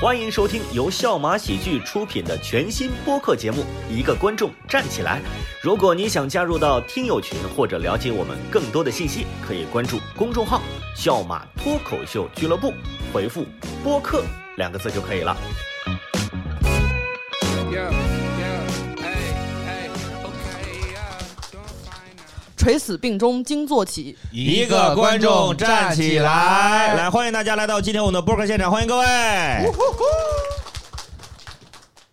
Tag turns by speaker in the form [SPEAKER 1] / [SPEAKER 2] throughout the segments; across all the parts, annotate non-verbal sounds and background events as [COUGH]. [SPEAKER 1] 欢迎收听由笑马喜剧出品的全新播客节目《一个观众站起来》。如果你想加入到听友群或者了解我们更多的信息，可以关注公众号“笑马脱口秀俱乐部”，回复“播客”两个字就可以了。
[SPEAKER 2] Yeah, yeah, hey, hey, okay, yeah, don't find out.
[SPEAKER 3] 垂死病中惊坐起。
[SPEAKER 4] 一个观众站起来，
[SPEAKER 5] 来，欢迎大家来到今天我们的播客现场，欢迎各位。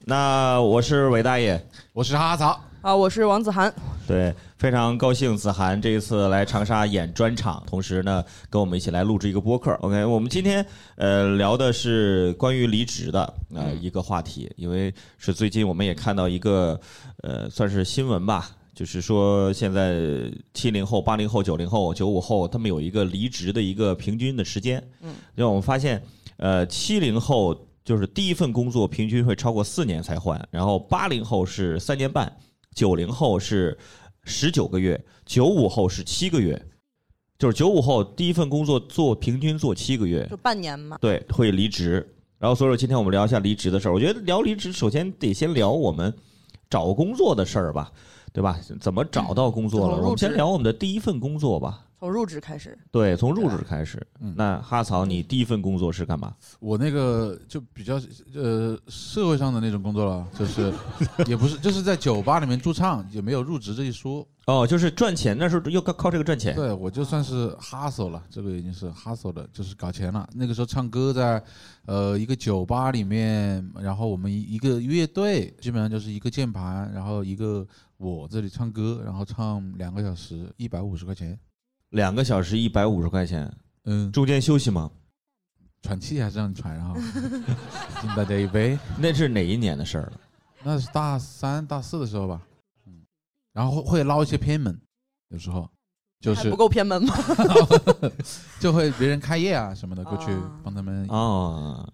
[SPEAKER 5] 那我是韦大爷，
[SPEAKER 4] 我是哈曹，
[SPEAKER 3] 啊，我是王子涵，
[SPEAKER 5] 对，非常高兴子涵这一次来长沙演专场，同时呢跟我们一起来录制一个播客。OK，我们今天呃聊的是关于离职的呃一个话题，因为是最近我们也看到一个呃算是新闻吧。就是说，现在七零后、八零后、九零后、九五后，他们有一个离职的一个平均的时间。嗯，因为我们发现，呃，七零后就是第一份工作平均会超过四年才换，然后八零后是三年半，九零后是十九个月，九五后是七个月，就是九五后第一份工作做平均做七个月
[SPEAKER 3] 就，半年嘛。
[SPEAKER 5] 对，会离职。然后所以说今天我们聊一下离职的事儿，我觉得聊离职首先得先聊我们找工作的事儿吧，对吧？怎么找到工作
[SPEAKER 3] 嗯
[SPEAKER 5] 了？
[SPEAKER 3] 从入
[SPEAKER 5] 我们先
[SPEAKER 3] 职
[SPEAKER 5] 聊我们的第一份工作吧。
[SPEAKER 3] 从入职开始，
[SPEAKER 5] 对，从入职开始。
[SPEAKER 4] 嗯
[SPEAKER 5] 那哈曹，你第一份工作是干嘛？
[SPEAKER 4] 我那个就比较呃社会上的那种工作了，就是也不是， [LAUGHS] 就是在酒吧里面驻唱，也没有入职这一说。
[SPEAKER 5] 哦，就是赚钱，那时候又靠靠这个赚钱。
[SPEAKER 4] 对我就算是哈手了，这个已经是哈手了，就是搞钱了。那个时候唱歌在呃一个酒吧里面，然后我们一一个乐队，基本上就是一个键盘，然后一个我这里唱歌，然后唱两个小时，一百五十块钱。
[SPEAKER 5] 两个小时一百五十块钱，
[SPEAKER 4] 嗯，
[SPEAKER 5] 中间休息吗？
[SPEAKER 4] 喘气还是让你喘，然 [LAUGHS] 后敬大家一杯。
[SPEAKER 5] 那是哪一年的事儿了？
[SPEAKER 4] 那是大三、大四的时候吧，嗯，然后会会捞一些偏门，有时候就
[SPEAKER 3] 还
[SPEAKER 4] 是
[SPEAKER 3] 不够偏门吗？
[SPEAKER 4] [LAUGHS] 就会别人开业啊什么的，过去
[SPEAKER 3] 啊
[SPEAKER 4] 帮他们。
[SPEAKER 5] 哦，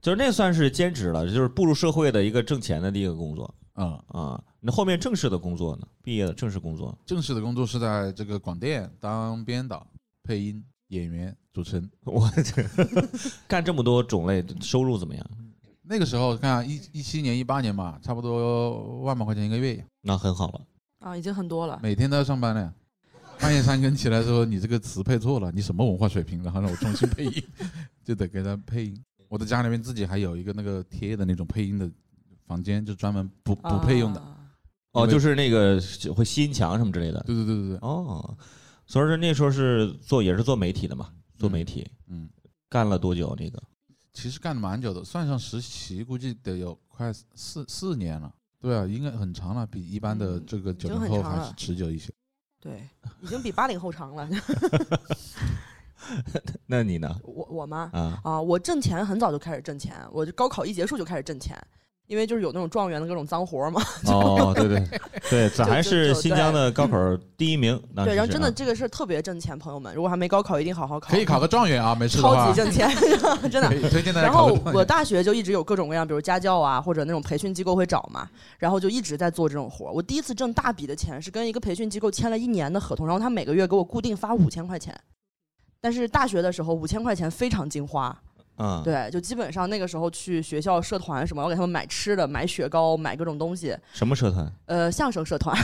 [SPEAKER 5] 就是那算是兼职了，就是步入社会的一个挣钱的第一个工作
[SPEAKER 4] 嗯，
[SPEAKER 5] 啊、那后面正式的工作呢？毕业的正式工作
[SPEAKER 4] 正式的工作是在这个广电当编导、配音、演员、主持人。
[SPEAKER 5] [LAUGHS] 我这干这么多种类，收入怎么样？
[SPEAKER 4] 那个时候看啊一一七年、一八年嘛，差不多万把块钱一个月，
[SPEAKER 5] 那很好了。
[SPEAKER 3] [LAUGHS] 啊，已经很多了。
[SPEAKER 4] 每天都要上班了呀。半夜三更起来说你这个词配错了，你什么文化水平？然后让我重新配音， [LAUGHS] 就得给他配音。我的家里面自己还有一个那个贴的那种配音的房间，就专门补补配用的。
[SPEAKER 3] 啊
[SPEAKER 5] 哦，
[SPEAKER 4] 因为
[SPEAKER 5] 就是那个会吸音墙什么之类的。
[SPEAKER 4] 对对对对对，
[SPEAKER 5] 哦，所以说那时候是做也是做媒体的嘛，做媒体、
[SPEAKER 4] 嗯，
[SPEAKER 5] 干了多久？这个
[SPEAKER 4] 其实干了蛮久的，算上实习估计得有快四四年了。对啊，应该很长了，比一般的
[SPEAKER 3] 嗯
[SPEAKER 4] 这个
[SPEAKER 3] 已
[SPEAKER 4] 九
[SPEAKER 3] 经
[SPEAKER 4] 零
[SPEAKER 3] 很
[SPEAKER 4] 后
[SPEAKER 3] 长
[SPEAKER 4] 还
[SPEAKER 3] 了
[SPEAKER 4] 是持久一些。
[SPEAKER 3] 对，已经比八零后长了。 [LAUGHS]
[SPEAKER 5] 那你呢？
[SPEAKER 3] 我我吗？
[SPEAKER 5] 啊，
[SPEAKER 3] 啊，我挣钱很早就开始挣钱，我就高考一结束就开始挣钱，因为就是有那种状元的各种脏活嘛。
[SPEAKER 5] [LAUGHS] 哦，对对 [LAUGHS] 对，咱还是
[SPEAKER 3] 就就
[SPEAKER 5] 新疆的高考第一名。当
[SPEAKER 3] 对，
[SPEAKER 5] 时
[SPEAKER 3] 然后
[SPEAKER 5] 是
[SPEAKER 3] 真的
[SPEAKER 5] 啊
[SPEAKER 3] 这个事儿特别挣钱，朋友们，如果还没高考，一定好好考，
[SPEAKER 4] 可以考个状元啊，没事的
[SPEAKER 3] 超
[SPEAKER 4] 话。
[SPEAKER 3] 级挣
[SPEAKER 4] [LAUGHS]
[SPEAKER 3] 钱，真的
[SPEAKER 4] 可。以推荐大家
[SPEAKER 3] 然
[SPEAKER 4] 考
[SPEAKER 3] 后
[SPEAKER 4] 个状
[SPEAKER 3] 我
[SPEAKER 4] 元。
[SPEAKER 3] 大学就一直有各种各样，比如家教啊，或者那种培训机构会找嘛，然后就一直在做这种活儿。我第一次挣大笔的钱是跟一个培训机构签了一年的合同，然后他每个月给我固定发五千块钱。但是大学的时候，五千块钱非常经花，
[SPEAKER 5] 嗯，
[SPEAKER 3] 对，就基本上那个时候去学校社团什么，我给他们买吃的、买雪糕、买各种东西，
[SPEAKER 5] 什么社团？
[SPEAKER 3] 呃，相声社团，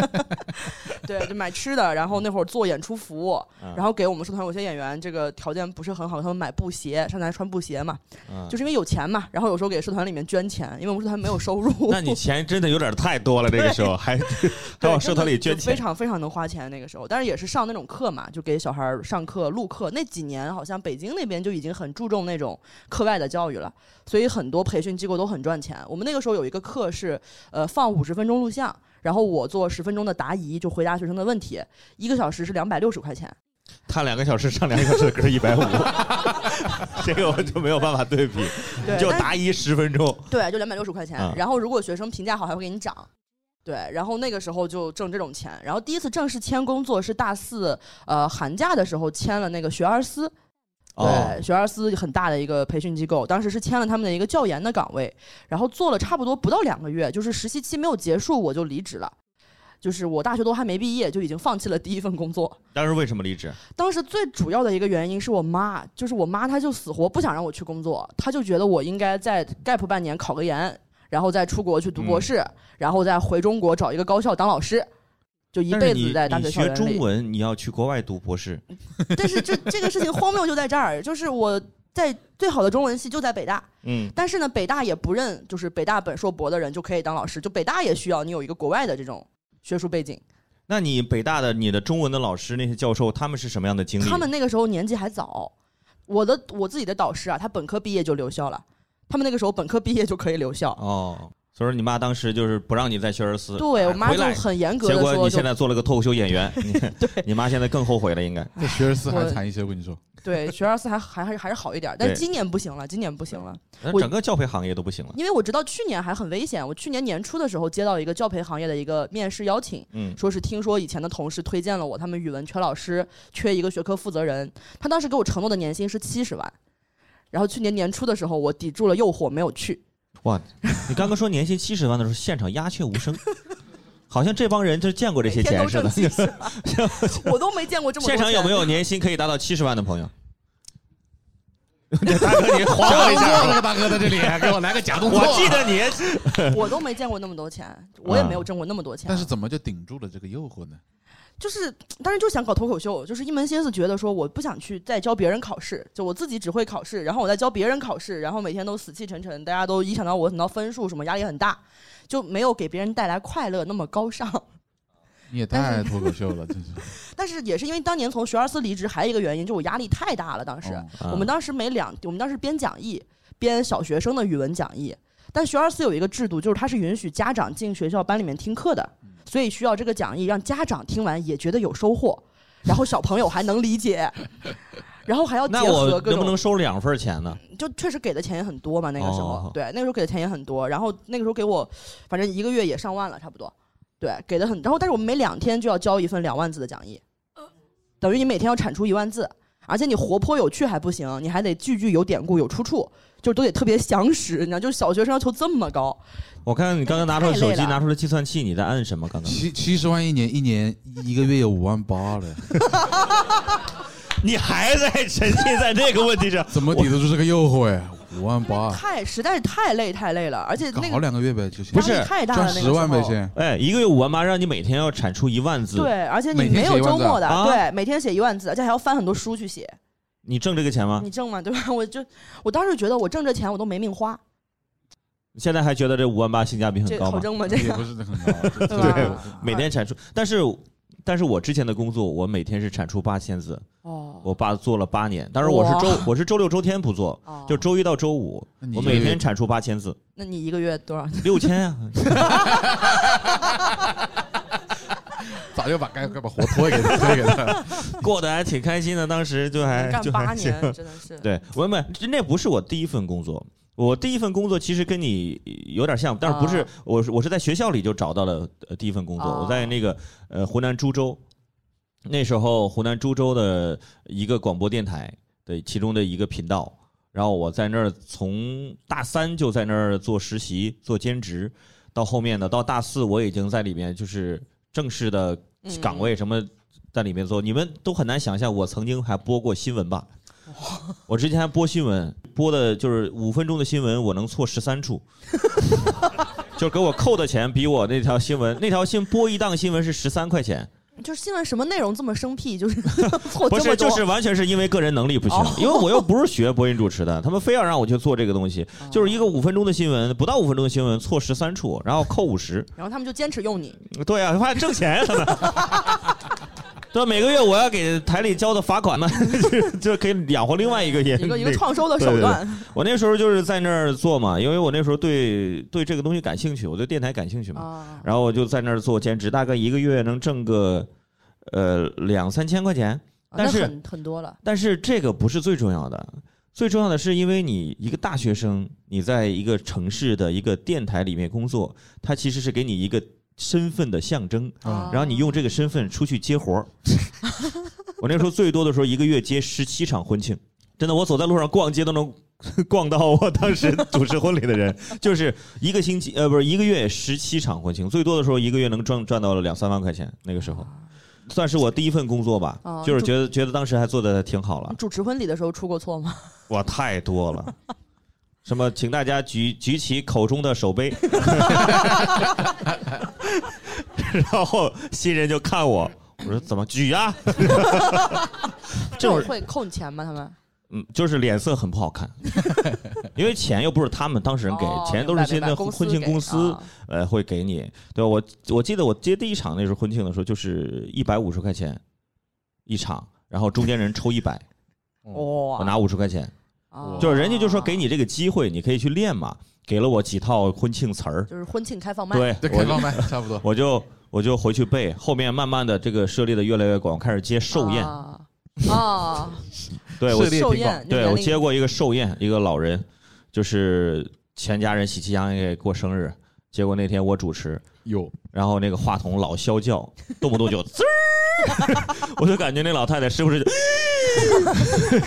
[SPEAKER 3] [LAUGHS] 对，就买吃的，然后那会儿做演出服务，
[SPEAKER 5] 嗯
[SPEAKER 3] 然后给我们社团有些演员这个条件不是很好，给他们买布鞋，上台穿布鞋嘛，
[SPEAKER 5] 嗯，
[SPEAKER 3] 就是因为有钱嘛，然后有时候给社团里面捐钱，因为我们社团没有收入
[SPEAKER 5] [LAUGHS] [LAUGHS]
[SPEAKER 3] [LAUGHS]
[SPEAKER 5] 那你钱真的有点太多了，这个时候还还
[SPEAKER 3] 对
[SPEAKER 5] 往社团里
[SPEAKER 3] 真
[SPEAKER 5] 捐
[SPEAKER 3] 的就非
[SPEAKER 5] 钱。
[SPEAKER 3] 常非常能花钱那个时候，但是也是上那种课嘛，就给小孩儿上课录课。那几年好像北京那边就已经很注重那种课外的教育了，所以很多培训机构都很赚钱。我们那个时候有一个课是，呃，放五十分钟录像，然后我做十分钟的答疑，就回答学生的问题，一个小时是两百六十块钱。
[SPEAKER 5] 看两个小时，上两个小时的歌一百五， [LAUGHS] 这个我就没有办法对比。
[SPEAKER 3] 对，
[SPEAKER 5] 就
[SPEAKER 3] 但
[SPEAKER 5] 答疑十分钟，
[SPEAKER 3] 对，就两百六十块钱。
[SPEAKER 5] 嗯
[SPEAKER 3] 然后如果学生评价好，还会给你涨。对，然后那个时候就挣这种钱。然后第一次正式签工作是大四，呃，寒假的时候签了那个学而思，
[SPEAKER 5] 哦
[SPEAKER 3] 对，学而思很大的一个培训机构，当时是签了他们的一个教研的岗位，然后做了差不多不到两个月，就是实习期没有结束，我就离职了。就是我大学都还没毕业就已经放弃了第一份工作。
[SPEAKER 5] 当时为什么离职？
[SPEAKER 3] 当时最主要的一个原因是我妈，就是我妈她就死活不想让我去工作，她就觉得我应该在 gap 半年考个研，然后再出国去读
[SPEAKER 5] 嗯
[SPEAKER 3] 博士，然后再回中国找一个高校当老师。就一
[SPEAKER 5] 但是
[SPEAKER 3] 辈
[SPEAKER 5] 你
[SPEAKER 3] 子在大学
[SPEAKER 5] 你
[SPEAKER 3] 校
[SPEAKER 5] 学
[SPEAKER 3] 园
[SPEAKER 5] 中
[SPEAKER 3] 里，
[SPEAKER 5] 文，你要去国外读博士，
[SPEAKER 3] 但是这这个事情荒谬就在这儿，就是我在最好的中文系就在北大，
[SPEAKER 5] 嗯，
[SPEAKER 3] 但是呢，北大也不认，就是北大本硕博的人就可以当老师，就北大也需要你有一个国外的这种学术背景。
[SPEAKER 5] 那你北大的你的中文的老师那些教授，他们是什么样的经历？
[SPEAKER 3] 他们那个时候年纪还早，我的我自己的导师啊，他本科毕业就留校了，他们那个时候本科毕业就可以留校。
[SPEAKER 5] 哦，所以说你妈当时就是不让你在学而思，
[SPEAKER 3] 对我
[SPEAKER 5] 哎
[SPEAKER 3] 妈
[SPEAKER 5] 回
[SPEAKER 3] 就
[SPEAKER 5] 来
[SPEAKER 3] 很严格
[SPEAKER 5] 结
[SPEAKER 3] 的
[SPEAKER 5] 果
[SPEAKER 3] 说，
[SPEAKER 5] 你
[SPEAKER 3] 就
[SPEAKER 5] 现在做了个脱口秀
[SPEAKER 3] [LAUGHS]
[SPEAKER 5] 演员，你 [LAUGHS] 你妈现在更后悔了，应该。
[SPEAKER 4] 这学而思还
[SPEAKER 3] 我
[SPEAKER 4] 惨一些，我跟你说，
[SPEAKER 3] 对学而思还还还是还是好一点，但
[SPEAKER 5] 对嗯
[SPEAKER 3] 今年不行了，今年不行了，
[SPEAKER 5] 那
[SPEAKER 3] 我
[SPEAKER 5] 整个教培行业都不行了。
[SPEAKER 3] 因为我知道去年还很危险，我去年年初的时候接到一个教培行业的一个面试邀请，
[SPEAKER 5] 嗯，
[SPEAKER 3] 说是听说以前的同事推荐了我，他们语文缺老师，缺一个学科负责人。他当时给我承诺的年薪是七十万，然后去年年初的时候，我抵住了诱惑没有去。
[SPEAKER 5] 哇，你刚刚说年薪七十万的时候，现场鸦雀无
[SPEAKER 3] [LAUGHS]
[SPEAKER 5] 声，好像这帮人就见过这
[SPEAKER 3] 每
[SPEAKER 5] 些
[SPEAKER 3] 天
[SPEAKER 5] 钱
[SPEAKER 3] 都
[SPEAKER 5] 似的
[SPEAKER 3] 挣。七十万，
[SPEAKER 5] [LAUGHS]
[SPEAKER 3] 我都没见过这么多
[SPEAKER 5] 现场有没
[SPEAKER 3] 钱？
[SPEAKER 5] 有年薪可以达到七十万的朋友？大哥，你晃我一
[SPEAKER 4] 下，
[SPEAKER 5] 下。啊
[SPEAKER 4] 我大哥在这里给我来个假动
[SPEAKER 5] 我记得你，
[SPEAKER 3] 我都没见过那么多
[SPEAKER 5] 嗯
[SPEAKER 3] 钱，我也没有挣过那么多
[SPEAKER 5] 啊
[SPEAKER 3] 钱。
[SPEAKER 4] 但是怎么就顶住了这个诱惑呢？
[SPEAKER 3] 就是当时就想搞脱口秀，就是一门心思觉得说我不想去再教别人考试，就我自己只会考试，然后我再教别人考试，然后每天都死气沉沉，大家都一想到我想到分数什么压力很大，就没有给别人带来快乐那么高尚。
[SPEAKER 4] 你也
[SPEAKER 3] 但
[SPEAKER 4] 太脱口秀了，真是。
[SPEAKER 3] 但 [LAUGHS] 是也是因为当年从学而思离职，还有一个原因，就我压力太大了。当时、
[SPEAKER 4] 哦
[SPEAKER 5] 啊
[SPEAKER 3] 我们当时每两，我们当时编讲义，编小学生的语文讲义。但学而思有一个制度，就是它是允许家长进学校班里面听课的，所以需要这个讲义让家长听完也觉得有收获，然后小朋友还能理解，然后还啊要结
[SPEAKER 5] 那我
[SPEAKER 3] 合各
[SPEAKER 5] 能不
[SPEAKER 3] 种
[SPEAKER 5] 能，收两份钱呢？
[SPEAKER 3] 就确实给的钱也很多嘛，那个时候，
[SPEAKER 5] 哦
[SPEAKER 3] 对，那个时候给的钱也很多，然后那个时候给我，反正一个月也上万了，差不多，对，给的很，然后但是我们每两天就要交一份两万字的讲义，等于你每天要产出一万字，而且你活泼有趣还不行，你还得句句有典故、有出处，就是都得特别详实，你知道，就是小学生要求这么高，
[SPEAKER 5] 我看你刚刚拿出
[SPEAKER 3] 太
[SPEAKER 5] 了
[SPEAKER 3] 累
[SPEAKER 5] 手机，
[SPEAKER 3] 了
[SPEAKER 5] 拿出了计算器，你在按什么？刚刚
[SPEAKER 4] 七七十万一年，一年一个月有五万八了，
[SPEAKER 5] 你还在沉浸在这个问题上，
[SPEAKER 4] [LAUGHS] 怎么抵得住这个诱惑呀？五万八，
[SPEAKER 3] 太实在是太累太累了，而且那
[SPEAKER 4] 啊搞
[SPEAKER 3] 个
[SPEAKER 4] 两个月呗，就行
[SPEAKER 5] 不是
[SPEAKER 3] 压力太大了
[SPEAKER 4] 赚，
[SPEAKER 3] 那个
[SPEAKER 4] 十
[SPEAKER 3] 时
[SPEAKER 4] 万呗，
[SPEAKER 3] 候 [LAUGHS]
[SPEAKER 4] 先。
[SPEAKER 5] 哎，一个月五万八，让你每天要产出一万字，
[SPEAKER 3] 对，而且你
[SPEAKER 4] 每天
[SPEAKER 3] 没有
[SPEAKER 4] 写一万
[SPEAKER 3] 周
[SPEAKER 4] 字啊
[SPEAKER 3] 末的，
[SPEAKER 5] 啊
[SPEAKER 3] 对，每天写一万字，而且还要翻很多书去写，
[SPEAKER 5] 你挣这个钱吗？
[SPEAKER 3] 你挣吗？对吧？ [LAUGHS] 我就我当时觉得我挣这钱我都没命花，
[SPEAKER 5] 现在还觉得这五万八性价比
[SPEAKER 3] 这
[SPEAKER 5] 很高嗯
[SPEAKER 3] 好
[SPEAKER 5] 吗？
[SPEAKER 3] 挣吗？啊这
[SPEAKER 4] 也
[SPEAKER 3] 个
[SPEAKER 4] 不是很高，啊就
[SPEAKER 3] [LAUGHS] 对啊吧
[SPEAKER 5] 每天产出，但是但是我之前的工作，我每天是产出八千字，
[SPEAKER 3] 哦，
[SPEAKER 5] 我爸做了八年，当然我是周我是周六周天不做，
[SPEAKER 3] 哦
[SPEAKER 5] 就周一到周五，
[SPEAKER 4] 那你
[SPEAKER 5] 我
[SPEAKER 4] 这
[SPEAKER 5] 每
[SPEAKER 4] 个
[SPEAKER 5] 天产出八千字，
[SPEAKER 3] 那你一个月
[SPEAKER 5] [LAUGHS]
[SPEAKER 3] 多少？
[SPEAKER 5] 六千
[SPEAKER 3] [LAUGHS]
[SPEAKER 5] 啊，
[SPEAKER 4] 早就把该该把活推给他，推给他了。
[SPEAKER 5] 过得还挺开心的，当时就还
[SPEAKER 3] 干
[SPEAKER 5] 哎就还
[SPEAKER 3] 八年
[SPEAKER 5] [LAUGHS] 行
[SPEAKER 3] 真的是。
[SPEAKER 5] 对，我没那不是我第一份工作。我第一份工作其实跟你有点像，但是不是
[SPEAKER 3] 啊
[SPEAKER 5] 我是我是在学校里就找到了呃第一份工作。
[SPEAKER 3] 哦
[SPEAKER 5] 我在那个呃湖南株洲，那时候湖南株洲的一个广播电台的其中的一个频道，然后我在那儿从大三就在那儿做实习做兼职，到后面呢到大四我已经在里面就是正式的
[SPEAKER 3] 嗯
[SPEAKER 5] 岗位什么在里面做，你们都很难想象，我曾经还播过新
[SPEAKER 3] [LAUGHS]
[SPEAKER 5] 闻吧。我之前还播新闻，播的就是五分钟的新闻，我能错十三处， [LAUGHS] 就是给我扣的钱比我那条新闻那条新播一档新闻是十三块钱，
[SPEAKER 3] 就是新闻什么内容这么生僻，
[SPEAKER 5] [LAUGHS]
[SPEAKER 3] 就是错哦这
[SPEAKER 5] 不
[SPEAKER 3] 么
[SPEAKER 5] 是
[SPEAKER 3] 多，
[SPEAKER 5] 就是完全是因为个人能力不行
[SPEAKER 3] 哦，
[SPEAKER 5] 因为我又不是学播音主持的，他们非要让我去做这个东西，
[SPEAKER 3] 哦
[SPEAKER 5] 就是一个五分钟的新闻，不到五分钟的新闻错十三处，然后扣五十，
[SPEAKER 3] 然后他们就坚持用你，
[SPEAKER 5] 对啊，还挣钱呀、他们。 [LAUGHS] 对，啊每个月我要给台里交的罚款呢， [LAUGHS] 就是就可以养活另外一个人。 [LAUGHS]
[SPEAKER 3] 一个一
[SPEAKER 5] 那
[SPEAKER 3] 个创收的手段。
[SPEAKER 5] 我那时候就是在那儿做嘛，因为我那时候对对这个东西感兴趣，我对电台感兴趣嘛，
[SPEAKER 3] 啊，
[SPEAKER 5] 然后我就在那儿做兼职，大概一个月能挣个呃两三千块钱。但
[SPEAKER 3] 那
[SPEAKER 5] 是
[SPEAKER 3] 很很多了，
[SPEAKER 5] 但是这个不是最重要的，最重要的是因为你一个大学生，你在一个城市的一个电台里面工作，它其实是给你一个身份的象征。
[SPEAKER 4] 啊
[SPEAKER 5] 嗯然后你用这个身份出去接活儿。 [LAUGHS] 我那时候最多的时候一个月接十七场婚庆，真的，我走在路上逛街都能 [LAUGHS] 逛到我当时主持婚礼的人，就是一个星期呃不是一个月十七场婚庆，最多的时候一个月能赚赚到了两三万块钱，那个时候算是我第一份工作吧
[SPEAKER 3] 哦，
[SPEAKER 5] 就是
[SPEAKER 3] 就
[SPEAKER 5] 觉得觉得当时还做的挺好了
[SPEAKER 3] 你，主持婚礼的时候出过错吗？
[SPEAKER 5] 哇太多了。什么？请大家举举起口中的手杯， [LAUGHS] 然后新人就看我，我说怎么举呀、 [LAUGHS]
[SPEAKER 3] 这
[SPEAKER 5] 种
[SPEAKER 3] 种会扣你钱吗？他们
[SPEAKER 5] 嗯，就是脸色很不好看，因为钱又不是他们当事人给，
[SPEAKER 3] 哦
[SPEAKER 5] 钱都是
[SPEAKER 3] 明白
[SPEAKER 5] 现在
[SPEAKER 3] 明白公司
[SPEAKER 5] 婚庆
[SPEAKER 3] 给
[SPEAKER 5] 公司
[SPEAKER 3] 啊
[SPEAKER 5] 呃会给你。对吧我我记得我接第一场那时候婚庆的时候，就是一百五十块钱一场，然后中间人抽一百，
[SPEAKER 3] 哇，
[SPEAKER 5] 嗯我拿五十块钱，
[SPEAKER 3] 啊
[SPEAKER 5] 就是人家就说给你这个机会，你可以去练嘛，给了我几套婚庆词儿，
[SPEAKER 3] 就是婚庆开放麦，
[SPEAKER 5] 对
[SPEAKER 4] 对，，开
[SPEAKER 5] 我
[SPEAKER 4] 放麦
[SPEAKER 5] [LAUGHS]
[SPEAKER 4] 差不多。
[SPEAKER 5] 我就我就回去背，后面慢慢的这个涉猎的越来越广，开始接寿宴，
[SPEAKER 3] 啊啊，
[SPEAKER 5] 对我
[SPEAKER 4] 涉猎
[SPEAKER 3] 寿
[SPEAKER 4] 挺
[SPEAKER 3] 宴
[SPEAKER 4] 广，
[SPEAKER 5] 对我
[SPEAKER 3] 你
[SPEAKER 5] 接过一个寿宴，一个老人，就是全家人喜气洋洋给过生日，结果那天我主持，
[SPEAKER 4] 有
[SPEAKER 5] 然后那个话筒老啸叫， [LAUGHS] 动不动就滋儿， [LAUGHS] 我就感觉那老太太是不是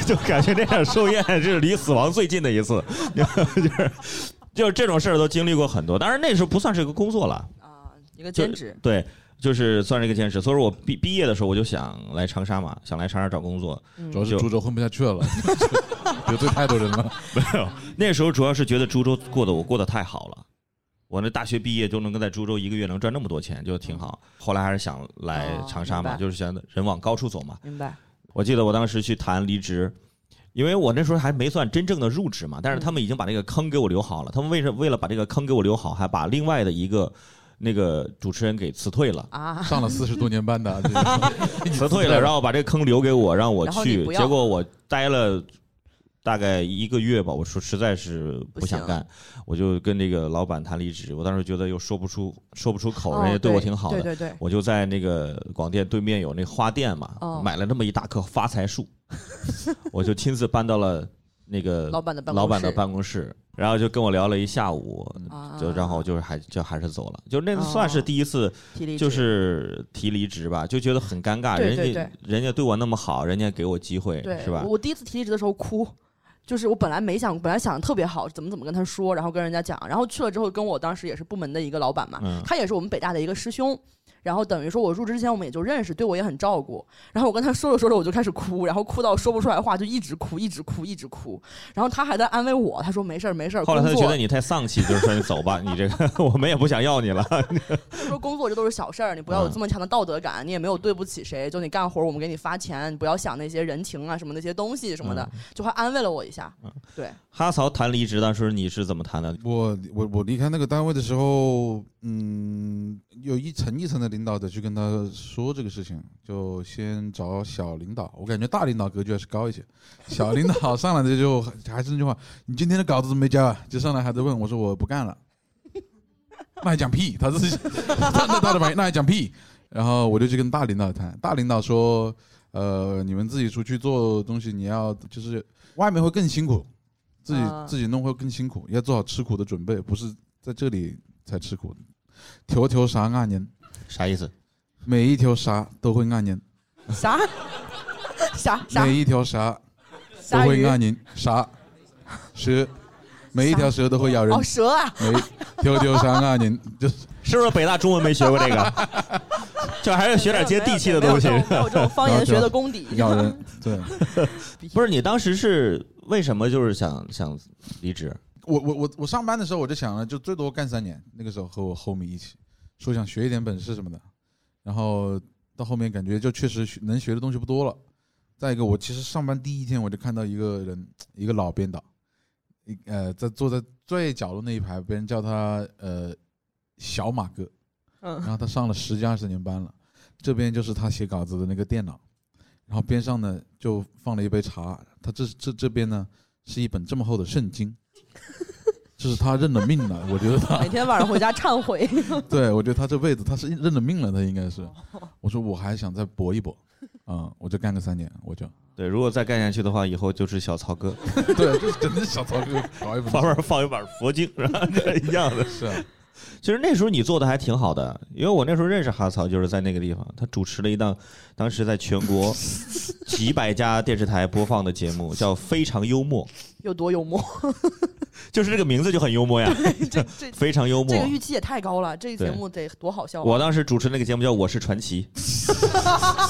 [SPEAKER 5] 就就 [LAUGHS] 感觉那场寿宴是离死亡最近的一次， [LAUGHS] 就是就是这种事儿都经历过很多，当然那时候不算是一个工作了。
[SPEAKER 3] 啊一个
[SPEAKER 5] 就
[SPEAKER 3] 兼职，
[SPEAKER 5] 对，就是算是一个兼职。所以说我毕毕业的时候我就想来长沙嘛，想来长沙找工作。
[SPEAKER 3] 嗯
[SPEAKER 4] 主要是
[SPEAKER 5] 就
[SPEAKER 4] 株洲混不下
[SPEAKER 5] [LAUGHS]
[SPEAKER 4] 去了，得罪太多人了。
[SPEAKER 5] 那时候主要是觉得株洲过得我过得太好了，我那大学毕业就能够在株洲一个月能赚那么多钱，就挺好。后来还是想来长沙
[SPEAKER 3] 哦明
[SPEAKER 5] 嘛，
[SPEAKER 3] 白
[SPEAKER 5] 就是想人往高处走嘛。
[SPEAKER 3] 明白
[SPEAKER 5] 我记得我当时去谈离职。因为我那时候还没算真正的入职嘛，但是他们已经把那个坑给我留好了。他们为什为了把这个坑给我留好，还把另外的一个那个主持人给辞退
[SPEAKER 3] [LAUGHS]
[SPEAKER 5] 了。
[SPEAKER 3] 啊，
[SPEAKER 4] 上了四十多年班的，啊这个
[SPEAKER 5] [LAUGHS]
[SPEAKER 4] 啊
[SPEAKER 5] 辞
[SPEAKER 4] [LAUGHS]
[SPEAKER 5] 退了，然后把这个坑留给我，让我
[SPEAKER 3] 然后你
[SPEAKER 5] 去。
[SPEAKER 3] 不要
[SPEAKER 5] 结果我待了大概一个月吧，我说实在是不想干，我就跟那个老板谈离职。我当时觉得又说不出说不出口，
[SPEAKER 3] 哦
[SPEAKER 5] 人家对我挺好
[SPEAKER 3] 对
[SPEAKER 5] 的。
[SPEAKER 3] 对对，
[SPEAKER 5] 我就在那个广电对面有那花店嘛，
[SPEAKER 3] 哦
[SPEAKER 5] 买了那么一大棵发财树，我就亲自搬到了那个
[SPEAKER 3] 老板的办公
[SPEAKER 5] 呃老
[SPEAKER 3] 室
[SPEAKER 5] 板的办公室，然后就跟我聊了一下午，
[SPEAKER 3] 啊
[SPEAKER 5] 就然后就是还就还是走了，就那次算
[SPEAKER 3] 哦
[SPEAKER 5] 是第一次
[SPEAKER 3] 体力
[SPEAKER 5] 就
[SPEAKER 3] 值
[SPEAKER 5] 是提离职吧，就觉得很尴尬。
[SPEAKER 3] 对对
[SPEAKER 5] 人家人家对我那么好，人家给我机会
[SPEAKER 3] 对，
[SPEAKER 5] 是吧
[SPEAKER 3] 我？我第一次提离职的时候哭，就是我本来没想，本来想的特别好，怎么怎么跟他说，然后跟人家讲，然后去了之后，跟我当时也是部门的一个老板嘛，
[SPEAKER 5] 嗯
[SPEAKER 3] 他也是我们北大的一个师兄。然后等于说，我入职之前我们也就认识，对我也很照顾。然后我跟他说着说着，我就开始哭，然后哭到说不出来话，就一直哭，一直哭，一直哭。然后他还在安慰我，他说没事儿，没事儿。
[SPEAKER 5] 后来他
[SPEAKER 3] 工
[SPEAKER 5] 就
[SPEAKER 3] 作
[SPEAKER 5] 觉得你太丧气，就是说你走吧，你这个 [LAUGHS] 我们也不想要你了。 [LAUGHS]
[SPEAKER 3] 他说工作这都是小事儿，你不
[SPEAKER 5] 嗯
[SPEAKER 3] 要有这么强的道德感，你也没有对不起谁，就你干活儿我们给你发钱，你不要想那些人情啊什么那些东西什么的，
[SPEAKER 5] 嗯
[SPEAKER 3] 就还安慰了我一下。对，
[SPEAKER 5] 哈曹谈离职当时你是怎么谈的？
[SPEAKER 4] 我我我离开那个单位的时候，嗯，有一层一层的领导者去跟他说这个事情，就先找小领导。我感觉大领导格局还是高一些，小领导上来的就还是那句话：“你今天的稿子怎么没交啊？”就上来还在问我说：“我不干了。”那还讲屁？他自己站在他的反应，那还讲屁？然后我就去跟大领导谈，大领导说：“呃，你们自己出去做东西，你要就是外面会更辛苦，自己、
[SPEAKER 3] 啊
[SPEAKER 4] 自己弄会更辛苦，要做好吃苦的准备，不是在这里才吃苦。条条啥按人，
[SPEAKER 5] 啥意思？
[SPEAKER 4] 每一条啥都会按人，
[SPEAKER 3] 啥啥啥
[SPEAKER 4] 每一条啥都
[SPEAKER 3] 鲨
[SPEAKER 4] 会
[SPEAKER 3] 鱼
[SPEAKER 4] 按人，啥蛇， [LAUGHS] 每一条蛇都会咬人
[SPEAKER 3] 哦，，蛇啊，
[SPEAKER 4] 每条条啥按人，就是
[SPEAKER 5] 是不是北大中文没学过这个？
[SPEAKER 3] [LAUGHS]
[SPEAKER 5] 就还 [LAUGHS] 是学点接地气的东西
[SPEAKER 3] 没。有没有这种没有这种方言学的功底。
[SPEAKER 4] 咬人，对。
[SPEAKER 5] 不是你当时是为什么就是想想离职？
[SPEAKER 4] [LAUGHS] 我我我我上班的时候我就想了，就最多干三年。那个时候和我 homie 一起说想学一点本事什么的，然后到后面感觉就确实学能学的东西不多了。再一个，我其实上班第一天我就看到一个人，一个老编导，一呃在坐在最角落那一排，别人叫他呃小马哥，
[SPEAKER 3] 嗯
[SPEAKER 4] 然后他上了十几二十年班了，这边就是他写稿子的那个电脑，然后边上呢就放了一杯茶，他这这这边呢是一本这么厚的
[SPEAKER 3] [LAUGHS]
[SPEAKER 4] 圣经，这是他认了命了，我觉得他
[SPEAKER 3] 每天晚上回家忏悔，
[SPEAKER 4] 对我觉得他这辈子他是认了命了，他应该
[SPEAKER 3] 哦
[SPEAKER 4] 是，我说我还想再搏一搏，
[SPEAKER 3] [LAUGHS]
[SPEAKER 4] 嗯，我就干个三年，我就
[SPEAKER 5] 对，如果再干下去的话，以后就是小曹哥， [LAUGHS]
[SPEAKER 4] 对，就是真的小曹哥搞一 [LAUGHS]
[SPEAKER 5] 旁
[SPEAKER 4] 本
[SPEAKER 5] 边放一本佛经，然后这一样的。
[SPEAKER 4] 是啊，
[SPEAKER 5] 其实那时候你做的还挺好的，因为我那时候认识哈曹就是在那个地方，他主持了一档当时在全
[SPEAKER 3] [LAUGHS]
[SPEAKER 5] 国几百家电视台播放的节目，叫《非常幽默》，
[SPEAKER 3] 有多幽
[SPEAKER 5] [LAUGHS]
[SPEAKER 3] 默？
[SPEAKER 5] 就是这个名字就很幽默呀，
[SPEAKER 3] 这这
[SPEAKER 5] 非常幽默
[SPEAKER 3] 这。个预期也太高了，这个节目得多好笑啊！
[SPEAKER 5] 我当时主持那个节目叫《我是传奇》， [LAUGHS]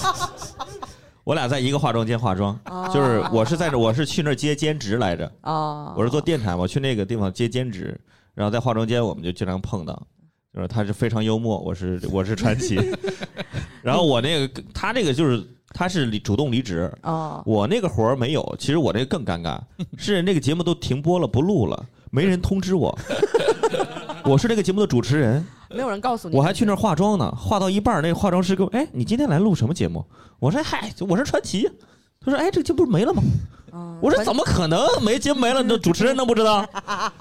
[SPEAKER 5] 我俩在一个化妆间化妆，就是我是在这，我是去那儿接兼职来着，
[SPEAKER 3] 啊，
[SPEAKER 5] 我是做电台嘛，去那个地方接兼职，然后在化妆间我们就经常碰到，就是他是非常幽默，我是我是传奇，然后我那个他这个就是他是离主动离职，
[SPEAKER 3] 啊，
[SPEAKER 5] 我那个活儿没有，其实我这个更尴尬，是那个节目都停播了不录了，没人通知我， [LAUGHS] 我是那个节目的主持人，
[SPEAKER 3] 没有人告诉你，
[SPEAKER 5] 我还去那儿化妆呢，化到一半儿，那化妆师跟我，哎，你今天来录什么节目？我说，嗨，我是传奇。他说，哎，这节目不是没了吗？
[SPEAKER 3] 啊，
[SPEAKER 5] 我说怎么可能没节目没了？那主持
[SPEAKER 3] [LAUGHS]
[SPEAKER 5] 人能不知道？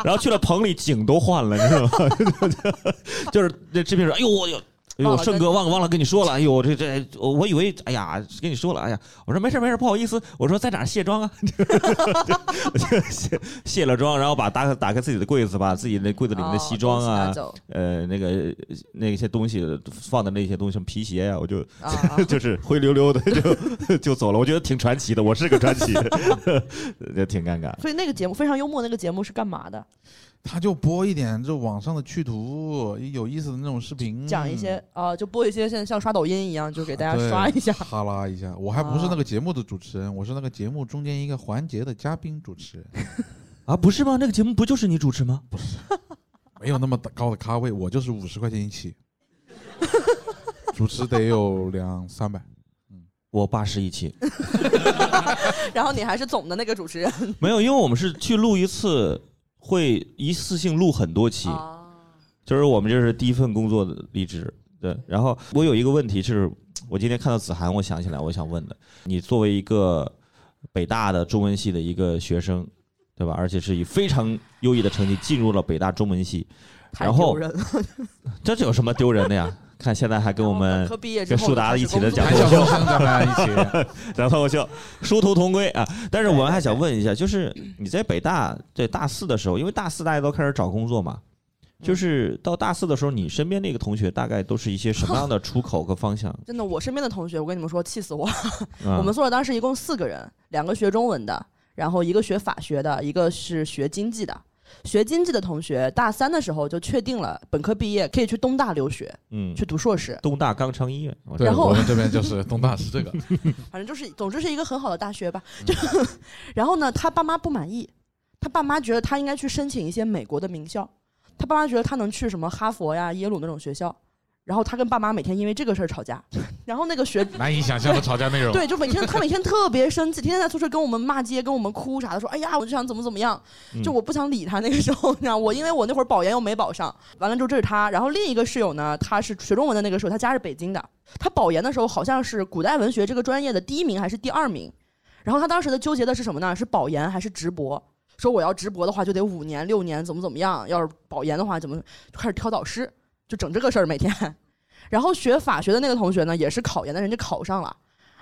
[SPEAKER 5] 然后去了棚里，景都换了，你知道吗？ [LAUGHS] 就是那制片人说，哎呦我有。哎呦，
[SPEAKER 3] 忘了
[SPEAKER 5] 胜哥忘了忘了跟你说了，哎呦，这这我我以为，哎呀，跟你说了，哎呀，我说没事没事，不好意思，我说在哪儿卸妆啊？ [LAUGHS] 我就卸卸了妆，然后把打打开自己的柜子，把自己那柜子里面的西装
[SPEAKER 3] 哦东
[SPEAKER 5] 啊
[SPEAKER 3] 西拿，走
[SPEAKER 5] 呃，那个那些东西放的那些东西，皮鞋呀、我就
[SPEAKER 3] 啊
[SPEAKER 5] [LAUGHS]
[SPEAKER 3] 啊
[SPEAKER 5] 就是灰溜 [LAUGHS] 溜的就就走了。我觉得挺传奇的，我是个传奇， [LAUGHS] 也挺尴尬。
[SPEAKER 3] 所以那个节目非常幽默，那个节目是干嘛的？
[SPEAKER 4] 他就播一点这网上的趣图，有意思的那种视频，
[SPEAKER 3] 讲一些
[SPEAKER 5] 嗯
[SPEAKER 3] 啊，就播一些现在像刷抖音一样，就给大家
[SPEAKER 4] 对
[SPEAKER 3] 刷一下。
[SPEAKER 4] 哈拉一下。我还不是那个节目的主持人，我是那个节目中间一个环节的嘉宾主持人，
[SPEAKER 5] 啊，不是吗？那个节目不就是你主持吗？
[SPEAKER 4] 没有那么高的咖位，我就是五十块钱一起， [LAUGHS] 主持得有两
[SPEAKER 5] [LAUGHS]
[SPEAKER 4] 三百。
[SPEAKER 5] 我八十一期，
[SPEAKER 3] 然后你还是总的那个主持人
[SPEAKER 5] 没有，因为我们是去录一次，会一次性录很多期，
[SPEAKER 3] 啊，
[SPEAKER 5] 就是我们这是第一份工作的离职。对，然后我有一个问题是，我今天看到子涵，我想起来我想问的，你作为一个北大的中文系的一个学生，对吧？而且是以非常优异的成绩进入了北大中文系，
[SPEAKER 3] 太
[SPEAKER 5] 然后
[SPEAKER 3] 丢人了。
[SPEAKER 5] 这这有什么丢人的呀？ [LAUGHS] 看现在还跟我们
[SPEAKER 3] [LAUGHS] 本科毕业之
[SPEAKER 5] 跟
[SPEAKER 3] 后
[SPEAKER 5] 树
[SPEAKER 3] 就
[SPEAKER 5] 达
[SPEAKER 3] 开
[SPEAKER 5] 一
[SPEAKER 3] 始
[SPEAKER 5] 起
[SPEAKER 3] 工
[SPEAKER 5] 的
[SPEAKER 3] 作
[SPEAKER 5] 讲
[SPEAKER 4] 还
[SPEAKER 5] 脱口
[SPEAKER 4] 小学
[SPEAKER 5] 秀，
[SPEAKER 4] 生咱们俩一
[SPEAKER 5] [LAUGHS]
[SPEAKER 4] 起，
[SPEAKER 5] 讲脱口秀，殊途
[SPEAKER 3] [LAUGHS]
[SPEAKER 5] 同归啊！但是我还想问一下，就是你在北大对大四的时候，因为大四大家都开始找工作嘛，
[SPEAKER 3] 嗯
[SPEAKER 5] 就是到大四的时候，你身边那个同学大概都是一些什么样的出口和方向？
[SPEAKER 3] 真的，我身边的同学，我跟你们说，气死我！了。
[SPEAKER 5] 啊
[SPEAKER 3] 我们宿舍当时一共四个人，两个学中文的，然后一个学法学的，一个是学经济的。学经济的同学，大三的时候就确定了本科毕业可以去东大留学，
[SPEAKER 5] 嗯，
[SPEAKER 3] 去读硕士。
[SPEAKER 5] 东大肛肠医院，我
[SPEAKER 4] 对
[SPEAKER 3] 然后
[SPEAKER 4] 我们这边就是东大是这个，
[SPEAKER 3] 反正就是，总之是一个很好的大学吧。就然后呢，他爸妈不满意，他爸妈觉得他应该去申请一些美国的名校，他爸妈觉得他能去什么哈佛呀、耶鲁那种学校。然后他跟爸妈每天因为这个事儿吵架， [LAUGHS] 然后那个学
[SPEAKER 4] 难以想象的吵架内容。
[SPEAKER 3] 对，就每天他每天特别生气，天天在宿舍跟我们骂街，跟我们哭啥的，说哎呀，我就想怎么怎么样，就
[SPEAKER 5] 嗯
[SPEAKER 3] 我不想理他。那个时候，你知道，我因为我那会儿保研又没保上，完了之后这是他，然后另一个室友呢，他是学中文的那个时候，他家是北京的，他保研的时候好像是古代文学这个专业的第一名还是第二名，然后他当时的纠结的是什么呢？是保研还是直博？说我要直博的话，就得五年六年，怎么怎么样；要是保研的话，怎么就开始挑导师，就整这个事儿每天。 [LAUGHS] 然后学法学的那个同学呢，也是考研的，人家考上了，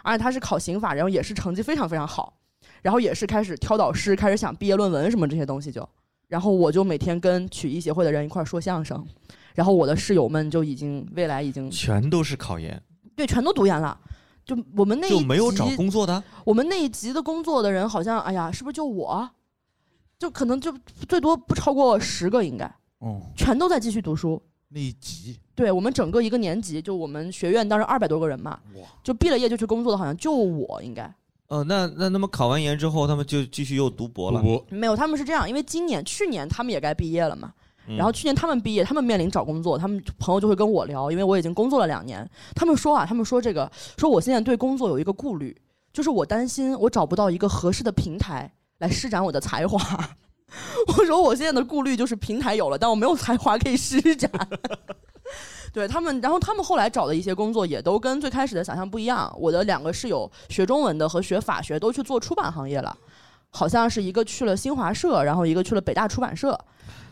[SPEAKER 3] 而且他是考刑法，然后也是成绩非常非常好，然后也是开始挑导师，开始想毕业论文什么这些东西就。然后我就每天跟曲艺协会的人一块儿说相声，然后我的室友们就已经未来已经
[SPEAKER 5] 全都是考研，
[SPEAKER 3] 对，全都读研了。就我们那一
[SPEAKER 5] 就没有
[SPEAKER 3] 集
[SPEAKER 5] 找工作的，啊
[SPEAKER 3] 我们那一级的工作的人好像，哎呀，是不是就我？就可能就最多不超过十个，应该
[SPEAKER 4] 哦，
[SPEAKER 3] 全都在继续读书。
[SPEAKER 4] 那一
[SPEAKER 5] [LAUGHS]
[SPEAKER 4] 集
[SPEAKER 3] 对我们整个一个年级，就我们学院当时二百多个人嘛，就毕了业就去工作的，好像就我应该
[SPEAKER 5] 呃，那那那么考完研之后，他们就继续又读博了，
[SPEAKER 4] 不
[SPEAKER 3] 没有。他们是这样，因为今年、去年他们也该毕业了嘛，
[SPEAKER 5] 嗯
[SPEAKER 3] 然后去年他们毕业，他们面临找工作，他们朋友就会跟我聊，因为我已经工作了两年。他们说啊，他们说这个，说我现在对工作有一个顾虑，就是我担心我找不到一个合适的平台来施展我的才华。 [LAUGHS] 我说我现在的顾虑就是平台有了，但我没有才华可以施展。 [LAUGHS] 对他们，然后他们后来找的一些工作也都跟最开始的想象不一样。我的两个室友学中文的和学法学都去做出版行业了，好像是一个去了新华社，然后一个去了北大出版社。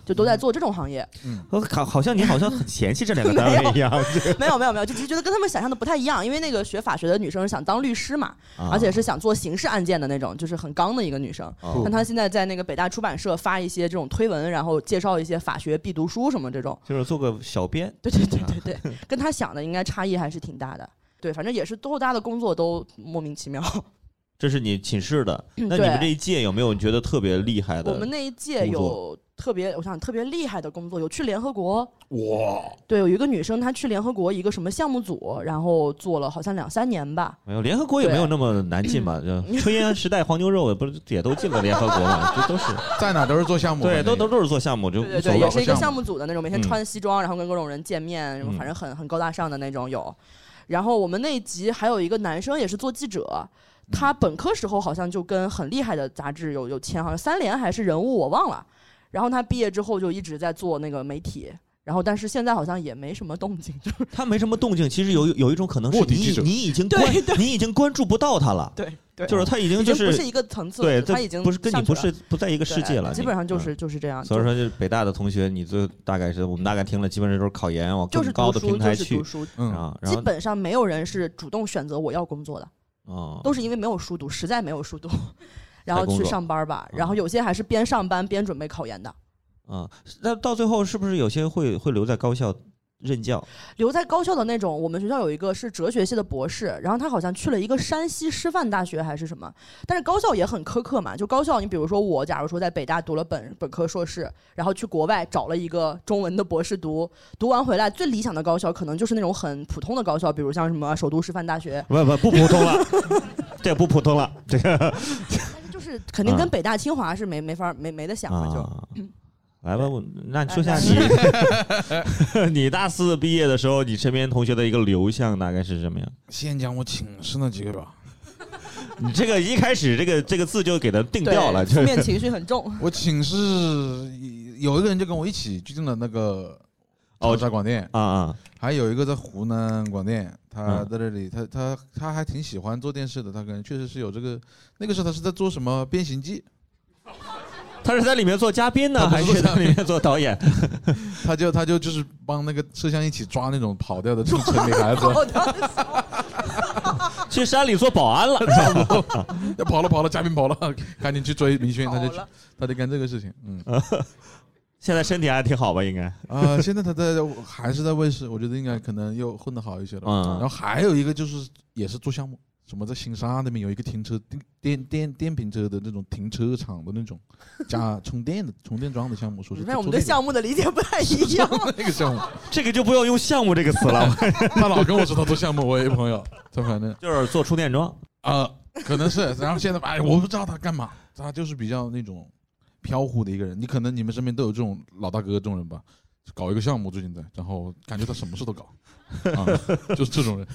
[SPEAKER 3] 就都在做这种行 [LAUGHS] 业。
[SPEAKER 5] 我好，好像你好像很嫌弃
[SPEAKER 3] [LAUGHS]
[SPEAKER 5] 这两个单位一样，
[SPEAKER 3] 没有没有没有，就只是觉得跟他们想象的不太一样，因为那个学法学的女生是想当律师嘛，而且是想做刑事案件的那种，就是很刚的一个女生。
[SPEAKER 5] 哦
[SPEAKER 3] 但她现在在那个北大出版社发一些这种推文，然后介绍一些法学必读书什么这种。
[SPEAKER 5] 就是做个小编。
[SPEAKER 3] [LAUGHS] 对对对对对， [LAUGHS] 跟她想的应该差异还是挺大的。对，反正也是多大家的工作都莫名其妙。
[SPEAKER 5] 这是你寝室的，
[SPEAKER 3] 嗯
[SPEAKER 5] 那你们
[SPEAKER 3] [LAUGHS] 对
[SPEAKER 5] 这一届有没有觉得特别厉害的？
[SPEAKER 3] 我们那一届
[SPEAKER 5] 工作
[SPEAKER 3] 有特别，我想特别厉害的工作，有去联合国，
[SPEAKER 4] 哇，
[SPEAKER 3] 对，有一个女生她去联合国一个什么项目组，然后做了好像两三年吧。
[SPEAKER 5] 没有，联合国也没有那么难进嘛。就
[SPEAKER 3] 嗯
[SPEAKER 5] 炊烟时代黄牛肉不是也都进了联合国嘛？这都
[SPEAKER 3] [LAUGHS]
[SPEAKER 5] 是
[SPEAKER 4] 在哪都是做项目，
[SPEAKER 5] 对，都都都是做项目，就
[SPEAKER 3] 对
[SPEAKER 5] 无
[SPEAKER 3] 对
[SPEAKER 5] 所
[SPEAKER 3] 对，
[SPEAKER 5] 谓
[SPEAKER 3] 也。是一
[SPEAKER 4] 项
[SPEAKER 3] 个
[SPEAKER 4] 目
[SPEAKER 3] 项目组的那种，每天穿西装，然后跟各种人见面，什么
[SPEAKER 5] 嗯
[SPEAKER 3] 反正很很高大上的那种有。然后我们那一集还有一个男生也是做记
[SPEAKER 5] 嗯
[SPEAKER 3] 者，他本科时候好像就跟很厉害的杂志有有签，好像三联还是人物我忘了。然后他毕业之后就一直在做那个媒体，然后但是现在好像也没什么动静，就是
[SPEAKER 5] 他没什么动静，其实有有一种可能是
[SPEAKER 4] 卧底
[SPEAKER 5] 你
[SPEAKER 4] 记者
[SPEAKER 5] 你已经关你已经关注不到他了，
[SPEAKER 3] 对
[SPEAKER 4] 哎
[SPEAKER 3] 对
[SPEAKER 5] 就是他已经
[SPEAKER 3] 已
[SPEAKER 5] 就
[SPEAKER 3] 经
[SPEAKER 5] 是
[SPEAKER 3] 不是一个层次
[SPEAKER 5] 对
[SPEAKER 3] 了，，他已经
[SPEAKER 5] 不是跟你
[SPEAKER 3] 上去
[SPEAKER 5] 不
[SPEAKER 3] 了
[SPEAKER 5] 是不在一个世界
[SPEAKER 3] 对
[SPEAKER 5] 了，你
[SPEAKER 3] 基本上就。是
[SPEAKER 5] 嗯
[SPEAKER 3] 就是这样。
[SPEAKER 5] 所以说，就是北大的同学，你最大概是我们大概听了，基本上都是考研往
[SPEAKER 3] 就
[SPEAKER 5] 更
[SPEAKER 3] 是
[SPEAKER 5] 高
[SPEAKER 3] 读
[SPEAKER 5] 的
[SPEAKER 3] 书，
[SPEAKER 5] 平
[SPEAKER 3] 就
[SPEAKER 5] 台
[SPEAKER 3] 是
[SPEAKER 5] 去
[SPEAKER 3] 读书，
[SPEAKER 4] 嗯
[SPEAKER 5] 啊。然
[SPEAKER 3] 基
[SPEAKER 5] 后，
[SPEAKER 3] 本上没有人是主动选择我要工作的。
[SPEAKER 5] 嗯，
[SPEAKER 3] 都是因为没有书读，实在没有书读， [LAUGHS] 然后
[SPEAKER 5] 工
[SPEAKER 3] 去
[SPEAKER 5] 作
[SPEAKER 3] 上班吧。
[SPEAKER 5] 嗯
[SPEAKER 3] 然后有些还是边上班边准备考研的，
[SPEAKER 5] 啊，那到最后是不是有些会会留在高校任教？
[SPEAKER 3] 留在高校的那种。我们学校有一个是哲学系的博士，然后他好像去了一个山西师范大学还是什么，但是高校也很苛刻嘛。就高校，你比如说我，假如说在北大读了本本科硕士，然后去国外找了一个中文的博士读，读完回来最理想的高校可能就是那种很普通的高校，比如像什么首都师范大学，
[SPEAKER 5] [LAUGHS] 不不不普通 [LAUGHS] 了，这不普
[SPEAKER 3] [LAUGHS]
[SPEAKER 5] 通了，这个
[SPEAKER 3] 但是就是肯定跟北大清华是没没法没没得想了就。
[SPEAKER 5] 嗯
[SPEAKER 3] 嗯
[SPEAKER 5] 啊、来吧，我那你说一下
[SPEAKER 3] 来
[SPEAKER 5] 你，
[SPEAKER 3] [LAUGHS]
[SPEAKER 5] 你大四毕业的时候，你身边同学的一个流向大概是什么样？
[SPEAKER 4] 先讲我寝室那几个吧。
[SPEAKER 5] 你这个一开始这个这个字就给它定
[SPEAKER 3] 对
[SPEAKER 5] 掉了，就
[SPEAKER 3] 负
[SPEAKER 5] 是
[SPEAKER 3] 面情绪很
[SPEAKER 5] [LAUGHS]
[SPEAKER 3] 重。
[SPEAKER 4] 我寝室有一个人就跟我一起去进了那个
[SPEAKER 5] 哦
[SPEAKER 4] 长沙广电，
[SPEAKER 5] 啊啊，
[SPEAKER 4] 还有一个在湖南广电，他
[SPEAKER 5] 嗯
[SPEAKER 4] 在这里，他他他还挺喜欢做电视的，他可能确实是有这个。那个时候他是在做什么《变形记
[SPEAKER 5] 他是在里面做嘉宾呢，
[SPEAKER 4] 他不
[SPEAKER 5] 还
[SPEAKER 4] 是
[SPEAKER 5] 是
[SPEAKER 4] 做
[SPEAKER 5] 在里面做导演？》， [LAUGHS]
[SPEAKER 4] 他就他就就是帮那个摄像一起抓那种跑掉的城里
[SPEAKER 3] [LAUGHS]
[SPEAKER 4] 孩子，
[SPEAKER 3] 好
[SPEAKER 5] [LAUGHS]
[SPEAKER 3] 的。
[SPEAKER 5] 去山里做保安了？
[SPEAKER 4] 要跑了跑了，嘉宾跑了， [LAUGHS] 赶紧去追明轩，他就去
[SPEAKER 3] 好了
[SPEAKER 4] 他就干这个事情，嗯
[SPEAKER 5] 现在身体还挺好吧？应该，
[SPEAKER 4] 啊，现在他在还是在卫视，我觉得应该可能又混得好一些了。然后
[SPEAKER 5] 嗯，
[SPEAKER 4] 还有一个就是也是做项目，什么在新沙那边有一个停车电电电电瓶车的那种停车场的那种加 [LAUGHS] 充电的充电桩的项目，说是
[SPEAKER 3] 反正我们
[SPEAKER 4] 做
[SPEAKER 3] 对
[SPEAKER 4] 那个
[SPEAKER 3] 项目的理解不太一
[SPEAKER 5] [LAUGHS]
[SPEAKER 3] 样。
[SPEAKER 4] [LAUGHS] 那个项目，
[SPEAKER 5] 这个就不要用项目这个词了，
[SPEAKER 4] 他老跟我说他做项目，我有一朋友，他反正
[SPEAKER 5] [LAUGHS] 就是做充电桩。
[SPEAKER 4] 啊，可能是，然后现在哎，我不知道他干嘛，他就是比较那种飘忽的一个人。你可能你们身边都有这种老大哥这种人吧，搞一个项目最近在，然后感觉他什么事都搞，啊，就是这种人，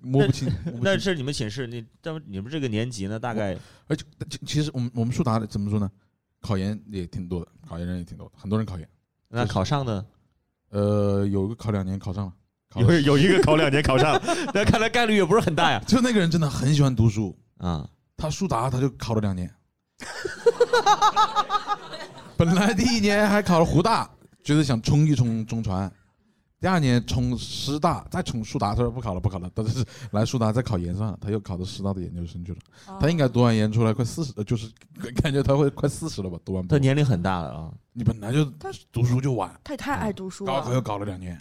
[SPEAKER 4] 摸不清。摸不
[SPEAKER 5] [LAUGHS]
[SPEAKER 4] 清
[SPEAKER 5] 那是你们寝室，你但你们这个年级呢，大 [LAUGHS] 概
[SPEAKER 4] 而且其其实我们我们树达的怎么说呢？考研也挺多的，考研人也挺多的，很多人考研。
[SPEAKER 5] 那考上的
[SPEAKER 4] 呃，有个考两年考上了，考
[SPEAKER 5] 有
[SPEAKER 4] 了
[SPEAKER 5] 有一个考两年考 [LAUGHS] 上，那看来概率也不是很大呀。
[SPEAKER 4] 就那个人真的很喜欢读书，
[SPEAKER 5] 啊，
[SPEAKER 4] 他树达他就考了两年， [LAUGHS] 本来第一年还考了湖大，觉得想冲一冲中传，第二年冲师大，再冲树达，他说不考了不考了，但是来树达再考研算了，他又考到师大的研究生去了。
[SPEAKER 3] 哦
[SPEAKER 4] 他应该读完研出来快四十，呃就是感觉他会快四十了吧？读完博
[SPEAKER 5] 他年龄很大了啊。
[SPEAKER 4] 你本来就读书就晚，
[SPEAKER 3] 他也太爱读书
[SPEAKER 4] 高考又
[SPEAKER 3] 了，
[SPEAKER 4] 搞了两年，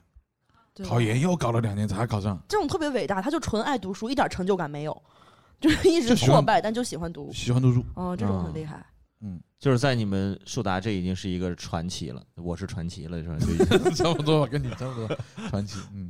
[SPEAKER 3] 对吧
[SPEAKER 4] 考研又搞了两年才考上，
[SPEAKER 3] 这种特别伟大，他就纯爱读书，一点成就感没有， [LAUGHS] 就是一直
[SPEAKER 4] 就喜欢
[SPEAKER 3] 挫败，但就喜欢读。
[SPEAKER 4] 喜欢读书。 [LAUGHS]
[SPEAKER 3] 哦，这
[SPEAKER 5] 啊
[SPEAKER 3] 种很厉害。
[SPEAKER 5] 就是在你们树达，这已经是一个传奇了。我是传奇了，是吧？就已 [LAUGHS] 经
[SPEAKER 4] 差不多吧，跟你差不多。传奇，嗯，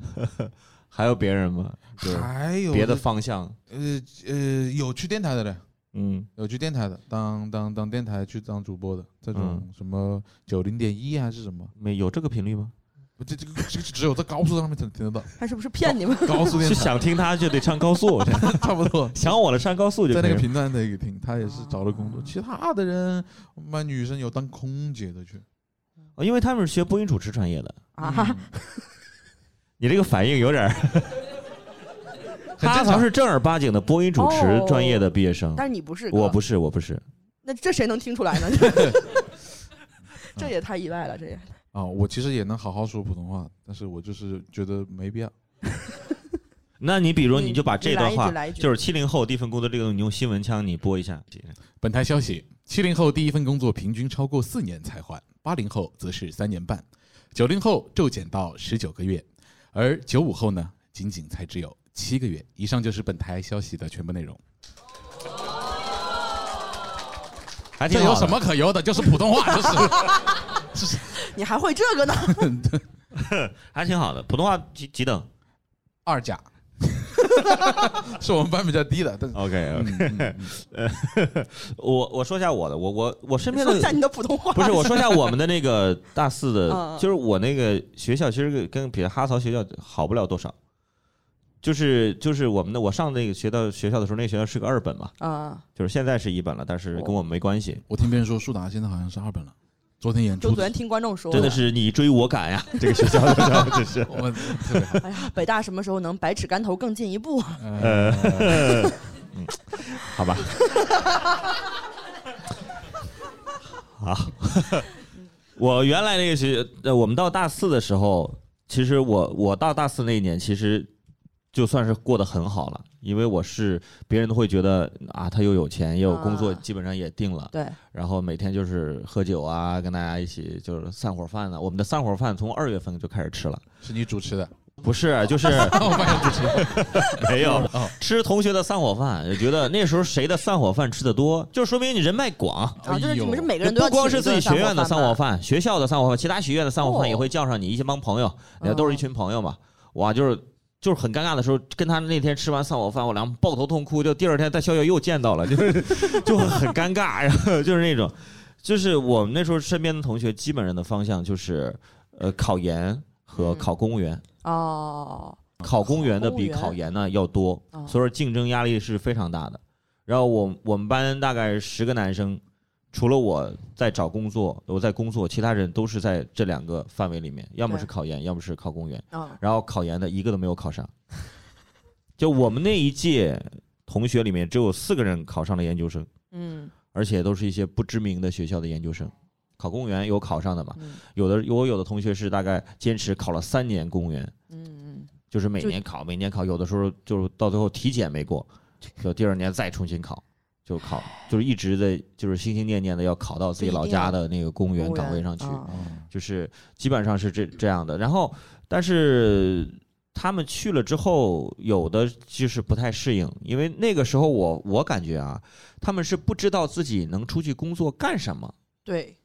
[SPEAKER 5] 还有别人吗？就是
[SPEAKER 4] 还有
[SPEAKER 5] 别的方向，
[SPEAKER 4] 呃呃，有去电台的嘞，
[SPEAKER 5] 嗯，
[SPEAKER 4] 有去电台的，当当当电台去当主播的，这种
[SPEAKER 5] 嗯
[SPEAKER 4] 什么九零点一啊还是什么，
[SPEAKER 5] 没有这个频率吗？
[SPEAKER 4] 不这这个这个只有在高速上面才能
[SPEAKER 5] [LAUGHS]
[SPEAKER 4] 听得到，
[SPEAKER 3] 他是不是骗你们？
[SPEAKER 4] 高速电
[SPEAKER 5] 是
[SPEAKER 4] 台
[SPEAKER 5] 想听他就得上高速，。
[SPEAKER 4] 差不
[SPEAKER 5] [LAUGHS]
[SPEAKER 4] 多
[SPEAKER 5] 想我了上高速就
[SPEAKER 4] 在那个
[SPEAKER 5] 可以了
[SPEAKER 4] 频段得听，他也
[SPEAKER 5] 啊
[SPEAKER 4] 是找了工作。其他的人，我们班女生有当空姐的去嗯
[SPEAKER 5] 哦因为他们是学播音主持专业的。
[SPEAKER 3] 啊，哈，
[SPEAKER 5] 你这个反应有
[SPEAKER 3] [LAUGHS]
[SPEAKER 5] 点儿，
[SPEAKER 4] 很
[SPEAKER 5] 他好像
[SPEAKER 4] 正常。
[SPEAKER 5] 是正儿八经的播音主持
[SPEAKER 3] 哦
[SPEAKER 5] 专业的毕业生，
[SPEAKER 3] 但是你不是，
[SPEAKER 5] 我不
[SPEAKER 3] 是，
[SPEAKER 5] [LAUGHS] 是，我不是。
[SPEAKER 3] 那这谁能听出来呢？ [LAUGHS] 这也太意外了，这也
[SPEAKER 4] 啊，我其实也能好好说普通话，但是我就是觉得没必要。
[SPEAKER 5] 那你比如你
[SPEAKER 3] 你
[SPEAKER 5] 就把这段话
[SPEAKER 3] 你来一句来一，句
[SPEAKER 5] 就是七零后第一份工作这个东西，你用新闻腔你播一下。
[SPEAKER 4] 本台消息：七零后第一份工作平均超过四年才换，八零后则是三年半，九零后骤减到十九个月，而九五后呢，仅仅才只有七个月。以上就是本台消息的全部内容。
[SPEAKER 5] 还挺
[SPEAKER 4] 这
[SPEAKER 5] 好的
[SPEAKER 4] 有什么可油的？就是普通话， [LAUGHS] 就是
[SPEAKER 3] 你还会这个呢？
[SPEAKER 5] 还挺好的，普通话几几等
[SPEAKER 4] 二甲， [LAUGHS] 是我们班比较低的，但是。
[SPEAKER 5] ？OK
[SPEAKER 4] [LAUGHS] 嗯嗯嗯
[SPEAKER 5] 我我说一下我的，我我我身边
[SPEAKER 3] 说一下
[SPEAKER 5] 的
[SPEAKER 3] 你的普通话。
[SPEAKER 5] [LAUGHS] 不是我说一下我们的那个大四
[SPEAKER 3] 嗯
[SPEAKER 5] 的，
[SPEAKER 3] 嗯
[SPEAKER 5] 就是我那个学校其实跟比哈曹学校好不了多少，就是就是我们的我上那个学到学校的时候，那个学校是个二本嘛，
[SPEAKER 3] 啊，
[SPEAKER 5] 就是现在是一本了，但是跟我们没关系，
[SPEAKER 4] 我听别人说苏达现在好像是二本了，昨天演
[SPEAKER 3] 就
[SPEAKER 4] 出
[SPEAKER 3] 昨天听观众说，
[SPEAKER 5] 真的，是你追我赶呀，这个学校的真是。
[SPEAKER 4] 我特别好。
[SPEAKER 3] 哎呀，北大什么时候能百尺竿头更进一步 [LAUGHS] 啊？
[SPEAKER 4] 呃，
[SPEAKER 5] 嗯好吧。好，我原来那个学，呃，我们到大四的时候，其实我我到大四那一年，其实就算是过得很好了，因为我是别人都会觉得啊，他又有钱，也有工作，
[SPEAKER 3] 啊
[SPEAKER 5] 基本上也定了，
[SPEAKER 3] 对，啊
[SPEAKER 5] 然后每天就是喝酒啊，跟大家一起就是散伙饭呢、啊我们的散伙饭从二月份就开始吃了，
[SPEAKER 4] 是你主持的， [LAUGHS]
[SPEAKER 5] 不是，就是
[SPEAKER 4] 我发现主持的
[SPEAKER 5] 没有
[SPEAKER 4] 哦
[SPEAKER 5] 吃同学的散伙饭，就觉得那时候谁的散伙饭吃的多，就说明你人脉广。
[SPEAKER 3] 啊，就是
[SPEAKER 4] 哎
[SPEAKER 3] 你
[SPEAKER 4] 呦
[SPEAKER 3] 们是每个人都
[SPEAKER 5] 不
[SPEAKER 3] 要
[SPEAKER 5] 光
[SPEAKER 3] 请
[SPEAKER 5] 是
[SPEAKER 3] 一
[SPEAKER 5] 自
[SPEAKER 3] 顿
[SPEAKER 5] 己学院的散伙
[SPEAKER 3] 饭吧，
[SPEAKER 5] 饭，学校的散伙饭，其他学院的散伙
[SPEAKER 3] 哦
[SPEAKER 5] 饭也会叫上你一些帮朋友，也都是一群朋友嘛。哇，就是就是很尴尬的时候，跟他那天吃完散伙饭，我俩抱头痛哭，就第二天在校园又见到了，就是 [LAUGHS] 就很尴尬，然后就是那种，就是我们那时候身边的同学，基本上的方向就是呃考研和
[SPEAKER 3] 嗯
[SPEAKER 5] 考公务员。
[SPEAKER 3] 哦，
[SPEAKER 5] 考公务员的
[SPEAKER 3] 公务
[SPEAKER 5] 比
[SPEAKER 3] 员
[SPEAKER 5] 考研呢要多，
[SPEAKER 3] 哦
[SPEAKER 5] 所以说竞争压力是非常大的。然后我我们班大概十个男生，除了我在找工作，我在工作，其他人都是在这两个范围里面，要么
[SPEAKER 3] 对
[SPEAKER 5] 是考研，要么是考公务员。
[SPEAKER 3] 啊，
[SPEAKER 5] 然后考研的一个都没有考上，就我们那一届同学里面只有四个人考上了研究生，
[SPEAKER 3] 嗯
[SPEAKER 5] 而且都是一些不知名的学校的研究生。考公务员有考上的嘛？
[SPEAKER 3] 嗯
[SPEAKER 5] 有的我有的同学是大概坚持考了三年公务员，
[SPEAKER 3] 嗯
[SPEAKER 5] 就是每
[SPEAKER 3] 就
[SPEAKER 5] 年考，每年考，有的时候就是到最后体检没过，就第二年再重新考，就考，就是一直的，就是心心念念的要考到自己老家的那个公
[SPEAKER 3] 嗯，
[SPEAKER 5] 务员岗位上去，
[SPEAKER 4] 哦
[SPEAKER 3] 啊
[SPEAKER 5] 就是基本上是这这样的。然后，但是他们去了之后，有的就是不太适应，因为那个时候我我感觉啊，他们是不知道自己能出去工作干什么，
[SPEAKER 3] 对，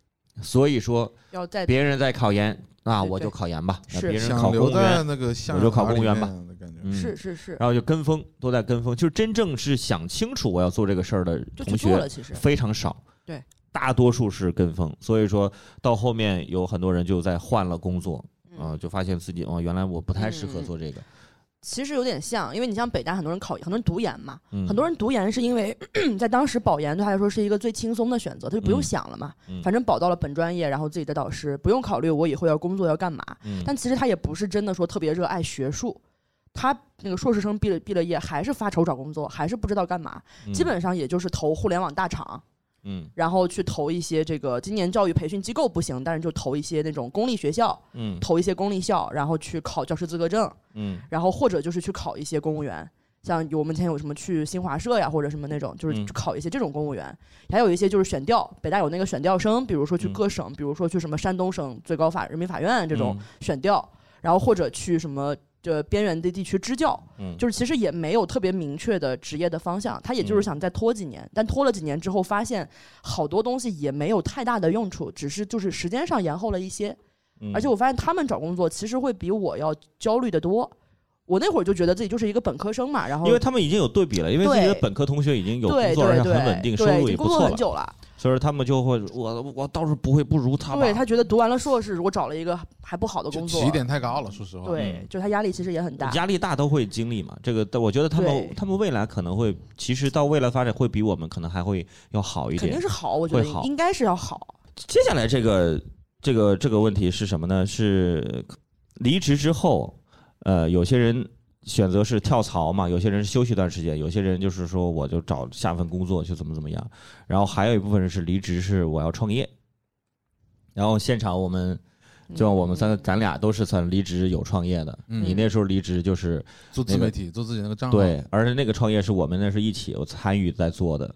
[SPEAKER 5] 所以说
[SPEAKER 3] 要在
[SPEAKER 5] 别人在考研，那
[SPEAKER 3] 呃对
[SPEAKER 5] 我就
[SPEAKER 3] 对
[SPEAKER 5] 考研吧，那
[SPEAKER 3] 是
[SPEAKER 5] 别人考
[SPEAKER 4] 想
[SPEAKER 5] 公
[SPEAKER 4] 留
[SPEAKER 5] 务员
[SPEAKER 4] 在。那个象
[SPEAKER 5] 我就考公务员吧
[SPEAKER 4] 牙里面的感觉。
[SPEAKER 5] 嗯
[SPEAKER 3] 是是是，
[SPEAKER 5] 然后就跟风，都在跟风，就是真正是想清楚我要做这个事儿的
[SPEAKER 3] 就
[SPEAKER 5] 同
[SPEAKER 3] 去做
[SPEAKER 5] 学
[SPEAKER 3] 了，其实
[SPEAKER 5] 非常少。
[SPEAKER 3] 对，
[SPEAKER 5] 大多数是跟风，所以说到后面有很多人就在换了工作，啊、
[SPEAKER 3] 嗯
[SPEAKER 5] 就发现自己哦，原来我不太适合做这个，
[SPEAKER 3] 其实有点像，因为你像北大很多人考，很多人读研嘛，
[SPEAKER 5] 嗯，
[SPEAKER 3] 很多人读研是因为 [CLEARS THROAT] 在当时保研对他来说是一个最轻松的选择，他就不用
[SPEAKER 5] 嗯
[SPEAKER 3] 想了嘛，
[SPEAKER 5] 嗯
[SPEAKER 3] 反正保到了本专业，然后自己的导师，不用考虑我以后要工作要干嘛。
[SPEAKER 5] 嗯，
[SPEAKER 3] 但其实他也不是真的说特别热爱学术，他那个硕士生毕了毕了业还是发愁找工作，还是不知道干嘛，
[SPEAKER 5] 嗯
[SPEAKER 3] 基本上也就是投互联网大厂，
[SPEAKER 5] 嗯
[SPEAKER 3] 然后去投一些这个今年教育培训机构不行，但是就投一些那种公立学校，
[SPEAKER 5] 嗯
[SPEAKER 3] 投一些公立校，然后去考教师资格证，
[SPEAKER 5] 嗯
[SPEAKER 3] 然后或者就是去考一些公务员，像有我们以前有什么去新华社呀，或者什么那种，就是
[SPEAKER 5] 嗯
[SPEAKER 3] 去考一些这种公务员，还有一些就是选调，北大有那个选调生，比如说去
[SPEAKER 5] 嗯
[SPEAKER 3] 各省，比如说去什么山东省最高法人民法院 [LAUGHS] 这种
[SPEAKER 5] 嗯
[SPEAKER 3] 选调，然后或者去什么。这边缘的地区支教，
[SPEAKER 5] 嗯
[SPEAKER 3] 就是其实也没有特别明确的职业的方向，他也就是
[SPEAKER 5] 嗯
[SPEAKER 3] 想再拖几年，但拖了几年之后，发现好多东西也没有太大的用处，只是就是时间上延后了一些，
[SPEAKER 5] 嗯
[SPEAKER 3] 而且我发现他们找工作其实会比我要焦虑的多。我那会儿就觉得自己就是一个本科生嘛，然后
[SPEAKER 5] 因为他们已经有对比了，因为自己的
[SPEAKER 3] 对
[SPEAKER 5] 本科同学已经有工
[SPEAKER 3] 对
[SPEAKER 5] 作，而
[SPEAKER 3] 对
[SPEAKER 5] 且
[SPEAKER 3] 对，
[SPEAKER 5] 很稳定，收
[SPEAKER 3] 对已
[SPEAKER 5] 入
[SPEAKER 3] 经
[SPEAKER 5] 也不
[SPEAKER 3] 工作
[SPEAKER 5] 错
[SPEAKER 3] 很
[SPEAKER 5] 了，
[SPEAKER 3] 久了。
[SPEAKER 5] 所以说他们就会我我倒是不会不如他吧，
[SPEAKER 3] 对他觉得读完了硕士，如果找了一个还不好的
[SPEAKER 4] 就
[SPEAKER 3] 工作，
[SPEAKER 4] 起点太高了，说实话。
[SPEAKER 3] 对
[SPEAKER 5] 嗯，
[SPEAKER 3] 就他压力其实也很大。
[SPEAKER 5] 压力大都会经历嘛。这个，但我觉得他们
[SPEAKER 3] 对
[SPEAKER 5] 他们未来可能会，其实到未来发展会比我们可能还会要好一
[SPEAKER 3] 肯定
[SPEAKER 5] 点。
[SPEAKER 3] 是好，我觉得
[SPEAKER 5] 会好
[SPEAKER 3] 应该是要好。
[SPEAKER 5] 接下来这个这个这个问题是什么呢？是离职之后，呃，有些人选择是跳槽嘛，有些人是休息一段时间，有些人就是说我就找下份工作去怎么怎么样，然后还有一部分人是离职是我要创业。然后现场我们
[SPEAKER 3] 嗯
[SPEAKER 5] 就像我们三个，咱俩都是算离职有创业的。
[SPEAKER 4] 嗯
[SPEAKER 5] 你那时候离职就是
[SPEAKER 4] 做自媒体，做自己那个账号，
[SPEAKER 5] 对，而且那个创业是我们那是一起有参与在做的。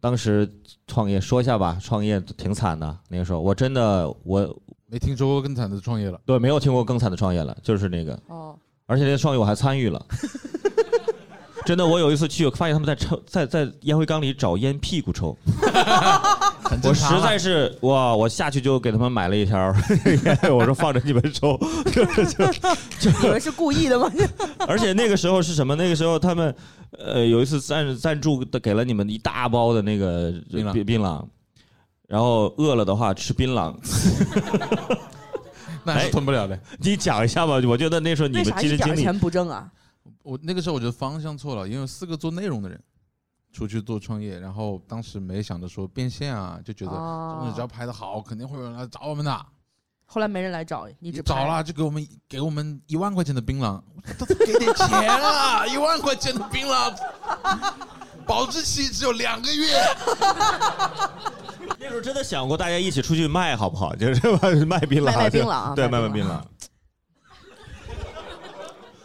[SPEAKER 5] 当时创业说一下吧，创业挺惨的。那个时候我真的我
[SPEAKER 4] 没听说过更惨的创业了。
[SPEAKER 5] 对没有听过更惨的创业了，就是那个
[SPEAKER 3] 哦，
[SPEAKER 5] 而且那创业我还参与了。 [LAUGHS] 真的，我有一次去，我发现他们在抽，在在烟灰缸里找烟屁股抽，
[SPEAKER 4] [LAUGHS] 很
[SPEAKER 5] 我
[SPEAKER 4] 正
[SPEAKER 5] 实
[SPEAKER 4] 常啊
[SPEAKER 5] 在是哇！我下去就给他们买了一条烟， [LAUGHS] 我说放着你们抽。
[SPEAKER 3] 以为是故意
[SPEAKER 5] [LAUGHS]
[SPEAKER 3] 的吗？ [LAUGHS]
[SPEAKER 5] 而且那个时候是什么？那个时候他们呃有一次赞赞助的给了你们一大包的那个呃
[SPEAKER 4] 槟榔
[SPEAKER 5] 槟榔，然后饿了的话吃槟榔。 [LAUGHS]
[SPEAKER 4] 那还是吞不了的。
[SPEAKER 5] 你讲一下吧，我觉得那时候你
[SPEAKER 3] 为
[SPEAKER 5] 们
[SPEAKER 3] 啥
[SPEAKER 5] 亲
[SPEAKER 3] 一
[SPEAKER 5] 身
[SPEAKER 3] 点
[SPEAKER 5] 经
[SPEAKER 3] 儿
[SPEAKER 5] 历
[SPEAKER 3] 钱不挣啊？
[SPEAKER 4] 我那个时候我觉得方向错了，因为有四个做内容的人出去做创业，然后当时没想着说变现啊，就觉得这东西只要
[SPEAKER 3] 哦，
[SPEAKER 4] 拍的好，肯定会有人来找我们的。
[SPEAKER 3] 后来没人来找你，只
[SPEAKER 4] 找
[SPEAKER 3] 拍，
[SPEAKER 4] 了就给我们给我们一万块钱的槟榔，都给点钱了，一万块钱的槟榔， [LAUGHS] 保质期只有两个月。
[SPEAKER 5] 那时候真的想过大家一起出去卖好不好？ [LAUGHS] 就是吧卖槟榔，
[SPEAKER 3] 卖卖槟榔啊
[SPEAKER 5] 就对，
[SPEAKER 3] 卖
[SPEAKER 5] 卖卖
[SPEAKER 3] 槟
[SPEAKER 5] 槟
[SPEAKER 3] 榔
[SPEAKER 5] 榔。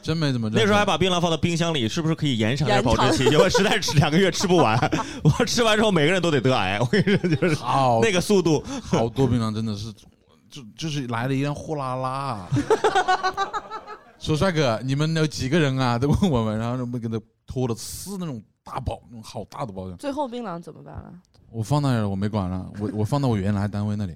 [SPEAKER 4] 真没怎么认
[SPEAKER 5] 那
[SPEAKER 4] 真
[SPEAKER 5] 时候还把槟榔放到冰箱里，是不是可以延长点
[SPEAKER 3] 延
[SPEAKER 5] 保
[SPEAKER 3] 长
[SPEAKER 5] 质
[SPEAKER 3] [LAUGHS]
[SPEAKER 5] 期？因为实在是两个月吃不完，我吃完之后每个人都得得癌。我 [LAUGHS] 跟你说，就是
[SPEAKER 4] 好
[SPEAKER 5] 那个速度，
[SPEAKER 4] 好多槟榔真的是，就就是来了一辆货拉拉。啊说帅哥，你们有几个人啊？都问我们，然后我们给他拖了四那种大包，那种好大的包厢。
[SPEAKER 3] 最后槟榔怎么办了？
[SPEAKER 4] 我放那儿了，我没管了，我我放到我原来单位那里，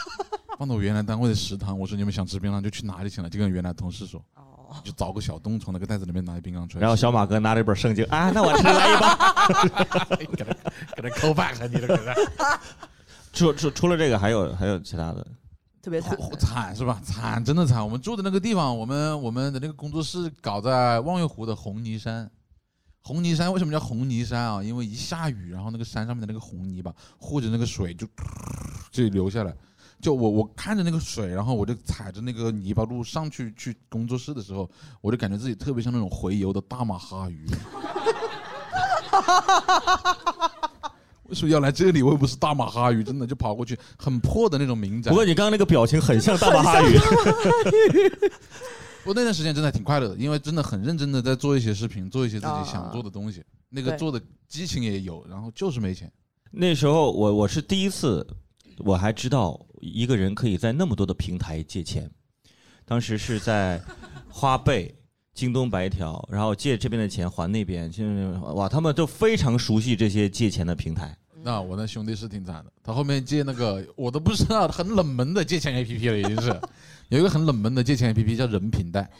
[SPEAKER 4] [LAUGHS] 放到我原来单位的食堂。我说你们想吃槟榔就去哪里请了，就跟原来同事说，
[SPEAKER 3] 哦，
[SPEAKER 4] 就找个小洞从那个袋子里面拿一槟榔出来吃，
[SPEAKER 5] 然后小马哥拿着一本圣经啊，那我吃 [LAUGHS] 来一包。
[SPEAKER 4] 给他给他扣 back 你的给他，
[SPEAKER 5] 除除除了这个，还有还有其他的。
[SPEAKER 3] 特别惨。
[SPEAKER 4] 嚯惨是吧？惨真的惨。我们住的那个地方，我们我们的那个工作室搞在望月湖的红泥山。红泥山为什么叫红泥山啊？因为一下雨，然后那个山上面的那个红泥巴或者那个水就就流下来。就我我看着那个水，然后我就踩着那个泥巴路上去去工作室的时候，我就感觉自己特别像那种洄游的大马哈鱼。 [LAUGHS] 为什么要来这里？我又不是大马哈鱼，真的就跑过去，很破的那种民宅。
[SPEAKER 5] 不过你刚刚那个表情很像大巴哈鱼，
[SPEAKER 4] 我那段时间真的挺快乐的，因为真的很认真的在做一些视频，做一些自己想做的东西。那个
[SPEAKER 3] 对
[SPEAKER 4] 做的激情也有，然后就是没钱。
[SPEAKER 5] [LAUGHS] 那时候我我是第一次，我还知道一个人可以在那么多的平台借钱。当时是在花呗、京东白条，然后借这边的钱还那边，就是哇，他们都非常熟悉这些借钱的平台。
[SPEAKER 4] 那我那兄弟是挺惨的，他后面借那个我都不知道，很冷门的借钱 A P P 了，已经是有一个很冷门的借钱 A P P 叫人品贷，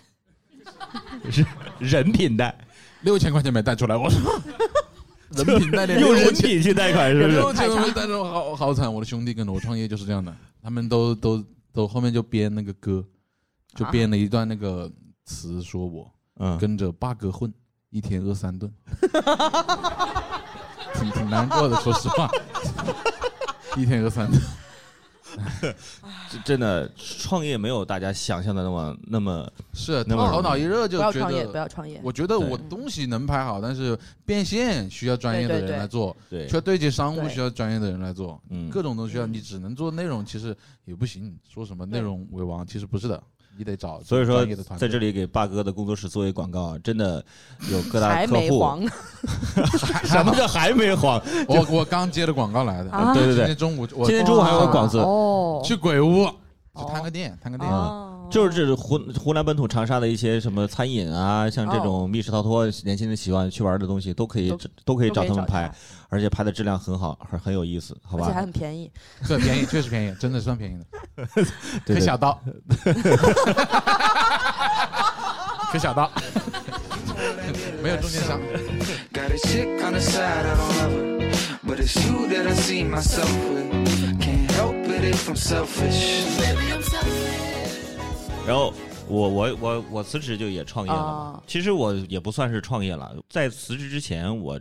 [SPEAKER 5] 人品贷，
[SPEAKER 4] 六千块钱没贷出来，我说人品贷
[SPEAKER 5] [LAUGHS]
[SPEAKER 4] 连
[SPEAKER 5] 用人
[SPEAKER 4] 6000
[SPEAKER 5] 品去贷款是 [LAUGHS] 不是？
[SPEAKER 4] 六千块钱没贷出来，好好惨。我的兄弟跟着我创业就是这样的，他们都都都后面就编那个歌，就
[SPEAKER 3] 啊
[SPEAKER 4] 编了一段那个词说我。
[SPEAKER 5] 嗯，
[SPEAKER 4] 跟着八哥混，一天饿
[SPEAKER 5] [LAUGHS]
[SPEAKER 4] 三顿，挺挺难过的，说实话，一天饿三顿。
[SPEAKER 5] 真的创业没有大家想象的那么那么
[SPEAKER 4] 是啊
[SPEAKER 5] 那么
[SPEAKER 4] 头脑一热就
[SPEAKER 3] 不要
[SPEAKER 4] 觉
[SPEAKER 3] 创业，不
[SPEAKER 4] 得，
[SPEAKER 3] 要创业。
[SPEAKER 4] 我觉得
[SPEAKER 5] 对
[SPEAKER 4] 我东西能拍好，但是变现需要专业的
[SPEAKER 3] 对对
[SPEAKER 4] 人
[SPEAKER 3] 对
[SPEAKER 4] 来做，
[SPEAKER 5] 对
[SPEAKER 4] 需要对接商务
[SPEAKER 3] 对
[SPEAKER 4] 需要专业的人来做，
[SPEAKER 5] 嗯
[SPEAKER 4] 各种都需要。
[SPEAKER 3] 嗯
[SPEAKER 4] 你只能做内容，其实也不行。说什么内
[SPEAKER 3] 对
[SPEAKER 4] 容为王，其实不是的，你得找
[SPEAKER 5] 所以说
[SPEAKER 4] 专业的团，
[SPEAKER 5] 在
[SPEAKER 4] 队。
[SPEAKER 5] 这里给霸哥的工作室做一广告啊，真的有各大
[SPEAKER 3] 还
[SPEAKER 5] 客
[SPEAKER 3] 没
[SPEAKER 5] 户。
[SPEAKER 3] 黄呢，
[SPEAKER 5] 什么叫还没黄？
[SPEAKER 3] 嗯
[SPEAKER 4] 我我刚接了广告来的，
[SPEAKER 3] 啊
[SPEAKER 5] 对对
[SPEAKER 4] 今
[SPEAKER 5] 对
[SPEAKER 4] 天，中午我
[SPEAKER 5] 今天中午还有个广子，
[SPEAKER 3] 哦，
[SPEAKER 4] 去鬼屋去探个店，探个店。
[SPEAKER 5] 啊
[SPEAKER 3] 哦
[SPEAKER 5] 就是这是湖湖南本土长沙的一些什么餐饮啊，像这种密室逃脱，年轻人喜欢去玩的东西，都可以
[SPEAKER 3] 都
[SPEAKER 5] 都可以
[SPEAKER 3] 都
[SPEAKER 5] 找
[SPEAKER 3] 可以
[SPEAKER 5] 他
[SPEAKER 3] 找他
[SPEAKER 5] 们拍，而且拍的质量很好，很很有意思，好
[SPEAKER 3] 而且还
[SPEAKER 5] 吧？
[SPEAKER 3] 很便宜。
[SPEAKER 4] 这便宜，确实便宜，真的算便宜的。
[SPEAKER 5] 对
[SPEAKER 4] 可
[SPEAKER 5] 对 [LAUGHS]
[SPEAKER 4] 小刀，可
[SPEAKER 3] [LAUGHS]
[SPEAKER 4] 小刀，没有中间商。
[SPEAKER 2] Got a chick on the side, I don't love her. But it's you that I see myself with. Can't help it if I'm selfish.
[SPEAKER 5] 然后我我我我辞职就也创业了嘛
[SPEAKER 3] 哦，
[SPEAKER 5] 其实我也不算是创业了，在辞职之前，我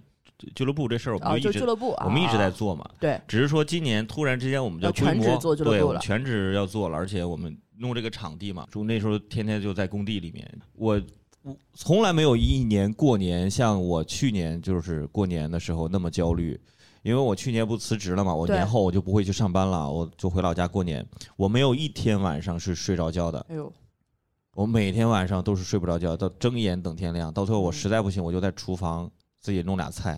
[SPEAKER 5] 俱乐部这事儿我
[SPEAKER 3] 啊，
[SPEAKER 5] 们就
[SPEAKER 3] 就
[SPEAKER 5] 一
[SPEAKER 3] 俱
[SPEAKER 5] 直
[SPEAKER 3] 乐部，啊
[SPEAKER 5] 我们一直在做嘛，
[SPEAKER 3] 对，
[SPEAKER 5] 只是说今年突然之间我们
[SPEAKER 3] 要
[SPEAKER 5] 的规
[SPEAKER 3] 全
[SPEAKER 5] 模
[SPEAKER 3] 职做俱乐部
[SPEAKER 5] 对，我们
[SPEAKER 3] 了
[SPEAKER 5] 全职要做了，而且我们弄这个场地嘛，就那时候天天就在工地里面，我我从来没有一年过年像我去年就是过年的时候那么焦虑。因为我去年不辞职了嘛，我
[SPEAKER 6] 对
[SPEAKER 5] 年后我就不会去上班了，我就回老家过年。我没有一天晚上是睡着觉的，
[SPEAKER 3] 哎呦，
[SPEAKER 5] 我每天晚上都是睡不着觉，到睁眼等天亮。到最后我实在不行，我就在厨房自己弄俩菜，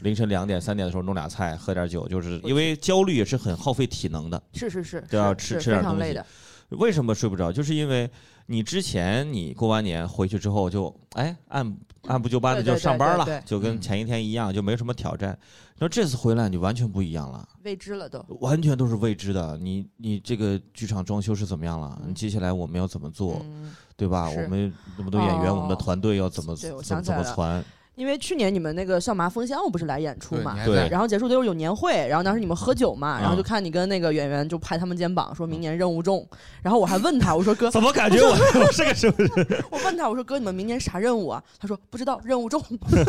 [SPEAKER 5] 凌晨两点三点的时候弄俩菜，喝点酒，就是因为焦虑也是很耗费体能的。
[SPEAKER 6] 是是是，
[SPEAKER 5] 对啊
[SPEAKER 6] 是
[SPEAKER 5] 吃
[SPEAKER 6] 是
[SPEAKER 5] 吃点
[SPEAKER 6] 非常
[SPEAKER 5] 东
[SPEAKER 6] 累
[SPEAKER 5] 西
[SPEAKER 6] 的，
[SPEAKER 5] 为什么睡不着？就是因为你之前你过完年回去之后就哎按按部就班的
[SPEAKER 6] 对对
[SPEAKER 5] 就上班
[SPEAKER 6] 对对
[SPEAKER 5] 了
[SPEAKER 6] 对，
[SPEAKER 5] 就跟前一天一样，就没什么挑战。那这次回来你完全不一样了。
[SPEAKER 6] 未知了都。
[SPEAKER 5] 完全都是未知的，你你这个剧场装修是怎么样了？你接下来我们要怎么做，
[SPEAKER 6] 嗯，
[SPEAKER 5] 对吧？
[SPEAKER 6] 是
[SPEAKER 5] 我们那么多演员，
[SPEAKER 6] 哦
[SPEAKER 5] 我们的团队要怎么
[SPEAKER 6] 对我
[SPEAKER 5] 怎
[SPEAKER 6] 想
[SPEAKER 5] 么
[SPEAKER 6] 起
[SPEAKER 5] 怎
[SPEAKER 6] 来
[SPEAKER 5] 么
[SPEAKER 6] 了
[SPEAKER 5] 传？
[SPEAKER 6] 因为去年你们那个笑麻风箱，我不是来演出
[SPEAKER 4] 对，你
[SPEAKER 6] 嘛，
[SPEAKER 4] 还
[SPEAKER 5] 对
[SPEAKER 4] 在
[SPEAKER 3] 然后结束最后有年会，然后当时你们喝酒嘛，然后
[SPEAKER 5] 嗯
[SPEAKER 3] 就看你跟那个演员就拍他们肩膀，说明年任务重。然后我还问他，我说哥，
[SPEAKER 5] [LAUGHS] [LAUGHS] 怎么感觉
[SPEAKER 3] [LAUGHS]
[SPEAKER 5] 我我是个什么人？
[SPEAKER 3] 我问他，我说哥，你们明年啥任务啊？他说不知道，任务重。
[SPEAKER 5] [LAUGHS]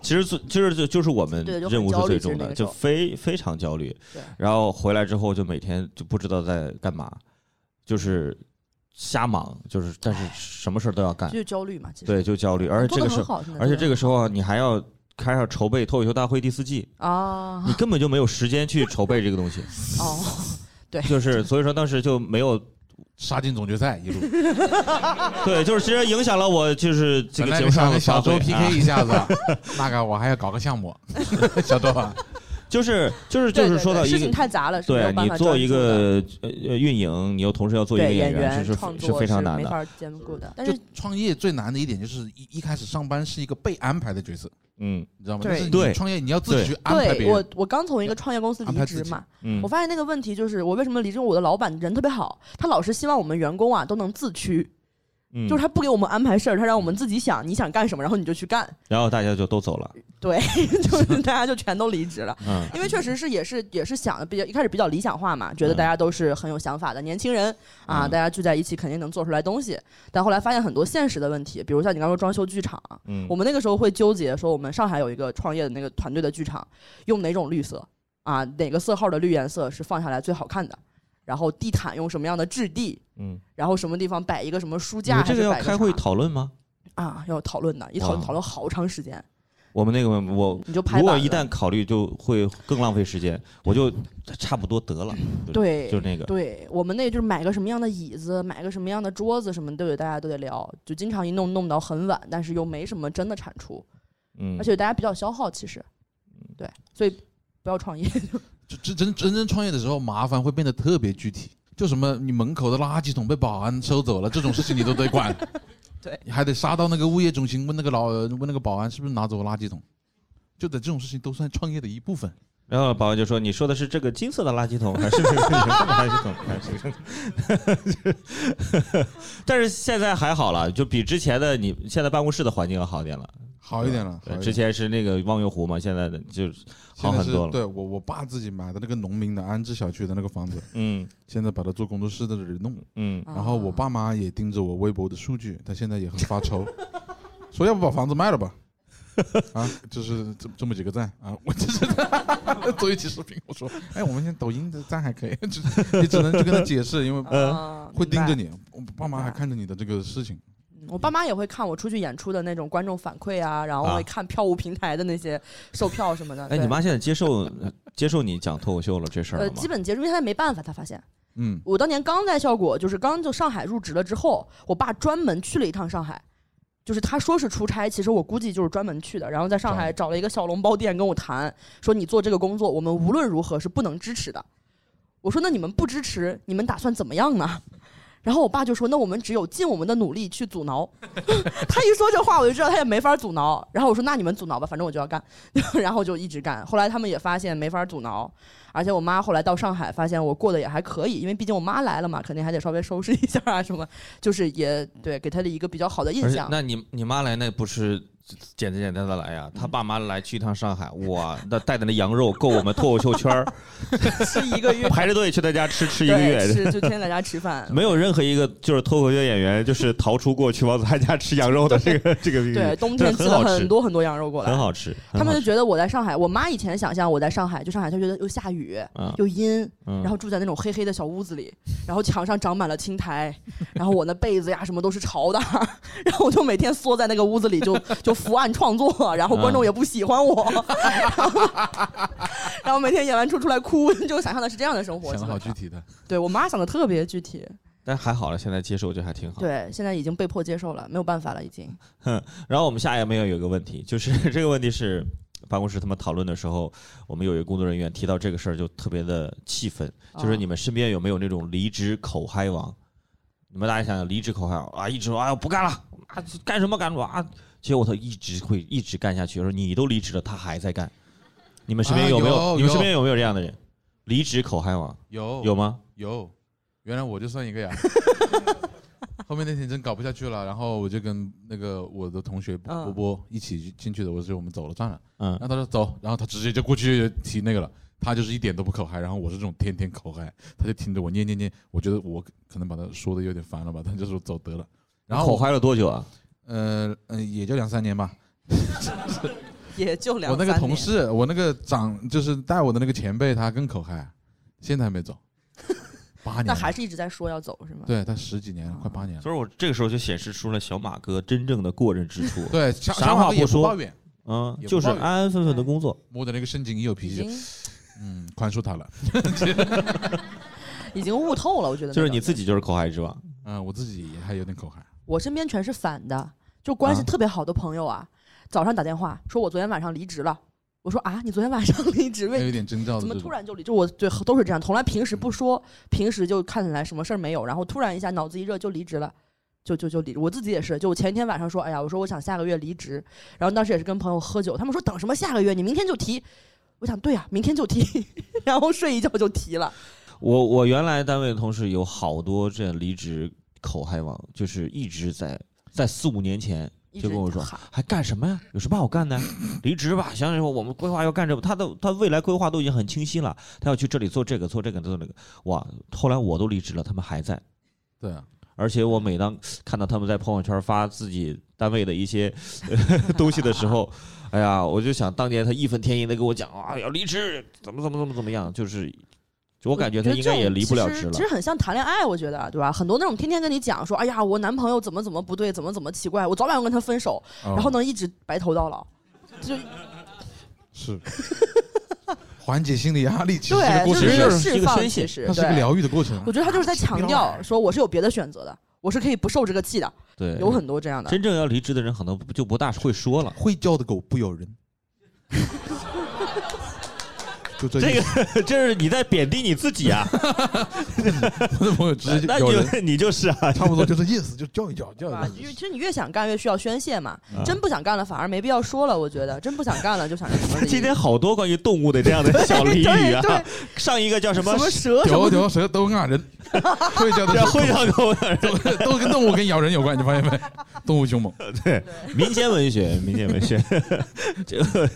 [SPEAKER 5] 其实最就是就就是我们
[SPEAKER 3] 对就很
[SPEAKER 5] 任务是最
[SPEAKER 3] 焦虑其实
[SPEAKER 5] 重
[SPEAKER 3] 那
[SPEAKER 5] 的，
[SPEAKER 3] 个时
[SPEAKER 5] 就
[SPEAKER 3] 候
[SPEAKER 5] 非非常焦虑
[SPEAKER 3] 对。
[SPEAKER 5] 然后回来之后就每天就不知道在干嘛，就是瞎忙，就是但是什么事儿都要干，
[SPEAKER 3] 就焦虑嘛，其实
[SPEAKER 5] 哎
[SPEAKER 3] 哦
[SPEAKER 5] 对，就焦虑。而且
[SPEAKER 3] 做
[SPEAKER 5] 这
[SPEAKER 3] 得
[SPEAKER 5] 个时
[SPEAKER 3] 很
[SPEAKER 5] 候，
[SPEAKER 3] 好，现在
[SPEAKER 5] 而且这
[SPEAKER 3] 个
[SPEAKER 5] 个时候啊，你还要开始筹备《脱口秀大会》第四
[SPEAKER 3] [LAUGHS]
[SPEAKER 5] 季，
[SPEAKER 3] 啊
[SPEAKER 5] 你根本就没有时间去筹备这
[SPEAKER 3] [LAUGHS]
[SPEAKER 5] 个东西。
[SPEAKER 3] 哦，
[SPEAKER 5] 就是所以说当时就没有
[SPEAKER 4] 杀进总决赛一路，
[SPEAKER 5] 对，就是其实影响了我就是这
[SPEAKER 4] 本
[SPEAKER 5] 个
[SPEAKER 4] 来
[SPEAKER 5] 节目上
[SPEAKER 4] 想
[SPEAKER 5] 的
[SPEAKER 4] 跟
[SPEAKER 5] 发
[SPEAKER 4] 小
[SPEAKER 5] 挥
[SPEAKER 4] 周
[SPEAKER 5] 啊
[SPEAKER 4] PK 一
[SPEAKER 5] [LAUGHS]
[SPEAKER 4] 下子，那个我还要搞个项目， [LAUGHS] 小周
[SPEAKER 3] [LAUGHS]
[SPEAKER 4] 啊，
[SPEAKER 5] 就是就是就
[SPEAKER 3] 对
[SPEAKER 5] 是
[SPEAKER 3] 对
[SPEAKER 5] 说到
[SPEAKER 3] 对
[SPEAKER 5] 一
[SPEAKER 3] 事情
[SPEAKER 5] 个。
[SPEAKER 3] 太杂了，是没有
[SPEAKER 5] 对
[SPEAKER 3] 办
[SPEAKER 5] 你
[SPEAKER 3] 法
[SPEAKER 5] 做
[SPEAKER 3] 专
[SPEAKER 5] 一
[SPEAKER 3] 注的
[SPEAKER 5] 个呃呃运营，你又同时要做一个
[SPEAKER 3] 对
[SPEAKER 5] 演
[SPEAKER 3] 员
[SPEAKER 5] 是
[SPEAKER 3] 创
[SPEAKER 5] 是
[SPEAKER 3] 作
[SPEAKER 5] 是非常难
[SPEAKER 3] 没
[SPEAKER 5] 的。
[SPEAKER 3] 法兼顾的，但
[SPEAKER 4] 就是创业最难的一点就是一一开始上班是一个被安排的角色，
[SPEAKER 5] 嗯
[SPEAKER 4] 你知道吗？
[SPEAKER 3] 对
[SPEAKER 4] 但是你
[SPEAKER 5] 对
[SPEAKER 4] 创业你要自己去安排别
[SPEAKER 3] 对我
[SPEAKER 4] 人，
[SPEAKER 3] 我刚从一个创业公司
[SPEAKER 4] 安排
[SPEAKER 3] 离
[SPEAKER 4] 自
[SPEAKER 3] 职
[SPEAKER 4] 己
[SPEAKER 3] 嘛，
[SPEAKER 5] 嗯
[SPEAKER 3] 我，发现那个问题就是我为什么离职？我的老板人特别好，他老是希望我们员工啊都能自驱，
[SPEAKER 5] 嗯
[SPEAKER 3] 就是他不给我们安排事儿，他让我们自己想你想干什么，然后你就去干，
[SPEAKER 5] 然后大家就都走了。
[SPEAKER 3] 对， [LAUGHS]
[SPEAKER 5] [LAUGHS]
[SPEAKER 3] 就是大家就全都离职了。
[SPEAKER 5] 嗯，
[SPEAKER 3] 因为确实是也是也是想的比较一开始比较理想化嘛，觉得
[SPEAKER 5] 嗯
[SPEAKER 3] 大家都是很有想法的年轻人啊，
[SPEAKER 5] 嗯
[SPEAKER 3] 大家聚在一起肯定能做出来东西。但后来发现很多现实的问题，比如像你刚说装修剧场，啊
[SPEAKER 5] 嗯
[SPEAKER 3] 我们那个时候会纠结说，我们上海有一个创业的那个团队的剧场，用哪种绿色啊，哪个色号的绿颜色是放下来最好看的，然后地毯用什么样的质地。
[SPEAKER 5] 嗯，
[SPEAKER 3] 然后什么地方摆一个什么书
[SPEAKER 5] 你
[SPEAKER 3] 架，
[SPEAKER 5] 们这
[SPEAKER 3] 还是
[SPEAKER 5] 要
[SPEAKER 3] 摆
[SPEAKER 5] 开会
[SPEAKER 3] 啥
[SPEAKER 5] 讨论吗？
[SPEAKER 3] 啊，要讨论的，一讨
[SPEAKER 5] 哇
[SPEAKER 3] 讨论好长时间，
[SPEAKER 5] 我们那个我
[SPEAKER 3] 你就拍
[SPEAKER 5] 如果
[SPEAKER 3] 板
[SPEAKER 5] 一
[SPEAKER 3] 了
[SPEAKER 5] 旦考虑就会更浪费时间，我就差不多得了。就
[SPEAKER 3] 对
[SPEAKER 5] 就那个
[SPEAKER 3] 对我们那就是买个什么样的椅子，买个什么样的桌子，什么都得大家都得聊，就经常一弄弄到很晚，但是又没什么真的产出，
[SPEAKER 5] 嗯，
[SPEAKER 3] 而且大家比较消耗，其实，对，所以不要创业，
[SPEAKER 4] 就真真真正创业的时候，麻烦会变得特别具体，就什么你门口的垃圾桶被保安收走了这种事情你都得管，
[SPEAKER 3] 对，
[SPEAKER 4] 你还得杀到那个物业中心问那个老问那个保安是不是拿走垃圾桶，就得这种事情都算创业的一部分。
[SPEAKER 5] 然后保安就说：“你说的是这个金色的垃圾桶，还是 [LAUGHS] 这个银色的垃圾桶？还是这个？” [LAUGHS] 但是现在还好了，就比之前的你现在办公室的环境要好一点了。
[SPEAKER 4] 好一点了，
[SPEAKER 5] 对
[SPEAKER 4] 好一点
[SPEAKER 5] 之前是那个望月湖嘛，现在的就是好
[SPEAKER 4] 现在
[SPEAKER 5] 很
[SPEAKER 4] 是
[SPEAKER 5] 多了。
[SPEAKER 4] 对我我爸自己买的那个农民的安置小区的那个房子，
[SPEAKER 5] 嗯
[SPEAKER 4] 现在把它做工作室的人弄。
[SPEAKER 5] 嗯，
[SPEAKER 3] 啊
[SPEAKER 4] 然后我爸妈也盯着我微博的数据，他现在也很发愁， [LAUGHS] 说要不把房子卖了吧？ [LAUGHS] 啊，就是这这么几个赞啊，我就是 [LAUGHS] 做一期视频，我说，哎，我们现在抖音的赞还可以，就是你只能去跟他解释，因为
[SPEAKER 3] 嗯
[SPEAKER 4] 会盯着。
[SPEAKER 3] 明白
[SPEAKER 4] 你，我爸妈还看着你的这个事情，
[SPEAKER 3] 嗯我爸妈也会看我出去演出的那种观众反馈啊，然后
[SPEAKER 5] 啊
[SPEAKER 3] 会看票务平台的那些售票什么的。
[SPEAKER 5] 哎，
[SPEAKER 3] 啊对
[SPEAKER 5] 你妈现在接受 [LAUGHS] 接受你讲脱口秀了这事儿
[SPEAKER 3] 呃，
[SPEAKER 5] 了吗
[SPEAKER 3] 基？本结束，因为他也没办法，他发现。
[SPEAKER 4] 嗯，
[SPEAKER 3] 我当年刚在效果，就是刚就上海入职了之后，我爸专门去了一趟上海，就是他说是出差，其实我估计就是专门去的。然后在上海找了一个小笼包店跟我谈，说你做这个工作，我们无论如何是不能支持的。我说那你们不支持，你们打算怎么样呢？然后我爸就说：“那我们只有尽我们的努力去阻挠。” [LAUGHS] 他一说这话，我就知道他也没法阻挠。然后我说：“那你们阻挠吧，反正我就要干。” [LAUGHS] 然后就一直干。后来他们也发现没法阻挠，而且我妈后来到上海，发现我过得也还可以，因为毕竟我妈来了嘛，肯定还得稍微收拾一下啊什么，就是也对给她的一个比较好的印
[SPEAKER 5] 而且
[SPEAKER 3] 象，。
[SPEAKER 5] 那你你妈来那不是简单简单的来呀、她爸妈来去一趟上海，哇，那带的那羊肉够我们脱口秀
[SPEAKER 3] [LAUGHS]
[SPEAKER 5] 圈儿
[SPEAKER 3] 吃一个月
[SPEAKER 5] 排着队去她家吃吃一个
[SPEAKER 3] 对，
[SPEAKER 5] 月。嗯
[SPEAKER 3] 吃就天天在家吃饭。
[SPEAKER 5] [LAUGHS] 没有任何一个就是脱口秀演员就是逃出过去往他家吃羊肉的
[SPEAKER 3] [LAUGHS]
[SPEAKER 5] 这个这个命运，
[SPEAKER 3] 对，冬天寄
[SPEAKER 5] 嗯很
[SPEAKER 3] 了
[SPEAKER 5] 好吃
[SPEAKER 3] 很，多很多羊肉过来
[SPEAKER 5] 很，好吃。
[SPEAKER 3] 他们就
[SPEAKER 5] 很好吃
[SPEAKER 3] 觉得我在上海，我妈以前想象我在上海，就上海，她觉得又下雨
[SPEAKER 5] 嗯
[SPEAKER 3] 又阴，
[SPEAKER 5] 嗯，
[SPEAKER 3] 然后住在那种黑黑的小屋子里，然后墙上长满了青苔，然后我那被子呀什么都是潮的， [LAUGHS] 然后我就每天缩在那个屋子里就就伏案创作，然后观
[SPEAKER 5] 嗯
[SPEAKER 3] 众也不喜欢我， [LAUGHS] 然后然后每天演完出出来哭， [LAUGHS] 就想象的是这样的生活。
[SPEAKER 4] 想的好
[SPEAKER 3] 基
[SPEAKER 4] 具
[SPEAKER 3] 本上
[SPEAKER 4] 体的，
[SPEAKER 3] 对我妈想的特别具体，
[SPEAKER 5] 但还好了，现在接受就还挺好。
[SPEAKER 3] 对，现在已经被迫接受了，没有办法了，已经。
[SPEAKER 5] 然后我们下一个朋友有一个问题，就是 [LAUGHS] 这个问题是办公室他们讨论的时候，我们有一个工作人员提到这个事儿就特别的气愤，
[SPEAKER 3] 哦啊
[SPEAKER 5] 就是你们身边有没有那种离职口嗨王？你们大家想想，离职口嗨王啊，一直说哎我不干了啊，干什么干什么啊，结果他一直会一直干下去。说你都离职了，他还在干。你们身边
[SPEAKER 4] 啊
[SPEAKER 5] 有没有？哦
[SPEAKER 4] 有
[SPEAKER 5] 你们
[SPEAKER 4] 有
[SPEAKER 5] 身边有没有这样的人？离职口嗨王
[SPEAKER 4] 有
[SPEAKER 5] 有吗？
[SPEAKER 4] 有，原来我就算
[SPEAKER 3] [LAUGHS]
[SPEAKER 4] 一个呀。后面那天真搞不下去了，然后我就跟那个我的同学
[SPEAKER 3] 嗯
[SPEAKER 4] 波波一起进去的，我说我们走了算了。
[SPEAKER 5] 嗯
[SPEAKER 4] 然后他说走，然后他直接就过去提那个了。他就是一点都不口嗨，然后我是这种天天口嗨，他就听着我念念念，我觉得我可能把他说的有点烦了吧，他就说走得了。然后
[SPEAKER 5] 口
[SPEAKER 4] 我，
[SPEAKER 5] 嗨了多久啊？
[SPEAKER 4] 呃嗯、也就两三年吧。
[SPEAKER 3] [LAUGHS] 也就两
[SPEAKER 4] 我那个
[SPEAKER 3] 三
[SPEAKER 4] 同
[SPEAKER 3] 年
[SPEAKER 4] 事，我那个长就是带我的那个前辈，他更口嗨，现在还没走，八年了。
[SPEAKER 3] 但还是一直在说要走是吗？
[SPEAKER 4] 对他十几年了，快八年了。
[SPEAKER 5] 所以我这个时候就显示出了小马哥真正的过人之处。
[SPEAKER 4] 对，啥
[SPEAKER 5] 啥话
[SPEAKER 4] 也
[SPEAKER 5] 不说
[SPEAKER 4] 抱怨，
[SPEAKER 5] [LAUGHS] 嗯，
[SPEAKER 4] 也不
[SPEAKER 5] 就是
[SPEAKER 4] 抱怨
[SPEAKER 5] 安安分分的工作。
[SPEAKER 4] 摸着那个圣经也有脾
[SPEAKER 3] 已
[SPEAKER 4] 气，
[SPEAKER 3] 经
[SPEAKER 4] 嗯，宽恕他了。
[SPEAKER 3] 已经悟透了，我觉得
[SPEAKER 5] 就是
[SPEAKER 3] 那
[SPEAKER 5] 你
[SPEAKER 3] 种
[SPEAKER 5] 自己就是口嗨之王，
[SPEAKER 4] 嗯，我自己还有点口嗨，
[SPEAKER 3] 我身边全是反的，就关系
[SPEAKER 5] 啊
[SPEAKER 3] 特别好的朋友啊，早上打电话说我昨天晚上离职了，我说啊，你昨天晚上 [LAUGHS] 离职
[SPEAKER 4] 还
[SPEAKER 3] 为
[SPEAKER 4] 有点征兆的
[SPEAKER 3] 怎么
[SPEAKER 4] 这
[SPEAKER 3] 突
[SPEAKER 4] 种。
[SPEAKER 3] 然就离职？就我对都是这样，从来平时不说，平时就看起来什么事儿没有，然后突然一下脑子一热就离职了。就就就离，我自己也是，就我前一天晚上说，哎呀，我说我想下个月离职，然后当时也是跟朋友喝酒，他们说等什么下个月，你明天就提，我想对呀、啊明天就提， [LAUGHS] 然后睡一觉就提了，
[SPEAKER 5] 我我原来单位的同事有好多这样离职口嗨王，就是一直在在四五年前
[SPEAKER 3] 一
[SPEAKER 5] 就
[SPEAKER 3] 直
[SPEAKER 5] 跟我说
[SPEAKER 3] 喊
[SPEAKER 5] 还干什么呀？有什么好干的？离职吧，想想说我们规划要干这个，他的他未来规划都已经很清晰了，他要去这里做这个做这个做那个。哇，后来我都离职了，他们还在。
[SPEAKER 4] 对啊，
[SPEAKER 5] 而且我每当看到他们在朋友圈发自己单位的一 [LAUGHS] 些呃东西的时候，哎呀，我就想当年他义愤填膺的跟我讲啊，要离职，怎么怎么怎么怎么样，就是就我感觉他应该也离不了
[SPEAKER 3] 我觉得
[SPEAKER 5] 职
[SPEAKER 3] 这种
[SPEAKER 5] 了
[SPEAKER 3] 其实。其实很像谈恋爱，我觉得，对吧？很多那种天天跟你讲说，哎呀，我男朋友怎么怎么不对，怎么怎么奇怪，我早晚要跟他分手，
[SPEAKER 4] 然
[SPEAKER 5] 哦
[SPEAKER 3] 然后能一直白头到
[SPEAKER 5] 啊
[SPEAKER 3] 老。就
[SPEAKER 4] 是缓解心理压力，其实这
[SPEAKER 3] 对，
[SPEAKER 4] 个过
[SPEAKER 3] 就
[SPEAKER 4] 程
[SPEAKER 5] 是
[SPEAKER 4] 是
[SPEAKER 5] 是一
[SPEAKER 3] 释
[SPEAKER 5] 个
[SPEAKER 3] 放，
[SPEAKER 5] 宣
[SPEAKER 3] 其
[SPEAKER 5] 泄
[SPEAKER 3] 实
[SPEAKER 4] 它是一个
[SPEAKER 3] 对，
[SPEAKER 4] 疗愈的过程
[SPEAKER 3] 我。觉得他就是在强调说，我是有别的选择的，我是可以不受这个气的，
[SPEAKER 5] 对，
[SPEAKER 3] 有很多这样的。
[SPEAKER 5] 真正要离职的人，可能不就不大会说了。
[SPEAKER 4] 会叫的狗不咬人，就这
[SPEAKER 5] 这
[SPEAKER 4] 意思。
[SPEAKER 5] 个 [LAUGHS] 这是你在贬低你自 [LAUGHS] 己啊！
[SPEAKER 4] 我的朋友直接
[SPEAKER 5] 那
[SPEAKER 4] 就咬人，
[SPEAKER 5] 你你就是啊，
[SPEAKER 4] 差不多就是意思，就叫一叫，
[SPEAKER 3] 对
[SPEAKER 4] 叫一
[SPEAKER 3] 吧？
[SPEAKER 4] 叫。
[SPEAKER 3] 因为其实你越想干，越需要宣泄嘛。
[SPEAKER 5] 嗯
[SPEAKER 3] 真不想干了，反而没必要说了。我觉得真不想干了，就想着什么离
[SPEAKER 5] 今天好多关于动物的这样的小俚语
[SPEAKER 3] 对
[SPEAKER 5] 啊
[SPEAKER 3] 对。
[SPEAKER 5] 上一个叫什么
[SPEAKER 3] 什？么
[SPEAKER 5] [LAUGHS]
[SPEAKER 3] 蛇什
[SPEAKER 4] 屌啊
[SPEAKER 3] 么
[SPEAKER 4] 屌蛇都咬人，会叫的
[SPEAKER 5] 这
[SPEAKER 4] 蛇
[SPEAKER 5] 会上狗
[SPEAKER 4] 都都跟动物跟咬人有关，你发现没？动物凶猛，
[SPEAKER 5] 对，民间文学，民间文学，这个，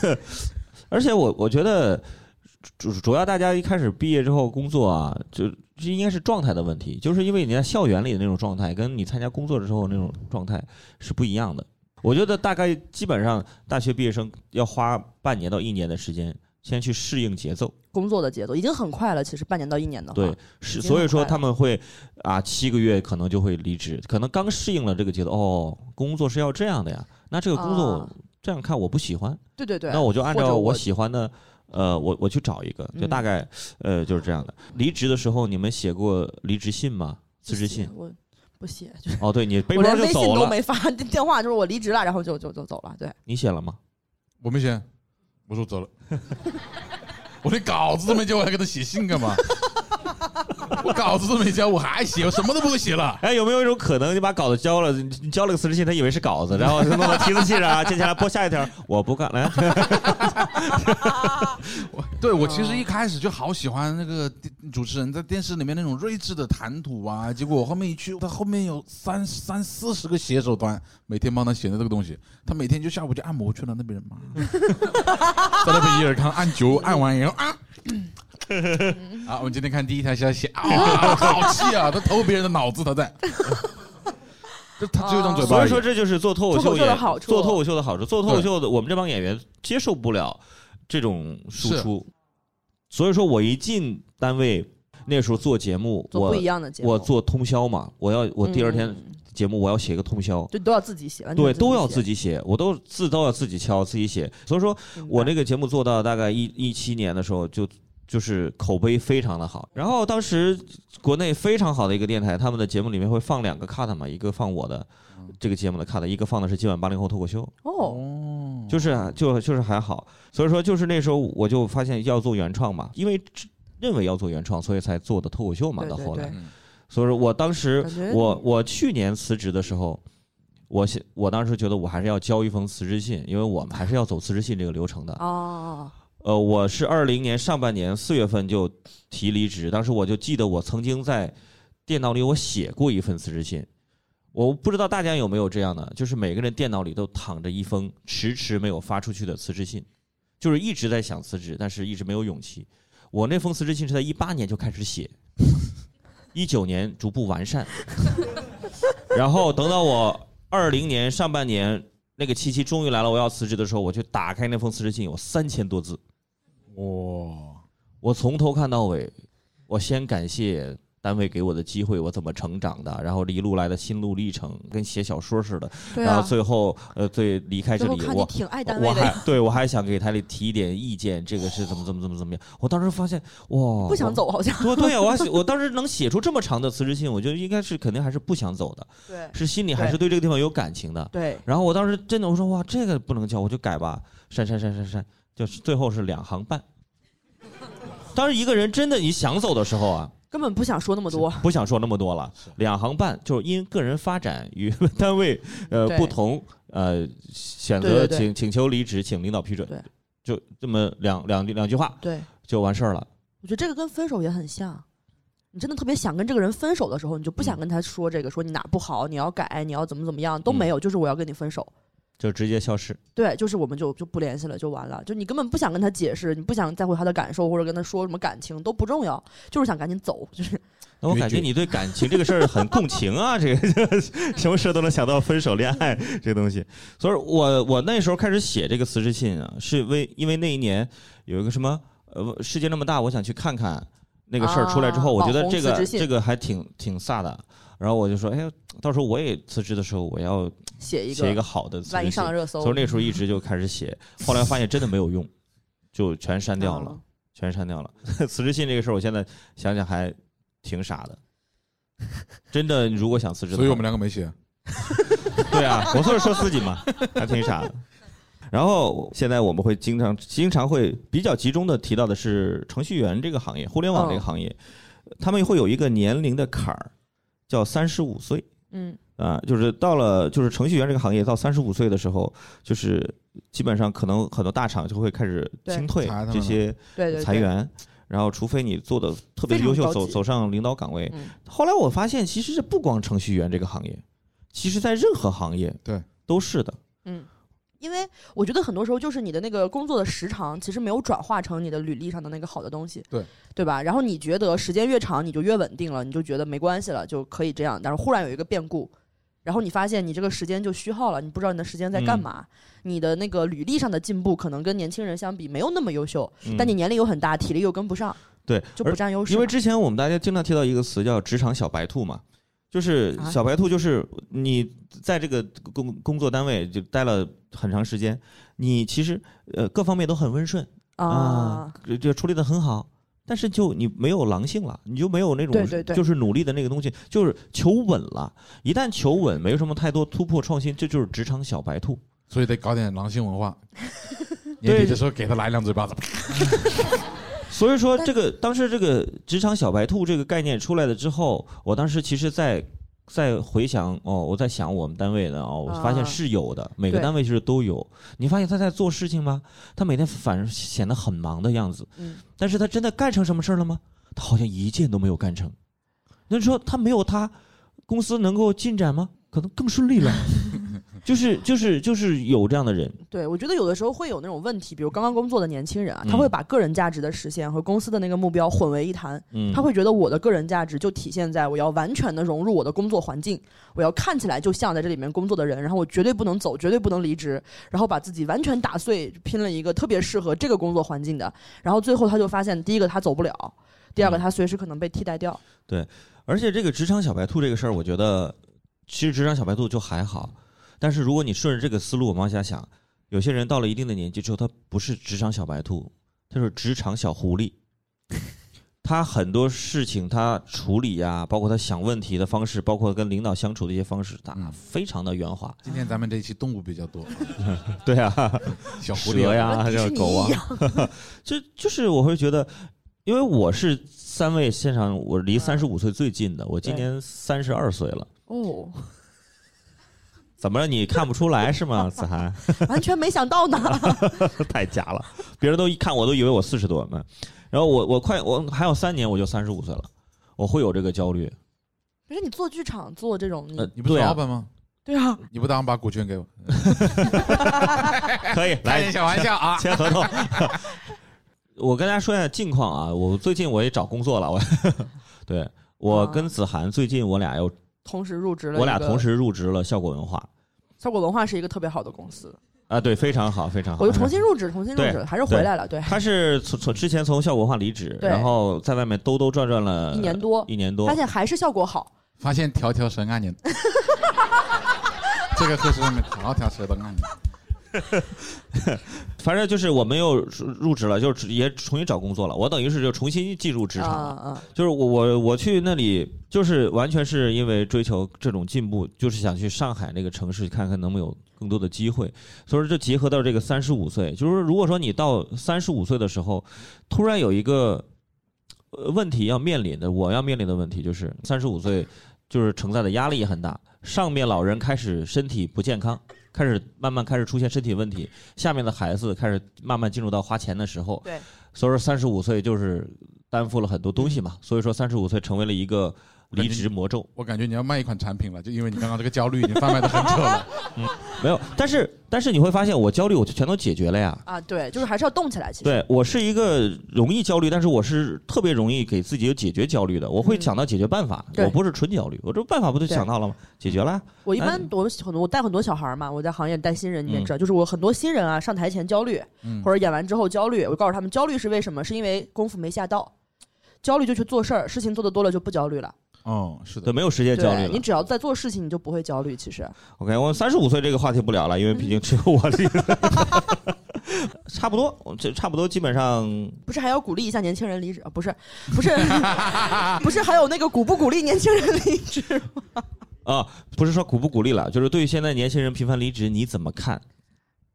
[SPEAKER 5] 呃而且我我觉得主主要大家一开始毕业之后工作啊，就这应该是状态的问题，就是因为你在校园里的那种状态，跟你参加工作之后那种状态是不一样的。我觉得大概基本上大学毕业生要花半年到一年的时间，先去适应节奏。
[SPEAKER 3] 工作的节奏已经很快了，其实半年到一年的话，
[SPEAKER 5] 对，是，
[SPEAKER 3] 已经
[SPEAKER 5] 所
[SPEAKER 3] 啊
[SPEAKER 5] 以
[SPEAKER 3] 很
[SPEAKER 5] 说
[SPEAKER 3] 快
[SPEAKER 5] 他们会啊，七个月可能就会离职，可能刚适应了这个节奏，哦，工作是要这样的呀，那这个工作
[SPEAKER 3] 啊
[SPEAKER 5] 我这样看我不喜欢，
[SPEAKER 3] 对对对。
[SPEAKER 5] 那我就按
[SPEAKER 3] 或
[SPEAKER 5] 照
[SPEAKER 3] 者
[SPEAKER 5] 我
[SPEAKER 3] 我嗯
[SPEAKER 5] 喜欢的，呃，我我去找一个，就大概呃就是这样的。离职的时候你们写过离职信吗？辞职信？
[SPEAKER 3] 我不写，就
[SPEAKER 5] 哦，
[SPEAKER 3] [LAUGHS]
[SPEAKER 5] 对你背
[SPEAKER 3] 我
[SPEAKER 5] 包
[SPEAKER 3] 连
[SPEAKER 5] 就
[SPEAKER 3] 微信
[SPEAKER 5] 走
[SPEAKER 3] 都
[SPEAKER 5] 了，
[SPEAKER 3] 没发， [LAUGHS] 电话就是我离职了，然后就就就走了。对，
[SPEAKER 5] 你写了吗？ [LAUGHS]
[SPEAKER 4] 我没写，我说走了，我连稿子都没交，我还给他写信干嘛？我稿子都没交，我还写，我什么都不会写了。
[SPEAKER 5] 哎，有没有一种可能，你把稿子交了，你你交了个辞职信，他以为是稿子，然后弄到提字器上啊，接下来播下一条，我不干，哎来，
[SPEAKER 4] 对我其
[SPEAKER 5] 哦
[SPEAKER 4] 实一开始就好喜欢那个电主持人在电视里面那种睿智的谈吐啊，结果我后面一去，他后面有三三四十个写手端，每天帮他写的这个东西，他每天就下午就按摩去了，那
[SPEAKER 5] [LAUGHS]
[SPEAKER 4] 边人嘛，在那边伊尔康按久，按完以后啊。啊，我们今天看第一条消息啊，好气啊！他偷别人的脑子，
[SPEAKER 5] [LAUGHS]
[SPEAKER 4] 他在，就他只有一张嘴
[SPEAKER 5] 哦
[SPEAKER 4] 巴
[SPEAKER 5] 所
[SPEAKER 4] 而
[SPEAKER 5] 以
[SPEAKER 4] 已。
[SPEAKER 5] 说这就是做脱口秀
[SPEAKER 3] 脱口秀的
[SPEAKER 5] 演
[SPEAKER 3] 好处
[SPEAKER 5] 做脱口秀的好处，做脱口秀的我们这帮演员接受不了这种输出，所以说我一进单位那时候做节目，
[SPEAKER 3] 做不
[SPEAKER 5] 我
[SPEAKER 3] 一样的节目，
[SPEAKER 5] 我做通宵嘛，我要我第二天
[SPEAKER 3] 嗯
[SPEAKER 5] 节目我要写一个通宵，
[SPEAKER 7] 就都要自己写，完全
[SPEAKER 5] 对，都要
[SPEAKER 7] 写
[SPEAKER 5] 自己写，我都字都要自己敲，自己写。所以说
[SPEAKER 7] 明
[SPEAKER 5] 我
[SPEAKER 7] 白
[SPEAKER 5] 那个节目做到大概一一七年的时候就。就是口碑非常的好，然后当时国内非常好的一个电台，他们的节目里面会放两个 cut 嘛，一个放我的这个节目的 cut，一个放的是今晚八零后脱口秀，
[SPEAKER 7] 嗯哦，
[SPEAKER 4] 哦，
[SPEAKER 5] 就是就就是还好，所以说就是那时候我就发现要做原创嘛，因为知认为要做原创，所以才做的脱口秀嘛。
[SPEAKER 7] 对
[SPEAKER 5] 到
[SPEAKER 7] 对
[SPEAKER 5] 后来
[SPEAKER 7] 对，
[SPEAKER 5] 所以说我当时
[SPEAKER 7] 感觉
[SPEAKER 5] 我我去年辞职的时候，我写我当时觉得我还是要交一封辞职信，因为我们还是要走辞职信这个流程的。
[SPEAKER 7] 哦，
[SPEAKER 5] 呃，我是二零年上半年四月份就提离职，当时我就记得我曾经在电脑里我写过一份辞职信，我不知道大家有没有这样的，就是每个人电脑里都躺着一封迟迟没有发出去的辞职信，就是一直在想辞职，但是一直没有勇气。我那封辞职信是在一八年就开始写，一九年逐步完善， [LAUGHS] 然后等到我二零年上半年那个期期终于来了，我要辞职的时候，我去打开那封辞职信，有三千多字。
[SPEAKER 4] 哇，
[SPEAKER 5] 我从头看到尾，我先感谢单位给我的机会，我怎么成长的，然后一路来的心路历程，跟写小说似的。
[SPEAKER 3] 对
[SPEAKER 5] 然
[SPEAKER 3] 啊
[SPEAKER 5] 后，最后，呃，最离开这
[SPEAKER 3] 最后
[SPEAKER 5] 里，
[SPEAKER 3] 看你
[SPEAKER 5] 我
[SPEAKER 3] 挺爱单
[SPEAKER 5] 我
[SPEAKER 3] 位
[SPEAKER 5] 还
[SPEAKER 3] 的，
[SPEAKER 5] 对我还想给台里提一点意见，这个是怎么怎么怎么怎么样。我当时发现，哇，
[SPEAKER 3] 不想
[SPEAKER 5] 我。
[SPEAKER 3] 走好像。
[SPEAKER 5] 对对啊呀、我还写我当时能写出这么长的辞职信，我觉得应该是肯定还是不
[SPEAKER 3] [LAUGHS]
[SPEAKER 5] 想走的，
[SPEAKER 7] 对
[SPEAKER 5] 是心里还是对这个地方有感情的。
[SPEAKER 7] 对，
[SPEAKER 5] 然后我当时真的我说哇，这个不能叫，我就改吧，删删删删删，就是最后是两行半。当时一个人真的你想走的时候啊，
[SPEAKER 3] 根本不想说那么多。
[SPEAKER 5] 不想说那么多了
[SPEAKER 4] 是，
[SPEAKER 5] 两行半就是因个人发展与单位呃
[SPEAKER 7] 对
[SPEAKER 5] 不同呃选
[SPEAKER 7] 对
[SPEAKER 5] 择
[SPEAKER 7] 对对
[SPEAKER 5] 请请求离职，请领导批准
[SPEAKER 7] 对，
[SPEAKER 5] 就这么两两两句话
[SPEAKER 7] 对，
[SPEAKER 5] 就完事儿了。
[SPEAKER 3] 我觉得这个跟分手也很像，你真的特别想跟这个人分手的时候，你就不
[SPEAKER 5] 嗯
[SPEAKER 3] 想跟他说这个，说你哪不好，你要改，你要怎么怎么样都没有，就是我要跟你分手。
[SPEAKER 5] 就直接消失，
[SPEAKER 3] 对，就是我们就就不联系了，就完了。就你根本不想跟他解释，你不想在乎他的感受，或者跟他说什么感情都不重要，就是想赶紧走。就是
[SPEAKER 5] 那我
[SPEAKER 4] 决
[SPEAKER 5] 感觉
[SPEAKER 4] 绝
[SPEAKER 5] 你对感情这个事儿很共情啊，这
[SPEAKER 3] [LAUGHS]
[SPEAKER 5] 个什么事儿都能想到分手、恋爱这个东西。所以我我那时候开始写这个辞职信啊，是为因为那一年有一个什么呃世界那么大，我想去看看那个事儿出来之后，
[SPEAKER 3] 啊
[SPEAKER 5] 我觉得
[SPEAKER 3] 网红
[SPEAKER 5] 这
[SPEAKER 3] 辞
[SPEAKER 5] 个
[SPEAKER 3] 职信
[SPEAKER 5] 这个还挺挺飒的。然后我就说，哎呀，到时候我也辞职的时候，我要
[SPEAKER 3] 写一个，
[SPEAKER 5] 写一个好的辞
[SPEAKER 3] 万一
[SPEAKER 5] 职信
[SPEAKER 3] 上了。热搜，
[SPEAKER 5] 从那时候一直就开始写，后来发现真的没有用，就全删掉
[SPEAKER 3] 嗯
[SPEAKER 5] 了。全删掉了。 [LAUGHS] 辞职信这个事儿，我现在想想还挺傻的。真的，如果想辞职的话，
[SPEAKER 4] 所以我们两个没写。
[SPEAKER 5] 对啊，我就是说自己嘛，还挺傻的。然后现在我们会经常经常会比较集中的提到的是程序员这个行业，互联网这个行业，他们会有一个年龄的坎儿，叫三十五岁。
[SPEAKER 3] 嗯，
[SPEAKER 5] 啊，就是到了就是程序员这个行业，到三十五岁的时候，就是基本上可能很多大厂就会开始
[SPEAKER 3] 对
[SPEAKER 5] 清退
[SPEAKER 4] 裁他们
[SPEAKER 5] 这
[SPEAKER 4] 了
[SPEAKER 5] 些
[SPEAKER 3] 对对对，
[SPEAKER 5] 裁员，然后除非你做的特别
[SPEAKER 3] 非常
[SPEAKER 5] 优秀，
[SPEAKER 3] 高
[SPEAKER 5] 走
[SPEAKER 3] 级
[SPEAKER 5] 走上领导岗位。
[SPEAKER 3] 嗯
[SPEAKER 5] 后来我发现，其实这不光程序员这个行业，其实在任何行业
[SPEAKER 4] 对
[SPEAKER 5] 都是的。
[SPEAKER 3] 因为我觉得很多时候就是你的那个工作的时长，其实没有转化成你的履历上的那个好的东西，
[SPEAKER 4] 对
[SPEAKER 3] 对吧？然后你觉得时间越长，你就越稳定了，你就觉得没关系了，就可以这样。但是忽然有一个变故，然后你发现你这个时间就虚耗了，你不知道你的时间在
[SPEAKER 5] 嗯
[SPEAKER 3] 干嘛。你的那个履历上的进步，可能跟年轻人相比没有那么优秀，但
[SPEAKER 5] 嗯
[SPEAKER 3] 你年龄又很大，体力又跟不上，
[SPEAKER 5] 对，
[SPEAKER 3] 就
[SPEAKER 5] 而
[SPEAKER 3] 不占优势嘛。
[SPEAKER 5] 因为之前我们大家经常提到一个词叫“职场小白兔”嘛，就是
[SPEAKER 3] 啊
[SPEAKER 5] 小白兔，就是你在这个工工作单位就待了很长时间，你其实呃各方面都很温顺
[SPEAKER 3] 啊，，
[SPEAKER 5] 就就处理的很好。但是就你没有狼性了，你就没有那种
[SPEAKER 3] 对对对
[SPEAKER 5] 就是努力的那个东西，就是求稳了。一旦求稳，没有什么太多突破创新，这就是职场小白兔。
[SPEAKER 4] 所以得搞点狼性
[SPEAKER 5] [LAUGHS]
[SPEAKER 4] 文化。年底的时候给他来两嘴巴子，
[SPEAKER 5] 所以说，这个当时这个职场小白兔这个概念出来了之后，我当时其实在，在回想哦，我在想我们单位的哦，我发现
[SPEAKER 3] 啊
[SPEAKER 5] 是有的，每个
[SPEAKER 3] 对
[SPEAKER 5] 单位其实都有。你发现他在做事情吗？他每天反而显得很忙的样子，
[SPEAKER 3] 嗯
[SPEAKER 5] 但是他真的干成什么事儿了吗？他好像一件都没有干成。那你说他没有他，公司能够进展吗？可能更顺利
[SPEAKER 3] [LAUGHS]
[SPEAKER 5] 了。就是就是就是有这样的人，
[SPEAKER 3] 对，我觉得有的时候会有那种问题，比如刚刚工作的年轻人啊，
[SPEAKER 5] 嗯
[SPEAKER 3] 他会把个人价值的实现和公司的那个目标混为一谈，
[SPEAKER 5] 嗯，
[SPEAKER 3] 他会觉得我的个人价值就体现在我要完全的融入我的工作环境，我要看起来就像在这里面工作的人，然后我绝对不能走，绝对不能离职，然后把自己完全打碎，拼了一个特别适合这个工作环境的，然后最后他就发现，第一个他走不了，第二个
[SPEAKER 5] 嗯 [LAUGHS]
[SPEAKER 3] 他随时可能被替代掉，
[SPEAKER 5] 而且这个职场小白兔这个事儿，我觉得其实职场小白兔就还好，但是如果你顺着这个思路往往下想，有些人到了一定的年纪之后，他不是职场小白兔，他是职场小狐狸。他很多事情他处理呀、包括他想问题的方式，包括跟领导相处的一些方式，他
[SPEAKER 4] 嗯
[SPEAKER 5] 非常的圆
[SPEAKER 4] [LAUGHS]
[SPEAKER 5] 滑。
[SPEAKER 4] 今天咱们这一期动物比较多，
[SPEAKER 5] 对 [LAUGHS] 啊，
[SPEAKER 4] 小狐狸
[SPEAKER 5] 蛇
[SPEAKER 4] 啊，
[SPEAKER 5] 呀，还有狗啊，这 [LAUGHS] 就是我会觉得，因为我是三位现场，我离三十五岁最近的，我今年三十二岁了。
[SPEAKER 3] 哦，
[SPEAKER 5] 怎么了？你看不出来
[SPEAKER 3] [LAUGHS]
[SPEAKER 5] 是吗？子涵， [LAUGHS]
[SPEAKER 3] 完全没想到呢。
[SPEAKER 5] 太假了，别人都一看我都以为我四十多呢。然后我我快我还有三年我就三十五岁了，我会有这个焦虑。
[SPEAKER 3] 可是哎你做剧场做这种，你
[SPEAKER 5] 呃，
[SPEAKER 4] 你不是
[SPEAKER 5] 对
[SPEAKER 4] 老
[SPEAKER 5] 啊，
[SPEAKER 4] 板吗？
[SPEAKER 3] 对啊，
[SPEAKER 4] 你不当把股权给我？
[SPEAKER 3] 哎
[SPEAKER 5] 可以
[SPEAKER 4] 开
[SPEAKER 5] 来
[SPEAKER 4] 点小玩笑啊！
[SPEAKER 5] 签
[SPEAKER 3] [LAUGHS]
[SPEAKER 5] 合同。我跟大家说一下近况啊，我最近我也找工作了，我 [LAUGHS] 对我跟子涵最近我俩又
[SPEAKER 3] 同时入职哦了一个。
[SPEAKER 5] 我俩同时入职了效果文化
[SPEAKER 3] 效果文化是一个特别好的公司，
[SPEAKER 5] 啊，对，非常好，非常好。
[SPEAKER 3] 我又重新入职，重新入职，还是回来了，对，
[SPEAKER 5] [LAUGHS] 他是从从之前从效果文化离职，
[SPEAKER 3] 对
[SPEAKER 5] 然后在外面兜兜转转了
[SPEAKER 3] 一年多，
[SPEAKER 5] 一年多
[SPEAKER 3] 发，现还是效果好，
[SPEAKER 4] 发现条条蛇
[SPEAKER 5] [LAUGHS]
[SPEAKER 4] 按你，这个课是上面条条蛇都按你。
[SPEAKER 5] 反正就是我们又入职了，就是也重新找工作了。我等于是就重新进入职场了，
[SPEAKER 3] 嗯嗯，
[SPEAKER 5] 就是我我我去那里，就是完全是因为追求这种进步，就是想去上海那个城市看看能不能有更多的机会。所以说，这结合到这个三十五岁，就是说如果说你到三十五岁的时候，突然有一个呃问题要面临的，我要面临的问题就是三十五岁就是承载的压力也很大，上面老人开始身体不健康。开始慢慢开始出现身体问题，下面的孩子开始慢慢进入到花钱的时候。
[SPEAKER 3] 对，
[SPEAKER 5] 所以说三十五岁就是担负了很多东西
[SPEAKER 3] 嗯
[SPEAKER 5] 嘛，所以说三十五岁成为了一个离职魔咒。
[SPEAKER 4] 我感觉你要卖一款产品了，就因为你刚刚这个焦虑已经贩卖的很
[SPEAKER 5] [LAUGHS]
[SPEAKER 4] 久了。
[SPEAKER 5] 没有，但是但是你会发现，我焦虑我就全都解决了呀。
[SPEAKER 3] 啊，对，就是还是要动起来，其实，
[SPEAKER 5] 对我是一个容易焦虑，但是我是特别容易给自己有解决焦虑的。我会想到解决办法，
[SPEAKER 3] 嗯对
[SPEAKER 5] 我不是纯焦虑，我这办法不就想到了吗？解决了呀。
[SPEAKER 3] 我一般我很多我带很多小孩儿嘛，我在行业带新人，你
[SPEAKER 5] 嗯
[SPEAKER 3] 也知道，就是我很多新人啊，上台前焦虑，或者演完之后焦虑，我告诉他们焦虑是为什么，是因为功夫没下到，焦虑就去做事儿，事情做的多了就不焦虑了，
[SPEAKER 4] 哦，是
[SPEAKER 5] 对，
[SPEAKER 4] 的，
[SPEAKER 5] 没有时间焦虑
[SPEAKER 3] 对你
[SPEAKER 5] 了。
[SPEAKER 3] 只要在做事情，你就不会焦虑，其实
[SPEAKER 5] OK，我三十五岁这个话题不聊了，因为毕竟只有我这个。 [LAUGHS] 差不多，我这差不多基本上
[SPEAKER 3] 不是还要鼓励一下年轻人离职，啊不是不
[SPEAKER 5] [LAUGHS]
[SPEAKER 3] 是不是还有那个鼓不鼓励年轻人离
[SPEAKER 5] [LAUGHS]
[SPEAKER 3] 职，
[SPEAKER 5] 啊，不是说鼓不鼓励了，就是对于现在年轻人频繁离职，你怎么看？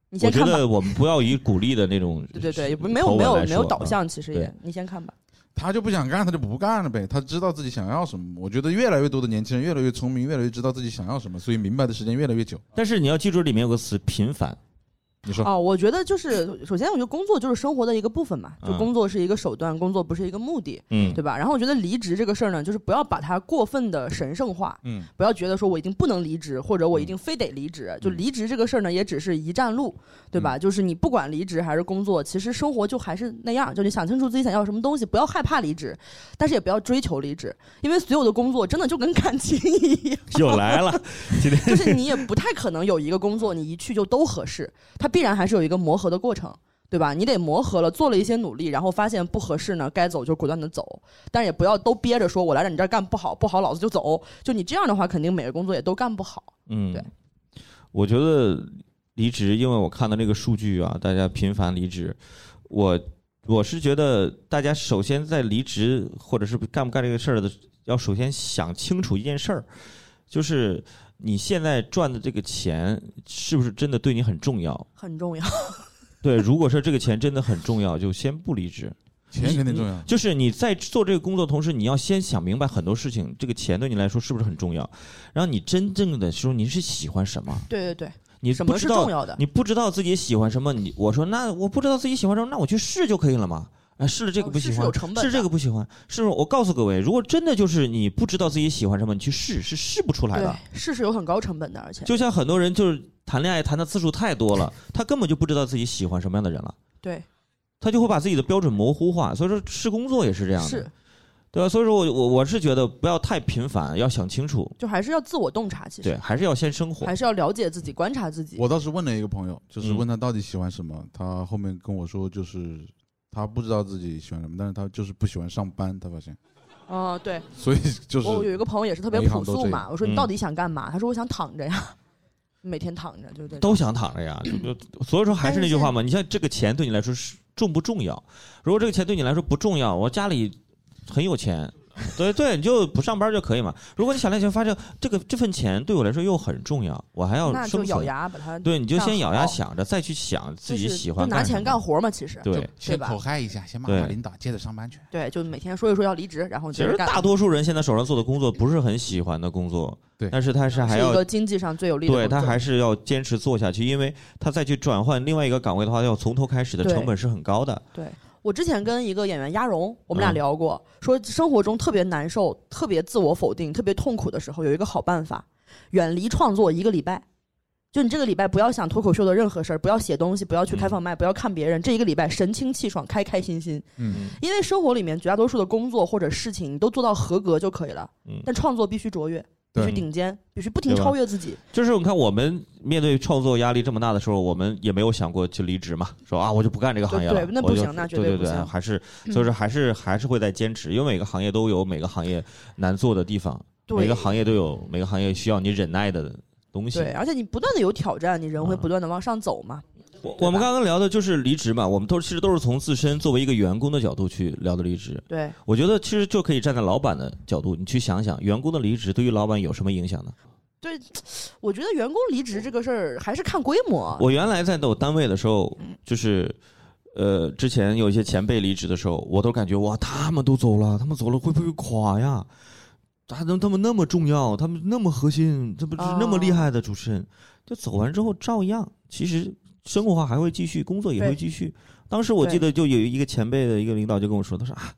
[SPEAKER 3] 你
[SPEAKER 5] 我
[SPEAKER 3] 先
[SPEAKER 5] 觉
[SPEAKER 3] 看吧，
[SPEAKER 5] 得我们不要以鼓励的那种
[SPEAKER 3] [LAUGHS] 对对对，也不没有
[SPEAKER 5] 口吻
[SPEAKER 3] 没有
[SPEAKER 5] 来
[SPEAKER 3] 没
[SPEAKER 5] 说啊
[SPEAKER 3] 有导。向，其实也
[SPEAKER 5] 对
[SPEAKER 3] 你先看吧，
[SPEAKER 4] 他就不想干，他就不干了呗。他知道自己想要什么。我觉得越来越多的年轻人越来越聪明，越来越知道自己想要什么，所以明白的时间越来越久。
[SPEAKER 5] 但是你要记住，里面有个词“频繁嗯
[SPEAKER 4] 你说，
[SPEAKER 3] 哦，我觉得就是首先我觉得工作就是生活的一个部分嘛，就
[SPEAKER 5] 嗯
[SPEAKER 3] 工作是一个手段，工作不是一个目的。”，
[SPEAKER 5] 嗯，
[SPEAKER 3] 对吧？然后我觉得离职这个事儿呢，就是不要把它过分的神圣化，
[SPEAKER 4] 嗯，
[SPEAKER 3] 不要觉得说我一定不能离职，或者我一定非得离职。就离职这个事儿呢，也只是一站路，对吧？就是你不管离职还是工作，其实生活就还是那样。就你想清楚自己想要什么东西，不要害怕离职，但是也不要追求离职，因为所有的工作真的就跟 [LAUGHS] 感情一样。
[SPEAKER 5] 又来
[SPEAKER 3] [LAUGHS]
[SPEAKER 5] 了，今 [LAUGHS]
[SPEAKER 3] 就
[SPEAKER 5] 天
[SPEAKER 3] 是你也不太可能有一个工作你一去就都合适，它必然还是有一个磨合的过程，对吧？你得磨合了，做了一些努力，然后发现不合适呢，该走就果断的走，但是也不要都憋着说，我来到你这儿干不好，不好老子就走。就你这样的话，肯定每个工作也都干不好。
[SPEAKER 5] 嗯，
[SPEAKER 3] 对，
[SPEAKER 5] 我觉得离职，因为我看到那个数据啊，大家频繁离职，我我是觉得大家首先在离职或者是干不干这个事儿的，要首先想清楚一件事儿，就是你现在赚的这个钱是不是真的对你很重要？
[SPEAKER 3] 很重要，
[SPEAKER 5] 对，如果说这个钱真的很重要，就先不离职。
[SPEAKER 4] 钱肯定重要。
[SPEAKER 5] 就是你在做这个工作的同时，你要先想明白很多事情，这个钱对你来说是不是很重要？然后你真正的说你是喜欢什么，
[SPEAKER 3] 对对对，
[SPEAKER 5] 你
[SPEAKER 3] 什
[SPEAKER 5] 不
[SPEAKER 3] 么
[SPEAKER 5] 知
[SPEAKER 3] 是
[SPEAKER 5] 道
[SPEAKER 3] 重要的？
[SPEAKER 5] 你不知道自己喜欢什么，你我说那我不知道自己喜欢什么，那我去试就可以了嘛。哎，试了这个
[SPEAKER 3] 哦
[SPEAKER 5] 不
[SPEAKER 3] 试
[SPEAKER 5] 喜
[SPEAKER 3] 是
[SPEAKER 5] 欢，
[SPEAKER 3] 有成本
[SPEAKER 5] 试这
[SPEAKER 3] 的
[SPEAKER 5] 个不喜欢，是我告诉各位，如果真的就是你不知道自己喜欢什么，你去试是试不出来
[SPEAKER 3] 对
[SPEAKER 5] 的。，
[SPEAKER 3] 试是有很高成本的，而且
[SPEAKER 5] 就像很多人就是谈恋爱谈的次数太多了，他根本就不知道自己喜欢什么样的人了，
[SPEAKER 3] 对
[SPEAKER 5] 他就会把自己的标准模糊化。所以说，试工作也是这样的。
[SPEAKER 3] 是
[SPEAKER 5] 对吧？啊所以说我我我是觉得不要太频繁，要想清楚，
[SPEAKER 3] 就还是要自我洞察，其
[SPEAKER 5] 对，
[SPEAKER 3] 实
[SPEAKER 5] 还是要先生活
[SPEAKER 3] 还。是要了解自己，观察自己。
[SPEAKER 4] 我倒是问了一个朋友，
[SPEAKER 8] 嗯
[SPEAKER 4] 就是问他到底喜欢什么，他后面跟我说就是他不知道自己喜欢什么，但是他就是不喜欢上班，他发现。
[SPEAKER 3] 嗯、对
[SPEAKER 4] 所以就是
[SPEAKER 3] 我哦有一个朋友也是特别
[SPEAKER 4] 每一行
[SPEAKER 3] 朴
[SPEAKER 4] 都
[SPEAKER 3] 素
[SPEAKER 4] 这
[SPEAKER 3] 嘛，
[SPEAKER 4] 样
[SPEAKER 3] 我说你
[SPEAKER 5] 嗯
[SPEAKER 3] 到底想干嘛？他说我想躺着呀， [LAUGHS] 每天躺着，就对。
[SPEAKER 5] 都想躺着呀。
[SPEAKER 3] [CLEARS THROAT]
[SPEAKER 5] 就所以说还是那句话嘛，你像这个钱对你来说是重不重要？如果这个钱对你来说不重要，我家里很有钱。对对，你就不上班就可以嘛。如果你想来钱，发现这个这份钱对我来说又很重要，我还要
[SPEAKER 3] 那就
[SPEAKER 5] 生
[SPEAKER 3] 咬
[SPEAKER 5] 存。
[SPEAKER 3] 牙把它
[SPEAKER 5] 对，你就先咬牙
[SPEAKER 3] 好
[SPEAKER 5] 想着，再去想自己
[SPEAKER 3] 就是
[SPEAKER 5] 喜欢
[SPEAKER 3] 就拿
[SPEAKER 5] 什
[SPEAKER 3] 钱
[SPEAKER 5] 么
[SPEAKER 3] 干活嘛，其实
[SPEAKER 5] 对，
[SPEAKER 4] 先
[SPEAKER 3] 吧
[SPEAKER 4] 口嗨一下，先骂
[SPEAKER 5] 对
[SPEAKER 4] 骂领导，接着上班去。
[SPEAKER 3] 对，就每天说一说要离职，然后
[SPEAKER 5] 其
[SPEAKER 3] 接
[SPEAKER 5] 实
[SPEAKER 3] 着干。
[SPEAKER 5] 大多数人现在手上做的工作不是很喜欢的工作，
[SPEAKER 4] 对
[SPEAKER 5] 但是他是还
[SPEAKER 3] 是一
[SPEAKER 5] 要
[SPEAKER 3] 个经济上最有利的工
[SPEAKER 5] 对
[SPEAKER 3] 作，
[SPEAKER 5] 他还是要坚持做下去，因为他再去转换另外一个岗位的话，要从头开始的
[SPEAKER 3] 对
[SPEAKER 5] 成本是很高的。
[SPEAKER 3] 我之前跟一个演员鸭绒，我们俩
[SPEAKER 5] 嗯
[SPEAKER 3] 聊过，说生活中特别难受、特别自我否定、特别痛苦的时候，有一个好办法，远离创作一个礼拜。就你这个礼拜不要想脱口秀的任何事儿，不要写东西，不要去开放麦，不要看别人，这一个礼拜神清气爽、开开心心。
[SPEAKER 4] 嗯，
[SPEAKER 3] 因为生活里面绝大多数的工作或者事情都做到合格就可以了，
[SPEAKER 5] 嗯
[SPEAKER 3] 但创作必须卓越，必
[SPEAKER 4] 对
[SPEAKER 3] 须顶尖，必须不停
[SPEAKER 5] 对吧
[SPEAKER 3] 超越自己。
[SPEAKER 5] 就是你看，我们面对创作压力这么大的时候，我们也没有想过去离职嘛，说啊，我就不干这个行业了，
[SPEAKER 3] 对对那
[SPEAKER 5] 我就
[SPEAKER 3] 不行那绝
[SPEAKER 5] 对
[SPEAKER 3] 对
[SPEAKER 5] 对
[SPEAKER 3] 不行嗯
[SPEAKER 5] 还是所以说还是还是会在坚持，因为每个行业都有每个行业难做的地方，
[SPEAKER 3] 对
[SPEAKER 5] 每个行业都有每个行业需要你忍耐的东西。
[SPEAKER 3] 对，啊而且你不断的有挑战，你人
[SPEAKER 5] 嗯
[SPEAKER 3] 会不断的往上走嘛。
[SPEAKER 5] 我我们刚刚聊的就是离职嘛，我们都其实都是从自身作为一个员工的角度去聊的离职。
[SPEAKER 3] 对，
[SPEAKER 5] 我觉得其实就可以站在老板的角度，你去想想员工的离职对于老板有什么影响呢？
[SPEAKER 3] 我觉得员工离职这个事儿还是看规模。
[SPEAKER 5] 我原来在我单位的时候，就是呃，之前有一些前辈离职的时候，我都感觉哇，他们都走了，他们走了会不会垮呀？他们他们那么重要，他们那么核心，这不是
[SPEAKER 3] 哦
[SPEAKER 5] 那么厉害的主持人，就走完之后照样，其实生活还会继续，工作也会
[SPEAKER 3] 对
[SPEAKER 5] 继续。当时我记得就有一个前辈的一个领导就跟我说，他说啊。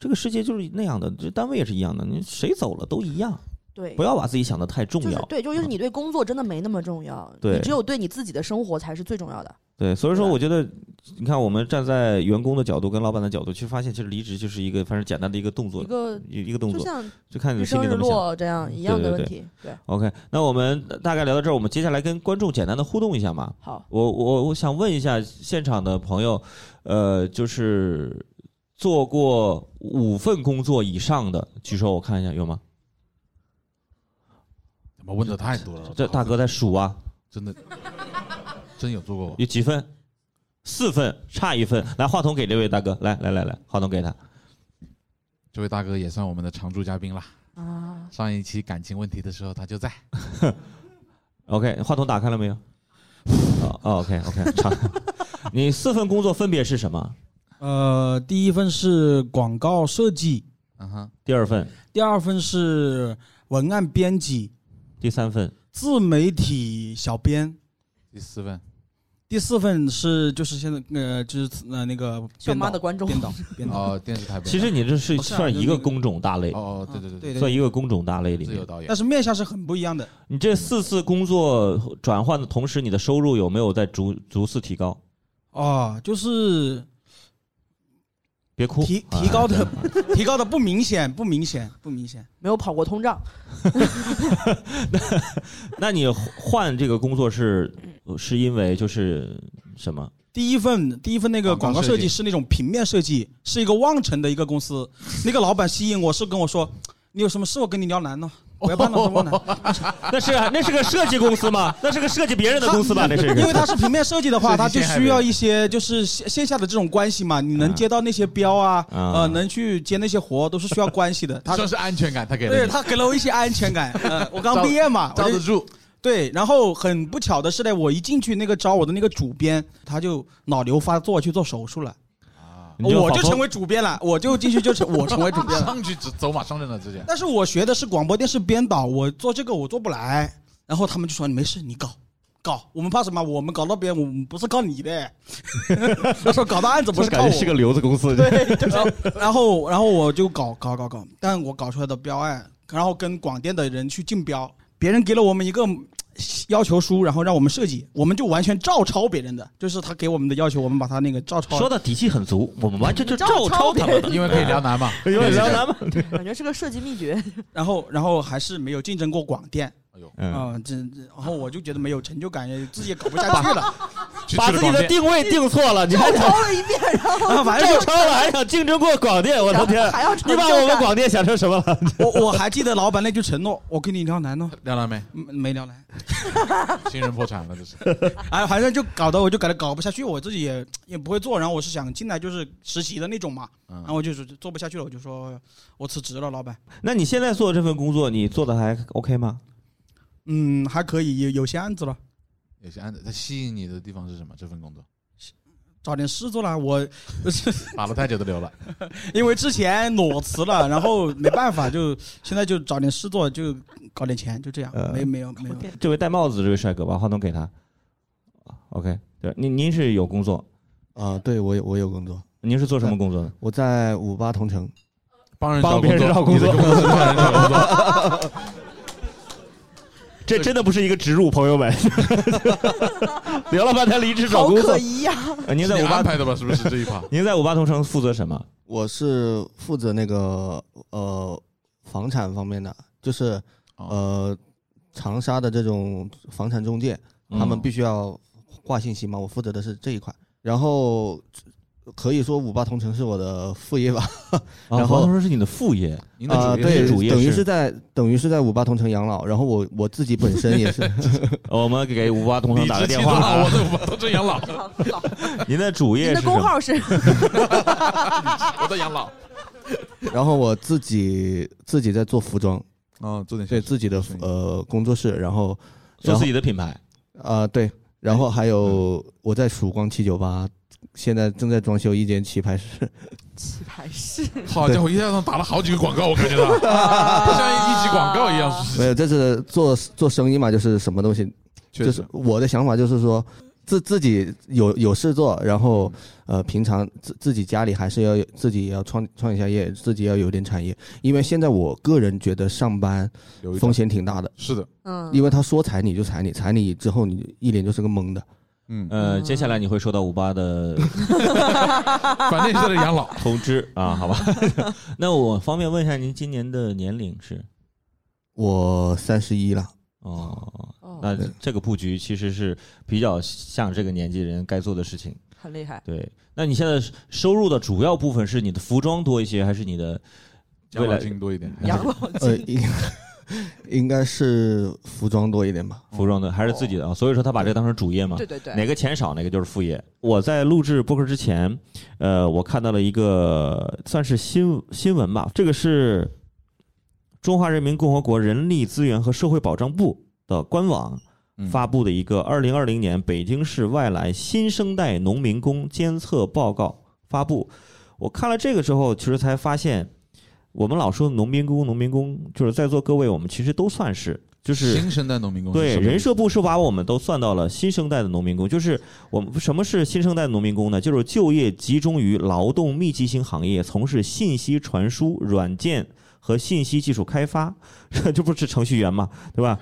[SPEAKER 5] 这个世界就是那样的，这单位也是一样的，你谁走了都一样，
[SPEAKER 3] 对，
[SPEAKER 5] 不要把自己想的太重
[SPEAKER 3] 就
[SPEAKER 5] 要。
[SPEAKER 3] 是对，就是你对工作真的没那么重要，
[SPEAKER 5] 对
[SPEAKER 3] 你只有对你自己的生活才是最重要的。
[SPEAKER 5] 对，所以说
[SPEAKER 3] 对吧
[SPEAKER 5] 我觉得，你看我们站在员工的角度跟老板的角度，去发现其实离职就是一个反正简单的一个动作
[SPEAKER 3] 一，个
[SPEAKER 5] 一一个动
[SPEAKER 3] 就
[SPEAKER 5] 作，
[SPEAKER 3] 像
[SPEAKER 5] 就看你
[SPEAKER 3] 日
[SPEAKER 5] 心
[SPEAKER 3] 升
[SPEAKER 5] 里
[SPEAKER 3] 日
[SPEAKER 5] 怎么想。嗯
[SPEAKER 3] 落这样一样的
[SPEAKER 5] 对对
[SPEAKER 3] 问
[SPEAKER 5] 对
[SPEAKER 3] 题。对，
[SPEAKER 5] OK，那我们大概聊到这儿，我们接下来跟观众简单的互动一下嘛。
[SPEAKER 3] 好，
[SPEAKER 5] 我我我想问一下现场的朋友，呃，就是做过五份工作以上的，举手我看一下有吗？
[SPEAKER 4] 怎么问的太多了？
[SPEAKER 5] 这大哥在数啊，
[SPEAKER 4] 真的真有做过
[SPEAKER 5] 有几份？四份，差一份。来，话筒给这位大哥，来来来来，话筒给他。
[SPEAKER 4] 这位大哥也算我们的常驻嘉宾啦。
[SPEAKER 3] 啊，
[SPEAKER 4] 上一期感情问题的时候他就在，
[SPEAKER 5] OK，话筒打开了没
[SPEAKER 8] [LAUGHS]
[SPEAKER 5] 有？哦，OK OK，长。你四份工作分别是什么？
[SPEAKER 8] 呃，第一份是广告设计，
[SPEAKER 4] 嗯哼，
[SPEAKER 5] 第二份、
[SPEAKER 8] 第二份是文案编辑、
[SPEAKER 5] 第三份，
[SPEAKER 8] 自媒体小编，
[SPEAKER 4] 第四份，
[SPEAKER 8] 第四份是就是现在呃就是呃那个
[SPEAKER 3] 秀
[SPEAKER 8] 编
[SPEAKER 3] 妈
[SPEAKER 8] 导
[SPEAKER 3] 的观众，
[SPEAKER 8] 编导
[SPEAKER 3] [LAUGHS]
[SPEAKER 8] 编导，
[SPEAKER 4] 哦，电视台不
[SPEAKER 5] 其实你这是
[SPEAKER 8] 不是啊
[SPEAKER 5] 算
[SPEAKER 8] 就是
[SPEAKER 5] 一个
[SPEAKER 8] 那个
[SPEAKER 5] 工种大类，
[SPEAKER 4] 哦哦，对对
[SPEAKER 8] 啊
[SPEAKER 4] 对
[SPEAKER 8] 对
[SPEAKER 5] 算一个工种大类里
[SPEAKER 4] 对，自由
[SPEAKER 5] 面。
[SPEAKER 4] 导演
[SPEAKER 8] 但，是面向是很不一样的。
[SPEAKER 5] 你这四次工作转换的同时，你的收入有没有在逐逐次提高？
[SPEAKER 8] 哦，就是
[SPEAKER 5] 别哭，
[SPEAKER 8] 提提高
[SPEAKER 4] [LAUGHS]
[SPEAKER 8] 的、 [LAUGHS] 提高的不明显，不明显，不明显。
[SPEAKER 3] 没有跑过通胀，
[SPEAKER 5] 那你换这个工作是是因为就是什么？
[SPEAKER 8] 第一份第一份那个
[SPEAKER 4] 广
[SPEAKER 8] 广
[SPEAKER 4] 告
[SPEAKER 8] 告设
[SPEAKER 4] 设计
[SPEAKER 8] 计是那种平面设计，是一个望城的一个公司，那个老板吸引我是跟我说，你有什么事我跟你聊难呢，我要帮到什么难？
[SPEAKER 5] 那是啊那是个设计公司吗？那是个设计别人的公司吧？那是一
[SPEAKER 8] 因
[SPEAKER 5] 个。
[SPEAKER 8] 为它是平面设计的话，
[SPEAKER 4] 设
[SPEAKER 8] 它
[SPEAKER 4] 计
[SPEAKER 8] 就
[SPEAKER 4] 陷害别
[SPEAKER 8] 需
[SPEAKER 4] 人
[SPEAKER 8] 要一些就是线线下的这种关系嘛，你能接到那些标啊，
[SPEAKER 5] 啊
[SPEAKER 8] 呃，能去接那些活，都是需要关系的。他
[SPEAKER 4] 算是安全感，他给了
[SPEAKER 8] 对
[SPEAKER 4] 你，
[SPEAKER 8] 他给了我一些安全感。呃，我刚
[SPEAKER 4] 招
[SPEAKER 8] 毕业嘛，我
[SPEAKER 4] 招
[SPEAKER 8] 就
[SPEAKER 4] 得住，
[SPEAKER 8] 对，然后很不巧的是呢，我一进去那个招我的那个主编，他就脑瘤发作去做手术了，
[SPEAKER 5] 你这个
[SPEAKER 8] 我就
[SPEAKER 5] 好朋
[SPEAKER 8] 成为主编了，我就进去就成我成为主编
[SPEAKER 4] [LAUGHS]
[SPEAKER 8] 了。
[SPEAKER 4] 上去走走马上任了，直接。
[SPEAKER 8] 但是我学的是广播电视编导，我做这个我做不来，然后他们就说你没事，你搞。搞，我们怕什么？我们搞到别人，我们不是靠你的。 [LAUGHS] 他说搞到案子不是靠我，
[SPEAKER 5] 瘤子公司。 [LAUGHS]
[SPEAKER 8] 对，就是然后然后我就搞搞搞搞，但我搞出来的标案，然后跟广电的人去竞标，别人给了我们一个嗯要求书，然后让我们设计，我们就完全照抄别人的，就是他给我们的要求，我们把他那个照抄。
[SPEAKER 5] 说的底气很足，我们完全就
[SPEAKER 3] 照
[SPEAKER 5] 照抄
[SPEAKER 3] 抄
[SPEAKER 5] 他
[SPEAKER 3] 别
[SPEAKER 5] 们的，
[SPEAKER 4] 因为可以聊难嘛，
[SPEAKER 5] [LAUGHS] 因为辽南嘛。
[SPEAKER 3] 感觉是个设计秘诀。
[SPEAKER 8] 然后然后还是没有竞争过广电，
[SPEAKER 4] 哎
[SPEAKER 8] 啊
[SPEAKER 5] 嗯，
[SPEAKER 8] 嗯，这这然后我就觉得没有成就感，也自己也搞不下去了，
[SPEAKER 9] 去
[SPEAKER 5] 把
[SPEAKER 9] 去了
[SPEAKER 5] 自己
[SPEAKER 9] 广
[SPEAKER 5] 的
[SPEAKER 9] 电，
[SPEAKER 6] [LAUGHS]
[SPEAKER 5] 定位定错了，你还想
[SPEAKER 6] 抄了一遍，然后
[SPEAKER 3] 哦
[SPEAKER 8] 啊，反正
[SPEAKER 5] 照抄了，还想竞争过广电？我的
[SPEAKER 6] [LAUGHS]
[SPEAKER 5] 天！
[SPEAKER 6] 还要成
[SPEAKER 5] 你
[SPEAKER 6] 就
[SPEAKER 5] 把我们
[SPEAKER 6] 感
[SPEAKER 5] 广电想成什么了？ [LAUGHS]
[SPEAKER 8] 我我还记得老板那句承诺，我跟你聊难呢，
[SPEAKER 4] 亮了
[SPEAKER 5] [LAUGHS]
[SPEAKER 4] 没？
[SPEAKER 8] 嗯没聊来，
[SPEAKER 4] 新人破产了，这是。
[SPEAKER 8] 哎，反正就搞得我就搞得搞不下去，我自己也也不会做，然后我是想进来就是实习的那种嘛，
[SPEAKER 4] 嗯
[SPEAKER 8] 然
[SPEAKER 5] 啊
[SPEAKER 8] 后我就是做不下去了，我就说我辞职了，老板，
[SPEAKER 5] 那你现在做的这份工作，你做的还 OK 吗？
[SPEAKER 8] 嗯，还可以，有有些案子了。
[SPEAKER 4] 有些案子，它吸引你的地方是什么？这份工作
[SPEAKER 8] 找点事做啦！我
[SPEAKER 4] 打了太久的流了，
[SPEAKER 8] 因为之前裸辞了，然后没办法，就现在就找点事做，就搞点钱，就这样。
[SPEAKER 5] 呃
[SPEAKER 8] 没没有没有，
[SPEAKER 5] 这位戴帽子这位帅哥，把话筒给他。OK，对，您您是有工作，
[SPEAKER 10] 啊，对我有我有工作，
[SPEAKER 5] 您是做什么工作的？
[SPEAKER 10] 我在五八同城。
[SPEAKER 4] 帮人
[SPEAKER 5] 帮别人
[SPEAKER 4] 找
[SPEAKER 5] 找工作
[SPEAKER 4] 你的工作是帮人找
[SPEAKER 5] [LAUGHS]
[SPEAKER 4] 工作。
[SPEAKER 5] [LAUGHS] 这真的不是一个植入，朋友们。 [LAUGHS] 聊了半天离职找
[SPEAKER 6] 好
[SPEAKER 5] 工作
[SPEAKER 6] 可，疑呀、
[SPEAKER 5] 呃您
[SPEAKER 4] 是
[SPEAKER 5] 在
[SPEAKER 4] 你
[SPEAKER 5] 五八
[SPEAKER 4] 安，排的吧？是不是
[SPEAKER 5] [LAUGHS]
[SPEAKER 4] 这一趴？
[SPEAKER 5] 您在五八同城负责什么？
[SPEAKER 10] 我是负责那个呃房产方面的，就是
[SPEAKER 4] 哦
[SPEAKER 5] 哦
[SPEAKER 10] 呃长沙的这种房产中介，他们
[SPEAKER 5] 嗯
[SPEAKER 10] 必须要挂信息嘛，我负责的是这一块。然后可以说五八同城是我的副业吧，
[SPEAKER 5] 啊
[SPEAKER 10] 然
[SPEAKER 5] 五八
[SPEAKER 10] 后
[SPEAKER 5] 同城是你的副业，
[SPEAKER 4] 您的
[SPEAKER 10] 啊、
[SPEAKER 4] 主业
[SPEAKER 10] 对，
[SPEAKER 5] 是主业
[SPEAKER 10] 等于
[SPEAKER 5] 是
[SPEAKER 10] 是在等于是在五八同城养老。然后我我自己本身也是 [LAUGHS]
[SPEAKER 5] 我们给五八同城打个电话啊。
[SPEAKER 4] 理直气壮我在五八同城
[SPEAKER 5] [LAUGHS]
[SPEAKER 4] 养老，
[SPEAKER 5] 您的主业
[SPEAKER 6] 你
[SPEAKER 5] 是
[SPEAKER 6] 的
[SPEAKER 5] 什么
[SPEAKER 6] 工？号是
[SPEAKER 4] 我在养老。
[SPEAKER 10] 然后我自己自己在做服装，
[SPEAKER 4] 哦，做点
[SPEAKER 10] 对自己的
[SPEAKER 4] 生意
[SPEAKER 10] 呃工作室，然后
[SPEAKER 5] 做
[SPEAKER 10] 然后
[SPEAKER 5] 自己的品牌。
[SPEAKER 10] 啊、对，然
[SPEAKER 4] 哎
[SPEAKER 10] 后还有
[SPEAKER 4] 嗯
[SPEAKER 10] 我在曙光七九八，现在正在装修一间棋牌室。 [LAUGHS]
[SPEAKER 6] 棋牌室，
[SPEAKER 4] 好家伙，一下子打了好几个广告，我
[SPEAKER 5] [LAUGHS]
[SPEAKER 4] 感觉到，就像一级广告一样。是
[SPEAKER 10] 没有，这是做做生意嘛，就是什么东西，
[SPEAKER 4] 确
[SPEAKER 10] 就
[SPEAKER 4] 实
[SPEAKER 10] 是我的想法就是说，自自己有有事做，然后
[SPEAKER 4] 嗯
[SPEAKER 10] 呃，平常自自己家里还是要有自己也要创创一下业，自己要有点产业，因为现在我个人觉得上班
[SPEAKER 4] 有一种
[SPEAKER 10] 风险挺大的，
[SPEAKER 4] 是的，
[SPEAKER 6] 嗯，
[SPEAKER 10] 因为他说裁你就裁你，裁你之后你一脸就是个懵的。
[SPEAKER 5] [LAUGHS]
[SPEAKER 4] 嗯，
[SPEAKER 5] 呃，接下来你会收到五八的
[SPEAKER 4] 反正也是在养老。
[SPEAKER 5] 通知啊，好吧？ [LAUGHS] 那我方便问一下您今年的年龄是？
[SPEAKER 10] 我三十一了，
[SPEAKER 5] 哦，
[SPEAKER 6] 哦
[SPEAKER 5] 那这个布局其实是比较像这个年纪人该做的事情。
[SPEAKER 6] 很厉害。
[SPEAKER 5] 对，那你现在收入的主要部分是你的服装多一些，还是你的
[SPEAKER 4] 养
[SPEAKER 5] 未
[SPEAKER 4] 老
[SPEAKER 5] 来
[SPEAKER 4] 金多一点，
[SPEAKER 6] 养老
[SPEAKER 10] 呃，
[SPEAKER 6] 金，
[SPEAKER 10] 应 [LAUGHS] 应该是服装多一点吧。
[SPEAKER 5] 服装的，还是自己的啊？所以说他把这个当成主业嘛。
[SPEAKER 6] 对对对，
[SPEAKER 5] 哪个钱少，哪个就是副业。我在录制播客之前，呃，我看到了一个算是新新闻吧，这个是中华人民共和国人力资源和社会保障部的官网
[SPEAKER 4] 嗯
[SPEAKER 5] 发布的一个《二零二零年北京市外来新生代农民工监测报告》发布。我看了这个之后，其实才发现，我们老说农民工，农民工就是在座各位，我们其实都算是，就是
[SPEAKER 4] 新生代农民工
[SPEAKER 5] 对，
[SPEAKER 4] 是什么意
[SPEAKER 5] 人
[SPEAKER 4] 思
[SPEAKER 5] 社部是把我们都算到了新生代的农民工，就是我们什么是新生代的农民工呢？就是就业集中于劳动密集型行业，从事信息传输、软件和信息技术开发， [LAUGHS] 这不是程序员嘛，对
[SPEAKER 4] [LAUGHS]
[SPEAKER 5] 吧？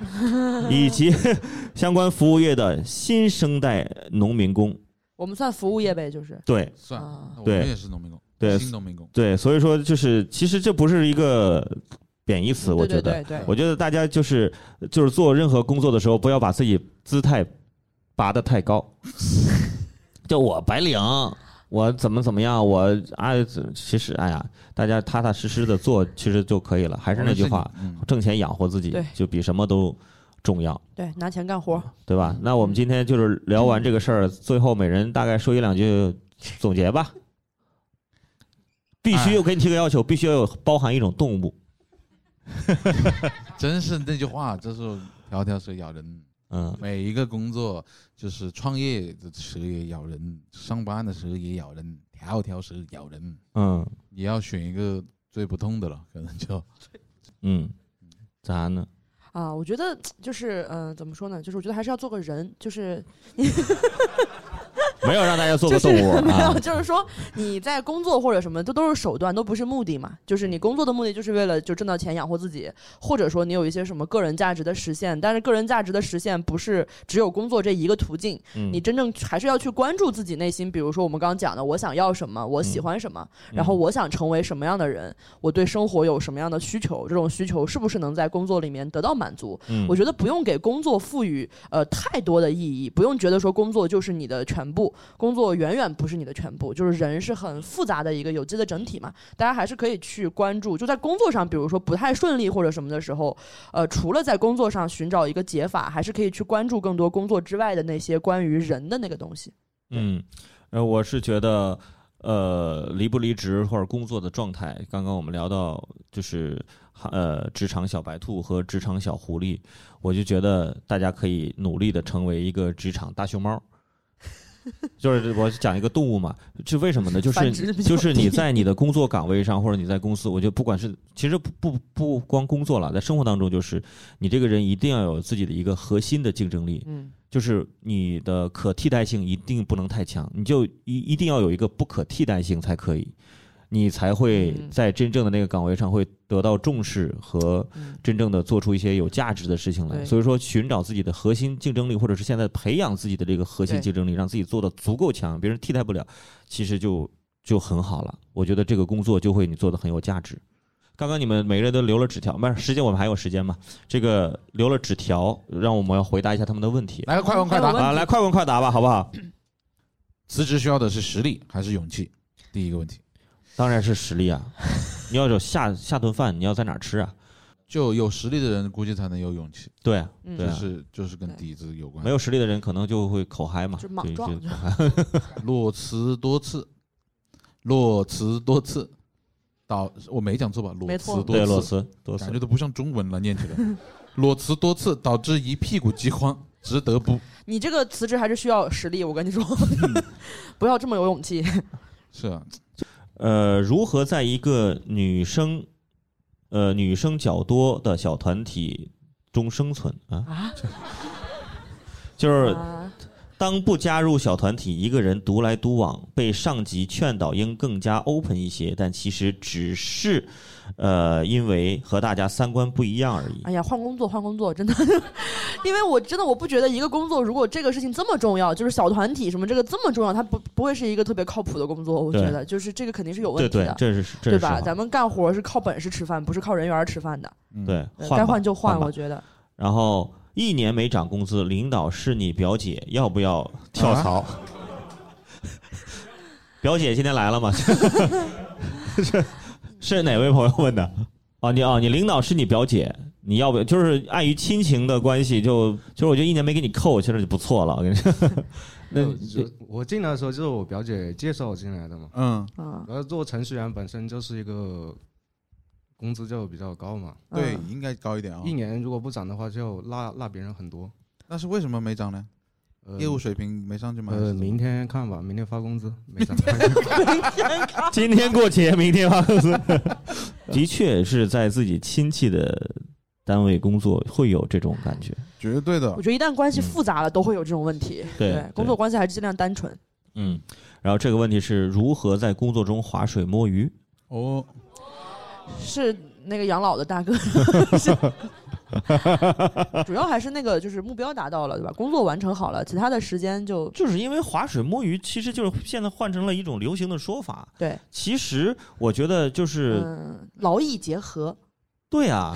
[SPEAKER 5] 以及 [LAUGHS] 相关服务业的新生代农民工，
[SPEAKER 6] 我们算服务业呗，就是
[SPEAKER 5] 对。
[SPEAKER 4] 算
[SPEAKER 6] 啊，
[SPEAKER 4] 我
[SPEAKER 5] 对
[SPEAKER 4] 们也是农民工，
[SPEAKER 5] 对
[SPEAKER 4] 新农民工。
[SPEAKER 5] 对，所以说就是其实这不是一个贬义词，我觉
[SPEAKER 6] 对
[SPEAKER 5] 得，
[SPEAKER 6] 对对对，
[SPEAKER 5] 我觉得大家就是就是做任何工作的时候，不要把自己姿态拔得太高。就我白领，我怎么怎么样，我啊，其实哎呀，大家踏踏实实的做，其实就可以了。还是那句话，
[SPEAKER 4] 嗯，
[SPEAKER 5] 挣钱养活自己
[SPEAKER 6] 对，
[SPEAKER 5] 就比什么都重要，
[SPEAKER 6] 对拿钱干活，
[SPEAKER 5] 对吧？那我们今天就是聊完这个事儿，最后每人大概说一两句总结吧。必须，我给你提个要求，必须要有包含一种动物。
[SPEAKER 4] 真是那句话，这是条条蛇咬人。
[SPEAKER 5] 嗯，
[SPEAKER 4] 每一个工作就是创业的蛇也咬人，上班的蛇也咬人，条条蛇咬人。
[SPEAKER 5] 嗯
[SPEAKER 4] 你要选一个最不痛的了，可能就
[SPEAKER 5] 嗯，咋呢？
[SPEAKER 6] 啊，我觉得就是嗯、呃怎么说呢？就是我觉得还是要做个人，就是
[SPEAKER 5] 没有让大家做
[SPEAKER 3] 就
[SPEAKER 5] 个
[SPEAKER 3] 是
[SPEAKER 5] 动物
[SPEAKER 3] [LAUGHS] 没
[SPEAKER 5] 啊
[SPEAKER 3] 有，。就是说你在工作或者什么，这都是手段，都不是目的嘛。就是你工作的目的就是为了就挣到钱养活自己，或者说你有一些什么个人价值的实现，但是个人价值的实现不是只有工作这一个途径，
[SPEAKER 5] 嗯
[SPEAKER 3] 你真正还是要去关注自己内心。比如说我们刚刚讲的，我想要什么，我
[SPEAKER 5] 嗯
[SPEAKER 3] 喜欢什么，然后我想成为什么样的人，我对生活有什么样的需求，这种需求是不是能在工作里面得到满足？
[SPEAKER 5] 嗯
[SPEAKER 3] 我觉得不用给工作赋予呃太多的意义，不用觉得说工作就是你的全部，工作远远不是你的全部，就是人是很复杂的一个有机的整体嘛。大家还是可以去关注，就在工作上，比如说不太顺利或者什么的时候，呃，除了在工作上寻找一个解法，还是可以去关注更多工作之外的那些关于人的那个东西。
[SPEAKER 5] 嗯，呃，我是觉得，呃，离不离职或者工作的状态，刚刚我们聊到就是呃，职场小白兔和职场小狐狸，我就觉得大家可以努力的成为一个职场大熊猫。就是我讲一个动物嘛，这为什么呢？就
[SPEAKER 3] 繁殖
[SPEAKER 5] 是
[SPEAKER 3] 比较
[SPEAKER 5] [LAUGHS] 就是你
[SPEAKER 3] 低
[SPEAKER 5] 在你的工作岗位上，或者你在公司，我觉得不管是其实不不不光工作了，在生活当中，就是你这个人一定要有自己的一个核心的竞争力。
[SPEAKER 3] 嗯，
[SPEAKER 5] 就是你的可替代性一定不能太强，你就一一定要有一个不可替代性才可以，你才会
[SPEAKER 3] 嗯
[SPEAKER 5] 在真正的那个岗位上会得到重视和
[SPEAKER 3] 嗯
[SPEAKER 5] 真正的做出一些有价值的事情来。
[SPEAKER 3] 对
[SPEAKER 5] 所以说，寻找自己的核心竞争力，或者是现在培养自己的这个核心
[SPEAKER 3] 对
[SPEAKER 5] 竞争力，让自己做的足够强，别人替代不了，其实就就很好了。我觉得这个工作就会你做的很有价值。刚刚你们每个人都留了纸条，不是时间，我们还有时间嘛？这个留了纸条，让我们要回答一下他们的问题。
[SPEAKER 4] 来个快问快
[SPEAKER 3] 没有问
[SPEAKER 4] 答，
[SPEAKER 3] 题
[SPEAKER 5] 啊，来快问快答吧，好不好？
[SPEAKER 4] 辞职需要的是实力还是勇气？第一个问题，
[SPEAKER 5] 当然是实
[SPEAKER 3] [LAUGHS]
[SPEAKER 5] 力啊！你要有下下顿饭，你要在哪儿吃啊？
[SPEAKER 4] 就有实力的人估计才能有勇气，
[SPEAKER 5] 对啊，
[SPEAKER 3] 嗯
[SPEAKER 5] 对
[SPEAKER 4] 就
[SPEAKER 5] 啊
[SPEAKER 4] 是就是跟
[SPEAKER 3] 对
[SPEAKER 4] 底子有关。
[SPEAKER 5] 没有实力的人可能就会口嗨嘛，
[SPEAKER 3] 嗯就是莽
[SPEAKER 5] 对
[SPEAKER 3] 撞
[SPEAKER 5] 就口嗨。
[SPEAKER 4] 裸辞多次，裸辞多次，导我没讲错吧？裸
[SPEAKER 3] 没
[SPEAKER 4] 辞
[SPEAKER 3] 错 [LAUGHS]
[SPEAKER 5] 对，
[SPEAKER 4] 多
[SPEAKER 5] 裸
[SPEAKER 4] 次，
[SPEAKER 5] 辞多
[SPEAKER 4] 感
[SPEAKER 5] 次
[SPEAKER 4] 觉。都不像中文了，念起来。 [LAUGHS] 裸辞多次导致一屁股饥荒，值得不？
[SPEAKER 3] 你这个辞职还是需要实力，我跟你说，不要这么有勇气。
[SPEAKER 4] 是啊，
[SPEAKER 5] 呃，如何在一个女生，呃，女生较多的小团体中生存啊？
[SPEAKER 3] 啊
[SPEAKER 5] [LAUGHS] 就是
[SPEAKER 3] 啊，
[SPEAKER 5] 当不加入小团体，一个人独来独往，被上级劝导应更加 open 一些，但其实只是，呃，因为和大家三观不一样而已。
[SPEAKER 3] 哎呀，换工作，换工作，真的， [LAUGHS] 因为我真的我不觉得一个工作如果这个事情这么重要，就是小团体什么这个这么重要，它不不会是一个特别靠谱的工作，我觉
[SPEAKER 5] 对
[SPEAKER 3] 得就是这个肯定是有问
[SPEAKER 5] 对
[SPEAKER 3] 题
[SPEAKER 5] 对
[SPEAKER 3] 的，，
[SPEAKER 5] 这是这
[SPEAKER 3] 对
[SPEAKER 5] 是
[SPEAKER 3] 吧？
[SPEAKER 5] 实话
[SPEAKER 3] 咱们干活是靠本事吃饭，不是靠人缘儿吃饭的，
[SPEAKER 4] 嗯，
[SPEAKER 5] 对
[SPEAKER 3] 对
[SPEAKER 5] 换
[SPEAKER 3] 呃该
[SPEAKER 5] 吧
[SPEAKER 3] 换就换，
[SPEAKER 5] 吧
[SPEAKER 3] 我觉得。
[SPEAKER 5] 然后一年没涨工资，领导是你表姐，要不要跳槽？ [LAUGHS] 表姐今天来了吗？ [LAUGHS] 是 [LAUGHS] 是哪位朋友问的？哦，你哦，你领导是你表姐，你要不要就是碍于亲情的关系就，就是我觉得一年没给你扣，其实就不错了。我跟你说， [LAUGHS] 那
[SPEAKER 9] 就就我进来的时候就是我表姐介绍我进来的嘛，
[SPEAKER 4] 嗯，
[SPEAKER 3] 嗯，
[SPEAKER 9] 然后做程序员本身就是一个工资就比较高嘛，
[SPEAKER 4] 对
[SPEAKER 3] 嗯，
[SPEAKER 4] 应该高一点啊
[SPEAKER 9] 一。年如果不涨的话就落落别人很多。
[SPEAKER 4] 但是为什么没涨呢？
[SPEAKER 9] 呃
[SPEAKER 4] 业务水平没上去吗？还
[SPEAKER 9] 呃，
[SPEAKER 4] 是
[SPEAKER 9] 明天看吧，明天发工资，
[SPEAKER 4] [LAUGHS]
[SPEAKER 9] 没涨。
[SPEAKER 5] 今天过节，明天发工资，的确是在自己亲戚的单位工作会有这种感觉。
[SPEAKER 4] 绝对的
[SPEAKER 3] 我，觉得一旦关系复杂了，都会有这种问题。
[SPEAKER 5] 嗯对
[SPEAKER 3] 对，工作关系还是尽量单纯。
[SPEAKER 5] 嗯，然后这个问题是如何在工作中划水摸鱼？
[SPEAKER 4] 哦，
[SPEAKER 3] 是那个养老的
[SPEAKER 5] [LAUGHS]
[SPEAKER 3] 大哥，是主要还是那个就是目标达到了，对吧？工作完成好了，其他的时间就
[SPEAKER 5] 就是因为划水摸鱼，其实就是现在换成了一种流行的说法。
[SPEAKER 3] 对，
[SPEAKER 5] 其实我觉得就是、
[SPEAKER 3] 嗯劳逸结合，
[SPEAKER 5] 对
[SPEAKER 3] [LAUGHS]
[SPEAKER 5] 啊，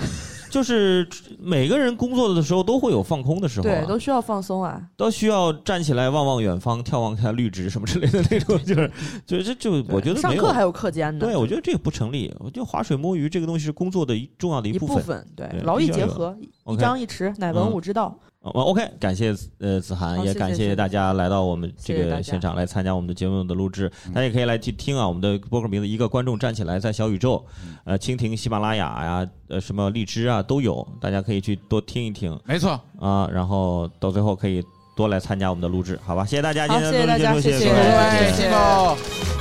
[SPEAKER 5] 就是每个人工作的时候都会有放空的时候、啊，
[SPEAKER 3] 对，都需要放松啊。
[SPEAKER 5] 都需要站起来望望远方，眺望一下绿植什么之类的那
[SPEAKER 3] [LAUGHS]
[SPEAKER 5] 种，就是就是就
[SPEAKER 3] 对
[SPEAKER 5] 我觉得
[SPEAKER 3] 上
[SPEAKER 5] 没
[SPEAKER 3] 课还
[SPEAKER 5] 有。
[SPEAKER 3] 有课间呢，
[SPEAKER 5] 对，我觉得这个不成立。我觉得划水摸鱼这个东西是工作的一重要的
[SPEAKER 3] 一
[SPEAKER 5] 一部
[SPEAKER 3] 部
[SPEAKER 5] 分。
[SPEAKER 3] 分对
[SPEAKER 5] 对
[SPEAKER 3] 劳逸
[SPEAKER 5] 必须
[SPEAKER 3] 结
[SPEAKER 5] 要有
[SPEAKER 3] 合，一
[SPEAKER 5] OK
[SPEAKER 3] 张一弛，乃文武之道。
[SPEAKER 5] 哦，OK，感谢呃子涵，
[SPEAKER 3] 好谢
[SPEAKER 5] 也
[SPEAKER 3] 谢
[SPEAKER 5] 感
[SPEAKER 3] 谢
[SPEAKER 5] 谢
[SPEAKER 3] 谢
[SPEAKER 5] 大家来到我们这
[SPEAKER 3] 谢谢大
[SPEAKER 5] 个
[SPEAKER 3] 家
[SPEAKER 5] 现场来参加我们的节目的录制，大家也可以来去听啊，我们的播客名字一个观众站起来，在小宇宙、呃蜻蜓、喜马拉雅呀、呃什么荔枝啊都有，大家可以去多听一听
[SPEAKER 4] 没错，
[SPEAKER 5] 啊，然后到最后可以多来参加我们的录制，好吧？谢谢大家，今
[SPEAKER 3] 好
[SPEAKER 5] 天
[SPEAKER 3] 谢谢大家
[SPEAKER 5] 的录制结束
[SPEAKER 3] 谢谢
[SPEAKER 5] 谢各位
[SPEAKER 8] 哎
[SPEAKER 3] 谢谢
[SPEAKER 4] 辛苦。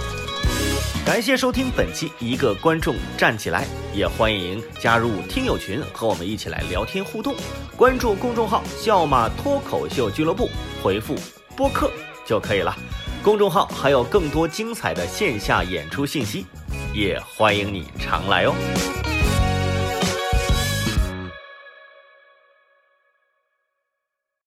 [SPEAKER 1] 感谢收听本期《一个观众站起来》，也欢迎加入听友群和我们一起来聊天互动。关注公众号“笑马脱口秀俱乐部”，回复“播客”就可以了。公众号还有更多精彩的线下演出信息，也欢迎你常来哦。